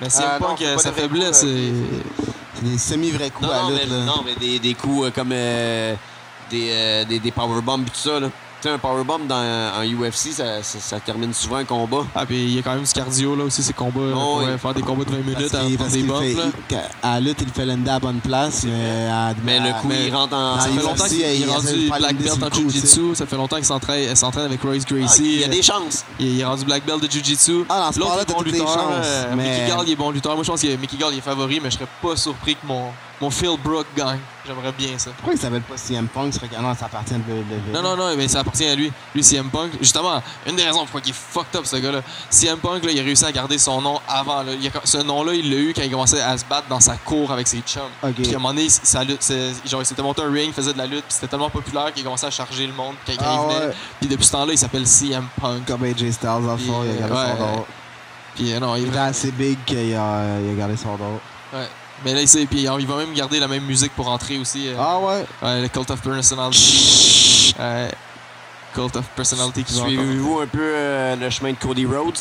A: Mais CM
C: Ah, non,
A: Punk,
C: c'est
A: euh,
C: pas
A: sa
C: des vrais
A: faiblesse,
C: coups,
A: c'est.
C: C'est des semi-vrais coups
B: Non,
C: à
B: non,
C: lutte.
B: mais,
C: là.
B: non, mais des, des coups euh, comme euh, des, euh, des, des powerbombs et tout ça. Là. Tu sais, un powerbomb dans, en UFC, ça, ça, ça termine souvent un combat.
A: Ah, puis il y a quand même du cardio là aussi, ces combats. là,
B: Oh,
A: pour,
B: oui.
A: euh, faire des combats de 20
C: Parce
A: minutes
C: qu'il-
A: avant
C: parce
A: des
C: qu'il
A: bumps.
C: fait-
A: là.
C: il- à la lutte, il fait l'endab à bonne place. Mais, à-
B: Mais le
C: à-
B: coup,
A: mais-
B: il rentre en.
C: Ah,
A: Ça
C: il
A: fait
C: va
A: longtemps
C: aussi,
A: qu'il est
C: il essaie de
A: rendu
C: faire
A: black
C: l'idée
A: belt
C: sur
A: en
C: le coup,
A: Jiu-Jitsu. Ça fait longtemps qu'il s'entraîne s'entraîne avec Royce
B: Ah, il y
A: Gracie.
C: euh,
B: a des chances.
A: Il est rendu black belt de Jiu-Jitsu.
C: Ah, dans ce
A: L'autre
C: sport-là,
A: est
C: t'as
A: bon
C: toutes les
A: lutteur.
C: chances.
A: euh,
C: mais-
A: Mickey Gall, il est bon lutteur. Moi, je pense que Mickey Gall, il est favori, mais je serais pas surpris que mon, mon Phil Brook gagne. J'aimerais bien ça.
C: Pourquoi il s'appelle pas CM Punk? ce serait- Ah non, ça appartient à WWE.
A: Non, non, non, mais ça appartient à lui. Lui, CM Punk, justement, une des raisons pourquoi il est fucked up, ce gars-là. CM Punk, là, il a réussi à garder son nom avant. là. Il a- ce nom-là, il l'a eu quand il commençait à se battre dans sa cour avec ses chums.
C: Ok.
A: Puis à un moment donné, sa lutte, c'est- genre, il s'était monté un ring, il faisait de la lutte, puis c'était tellement populaire qu'il commençait à charger le monde quand
C: Ah
A: il venait.
C: ouais.
A: Puis depuis ce temps-là, il s'appelle CM Punk.
C: Comme AJ Styles, dans le fond, il a gardé
A: Ouais.
C: son dos.
A: Puis euh, non, il
C: Il
A: est
C: était assez big qu'il a, il a gardé son dos.
A: ouais. Mais là, il, sait, puis, euh, il va même garder la même musique pour entrer aussi. euh,
C: Ah ouais?
A: ouais, le Cult of Personality.
B: Chut.
A: Ouais. Cult of Personality qui va encore.
B: Suivez-vous un peu euh, le chemin de Cody Rhodes?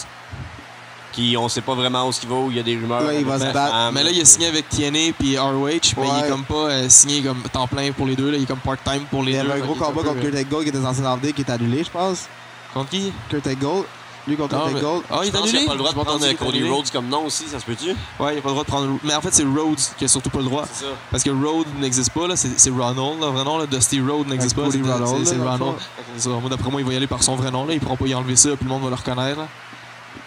B: Qui, on sait pas vraiment où ce qu'il va, où il y a des rumeurs.
C: Là, il va se
B: Mais-
C: battre.
B: Ah,
A: Mais là, il a signé avec TNA puis ROH, mais il
C: Ouais.
A: est comme pas euh, signé comme temps plein pour les deux. Là. Il est comme part-time pour les
C: Il
A: deux.
C: y avait un
A: Fait
C: gros
A: qu'il est
C: combat
A: peu,
C: contre
A: euh,
C: Kurt Angle qui était censé l'enlever, qui est annulé, je pense.
A: Contre qui
C: Kurt Angle. Lui contre
A: Non,
C: Kurt
A: mais-
C: Angle.
A: Ah, il
B: Je
A: est
B: pense qu'il
A: annulé
B: a pas le droit de
A: Je m'entends
B: prendre
A: dire
B: euh,
A: qu'il est
B: Cody
A: annulé.
B: Rhodes comme nom aussi, ça se peut-tu?
A: Ouais, il a pas le droit de prendre. Mais en fait, c'est Rhodes qui a surtout pas le droit.
B: C'est ça.
A: Parce que Road n'existe pas, là. C'est, c'est Ronald, là. Vraiment, là, Dusty Road n'existe
C: Avec
A: pas.
C: Cody
A: c'est, c'est-
C: Ronald,
A: c'est
C: là, dans le
A: Ronald. C'est ça. Moi, d'après moi, il va y aller par son vrai nom, là. Il pourra pas y enlever ça, puis le monde va le reconnaître, là.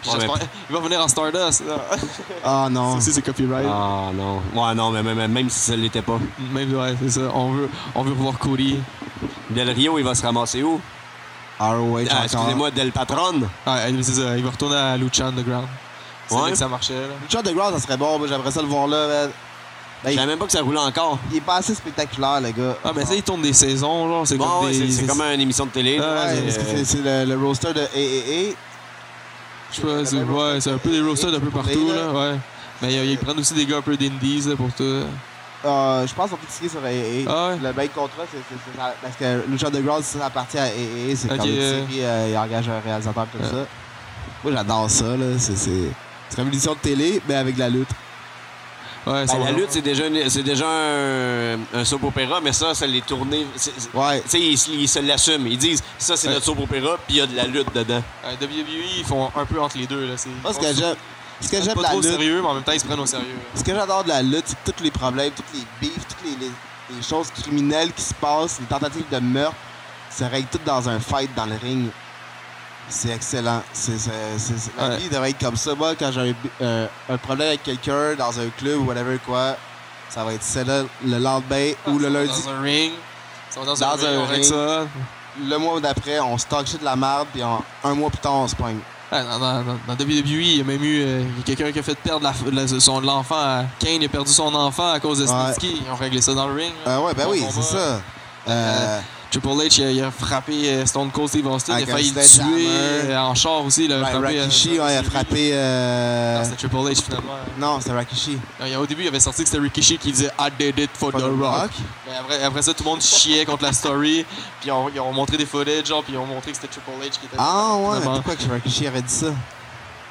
A: Puis
B: Ouais,
A: j'espère- [LAUGHS] Il va venir en Stardust. là. [LAUGHS]
C: Ah non.
A: ça aussi, c'est copyright.
B: Ah non. Ouais, non, mais même, même si ça l'était pas.
A: Même, ouais, c'est ça. On veut, on veut revoir Cody.
B: Del Rio, il va se ramasser où?
C: ROH
B: Ah,
C: encore.
B: excusez-moi, Del Patron.
A: Ah, c'est ça. Il va retourner à Lucha Underground. C'est
B: Ouais.
A: là que ça marchait, là.
C: Lucha Underground, ça serait bon. moi, J'aimerais ça le voir là. man. Ben,
B: Je
C: il-
B: savais même pas que ça roulait encore.
C: Il est pas assez spectaculaire, le gars.
A: Ah, mais ça, ils tournent des saisons, genre, c'est
B: Bon,
A: comme
B: Bah ouais,
A: des.
B: c'est c'est comme une émission de télé.
A: Ah,
B: là,
C: Ouais,
B: mais,
C: parce que
B: euh,
C: c'est- c'est le, le roster de AAA.
A: Je sais pas, c'est ouais, c'est un peu des roasters d'un peu partout, là, ouais. Mais euh, ils prennent aussi des gars un peu d'indies, là, pour tout.
D: Euh, je pense qu'on peut tirer sur AA.
A: Ah ouais?
D: Le main contrat, c'est- c'est- c'est ça- parce que Lucha Underground, c'est ça appartient à AA. C'est
A: Ok,
D: comme une
A: euh.
D: série, euh, il engage un réalisateur comme
A: Ouais.
D: ça.
C: Moi, j'adore ça, là. C'est- C'est c'est comme une émission de télé, mais avec de la lutte.
A: Ouais,
B: Ben,
A: sont-
B: la lutte, c'est déjà, une- c'est déjà un, un soap opéra, mais ça, ça les tourné. c'est- c'est-
C: Ouais.
B: Tu sais, ils, se- ils se l'assument. Ils disent, ça, c'est
A: Ouais.
B: notre soap opéra, puis il y a de la lutte dedans.
A: Euh, WWE, ils font un peu entre les deux, là. C'est
C: Moi, ce que j'aime. Ce que
A: ils sont
C: j'aime de
A: pas
C: la
A: trop
C: lutte,
A: sérieux, mais en même temps, ils se prennent au sérieux. là.
C: ce que j'adore de la lutte, c'est tous les problèmes, tous les beefs, toutes les, les- les choses criminelles qui se passent, les tentatives de meurtre, ça règle tout dans un fight dans le ring. C'est excellent. C'est, c'est- c'est- c'est- La
A: Ouais.
C: vie devrait être comme ça. Moi, quand j'ai un, bi- euh, un problème avec quelqu'un dans un club ou whatever quoi, ça va être celle-là le lendemain ou le lundi.
A: Dans un ring. Ils sont dans,
C: Dans
A: un,
C: un
A: ring. on règle
C: ring.
A: ça.
C: Le mois d'après, on se talk shit de la merde, puis en- un mois plus tard, on se pogne.
A: Ah, Dans, dans- dans- dans WWE, il y a même eu euh, il y a quelqu'un qui a fait perdre la- la- son- l'enfant. à- Kane il a perdu son enfant à cause de
C: Ouais.
A: Snitsky. Ils ont réglé ça dans le ring. là.
C: Ah ouais, ben
A: Bon
C: oui,
A: combat.
C: c'est ça. Euh,
A: Triple H, il a, il a frappé euh, Stone Cold Steve Austin.
C: Avec
A: il a
C: un
A: failli le
C: sledgehammer.
A: tuer euh, en char aussi. Il a
C: Ra-
A: frappé, euh,
C: Rakishi, ouais, il a frappé. euh,
A: Non, c'était Triple H finalement.
C: Non, c'était Rakishi.
A: Non, il y a- Au début, il avait sorti que c'était Rikishi qui disait I did it for, the rock. Mais après, après ça, tout le monde chiait contre la story. Puis on- ils ont montré des footage, genre, puis ils ont montré que c'était Triple H qui était.
C: Ah ouais,
A: Finalement.
C: pourquoi que Rikishi aurait dit ça?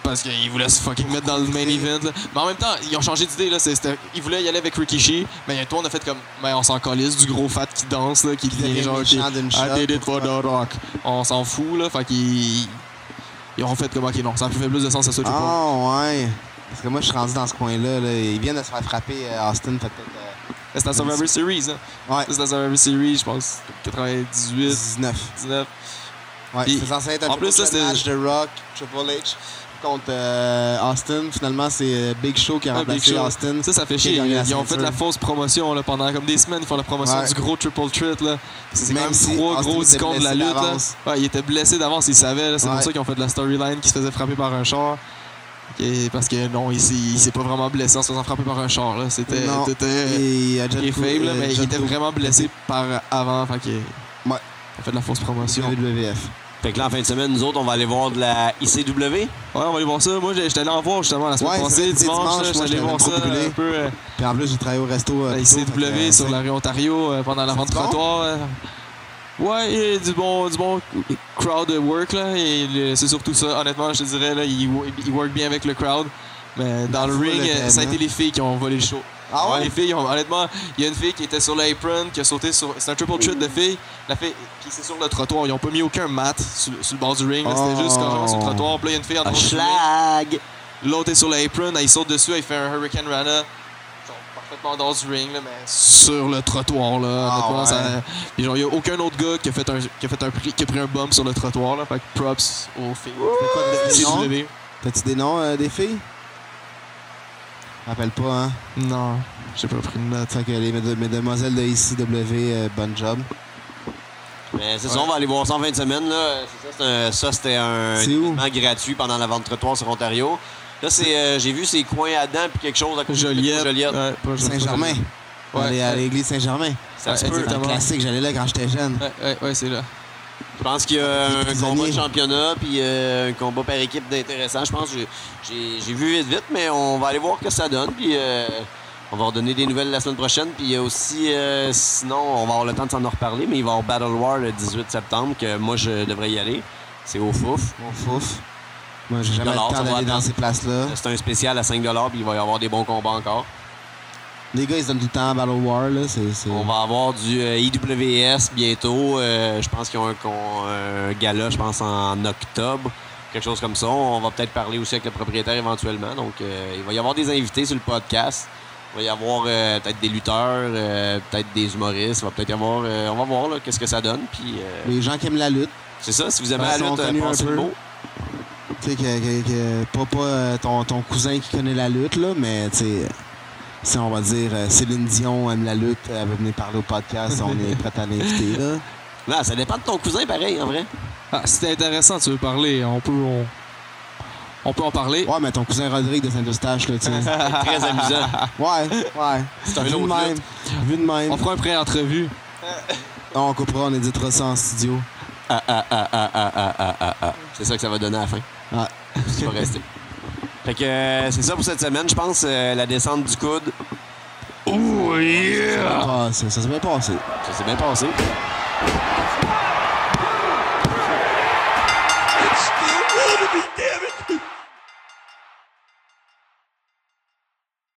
A: Parce qu'ils voulaient se fucking mettre dans le main event. là. Mais en même temps, ils ont changé d'idée. là. C'est- c'était- Ils voulaient y aller avec Rikishi. Mais toi, on a fait comme. Mais on s'en calisse du gros fat qui danse, là, qui
C: devient
A: devient genre. qui-
C: méchant d'une shot,
A: I did it for
C: pourquoi?
A: the rock. On s'en fout, là. Fait qu'ils. Ils ont fait comme. Ok, non, ça fait plus de sens à ça, Triple H.
C: Ah ouais. Parce que moi, je suis rendu dans ce coin-là. Là. Ils viennent de se faire frapper euh, Austin, fait peut-être euh,
A: C'était la Survivor Series, hein.
C: Ouais.
A: C'était la Survivor Series, je pense. 98,
C: 19.
A: 19.
C: Ouais,
A: Puis-
C: c'était censé être un
A: en plus, ça,
C: prochain
A: c'était-
C: match de Rock, Triple H contre euh, Austin. Finalement, c'est euh, Big Show qui a
A: Ouais, Big
C: remplacé
A: Show.
C: Austin.
A: Ça, ça fait
C: Qui a
A: chier.
C: gagné la
A: Ils ont
C: ceinture.
A: fait la fausse promotion là, pendant comme des semaines. Ils font la promotion
C: Ouais.
A: du gros triple threat. là. C'est quand
C: Même
A: même
C: si
A: trois
C: Austin
A: gros
C: était
A: icônes de la
C: blessé
A: lutte. là.
C: d'avance.
A: Ouais, il était blessé d'avance, il savait. là. C'est
C: Ouais.
A: pour ça qu'ils ont fait de la storyline qui se faisait frapper par un char. Et- parce que non, il s'est il s'est pas vraiment blessé en se faisant frapper par un char. là. C'était.
C: Non.
A: c'était-
C: Et, euh,
A: Il est
C: John Cou-
A: faible,
C: euh,
A: mais il
C: John
A: était
C: Cou-
A: vraiment blessé par avant. Fait que,
C: Ouais.
A: On fait de la fausse promotion. Ouais,
C: WWF.
B: Fait que là, en fin de semaine, nous autres, on va aller voir de la ICW.
A: on va aller voir ça. Moi, j'ai- j'étais allé en voir justement la semaine
C: Ouais, c'est vrai,
A: passée,
C: c'était
A: dimanche.
C: dimanche,
A: là,
C: moi,
A: J'étais allé
C: j'étais
A: voir ça
C: trop brûlé.
A: un peu. euh,
C: Puis en plus, j'ai travaillé au resto. euh,
A: La
C: plus tôt, fait que,
A: ICW
C: euh,
A: sur
C: c'est-
A: la rue Ontario euh, pendant la
C: C'est
A: vente
C: du bon?
A: trottoir. euh. Ouais, et du bon, du bon crowd work là. Et le- c'est surtout ça. Honnêtement, je te dirais là, ils wo- ils work bien avec le crowd. Mais dans le
C: foule
A: ring,
C: était
A: euh, ça a été
C: bien.
A: les filles qui ont volé le show.
C: hein. Ah ouais?
A: Les filles, ont- honnêtement, il y a une fille qui était sur l'apron, qui a sauté sur. C'est un triple threat de filles. La fille, puis c'est sur le trottoir. Ils ont pas mis aucun mat sur, sur le bord du ring. là. C'était
C: Oh.
A: juste quand j'avance sur le trottoir. Puis là, il y a une fille en train
B: Un
A: de jouer.
B: schlag!
A: L'autre est sur l'apron, elle, il saute dessus, elle fait un Hurricane Rana. Genre, Parfaitement dans du ring, là, mais sur le trottoir. Là,
C: Ah
A: honnêtement,
C: ouais.
A: ça- Puis genre, il n'y a aucun autre gars qui a fait un, qui a fait un prix- qui a pris un bump sur le trottoir. Là, fait que props aux filles.
C: C'était quoi le
A: Si
C: nom?
A: vous l'avez.
C: T'as-tu des noms euh, des filles? Je rappelle pas, hein.
A: Non, j'ai pas pris de note.
C: Fait que les mede- mesdemoiselles de ICW, euh, bon job.
B: Mais Ben, c'est ça, on va aller voir ça en fin de semaine. Là. C'est ça, c'est un- ça, c'était un
C: C'est où?
B: événement gratuit pendant la vente trottoir sur Ontario. Là, c'est, euh, j'ai vu ces coins à dents puis quelque chose à côté de
A: Joliette.
B: Joliette.
A: Ouais, pas-
C: Saint-Germain.
A: Ouais,
C: Aller à
A: ouais.
C: l'église Saint-Germain.
B: Ça se
A: Ouais,
B: peut.
C: C'est un
A: Exactement.
C: classique, j'allais là quand j'étais jeune.
A: Ouais, ouais, ouais, c'est là.
B: Je pense qu'il y a
C: Les
B: un
C: prisonniers.
B: combat de championnat puis euh, un combat par équipe d'intéressant. Je pense que j'ai- j'ai j'ai vu vite vite, mais on va aller voir ce que ça donne. Puis euh, on va redonner des nouvelles la semaine prochaine. Puis il y a aussi, euh, sinon, on va avoir le temps de s'en reparler, mais il va y avoir Battle War le 18 septembre, que moi je devrais y aller. C'est au fouf.
C: Mon fouf. Moi, j'ai jamais le
B: Alors, ça
C: temps
B: va
C: d'aller dans
B: attendre.
C: ces places-là.
B: C'est un spécial à 5 puis il va y avoir des bons combats encore.
C: Les gars, ils se donnent tout le temps à Battle War, là. C'est. c'est-
B: On va avoir du euh, IWS bientôt. Euh, je pense qu'ils ont un, con- euh, un gala, je pense, en octobre. Quelque chose comme ça. On va peut-être parler aussi avec le propriétaire éventuellement. Donc, euh, il va y avoir des invités sur le podcast. Il va y avoir euh, peut-être des lutteurs, euh, peut-être des humoristes. Il va peut-être y avoir. euh, on va voir là, qu'est-ce que ça donne. Puis, euh,
C: Les gens qui aiment la lutte.
B: c'est ça. Si vous aimez
C: Ben,
B: la
C: si on
B: lutte,
C: connaît
B: euh,
C: un
B: passez le
C: peu.
B: mot.
C: Tu sais, que, que- que- pas, pas euh, ton, ton cousin qui connaît la lutte, là, mais tu sais, si on va dire euh, Céline Dion aime la lutte, elle va venir parler au podcast, on est prêt à l'inviter, là.
B: Non, ça dépend de ton cousin, pareil, en vrai.
A: Ah, c'était intéressant, tu veux parler. On peut, on, on peut en parler.
C: Ouais, mais ton cousin Rodrigue de Saint-Eustache, là, tu sais.
B: Très
C: [LAUGHS]
B: amusant. [LAUGHS]
C: Ouais, ouais.
B: C'est un
C: Vu de
B: autre
C: même. Vu de même.
A: On fera un pré-entrevue.
C: On, coupera, on éditera ça en studio.
B: Ah, ah, ah, ah, ah, ah, ah, ah, ah. C'est ça que ça va donner à la fin.
C: Ah,
B: C'est pas resté. Fait que euh, c'est ça pour cette semaine, je pense. euh, la descente du coude. Ouh, yeah!
C: Ah, ça ça s'est bien passé.
B: Ça s'est bien passé.
E: It's still gonna be dead.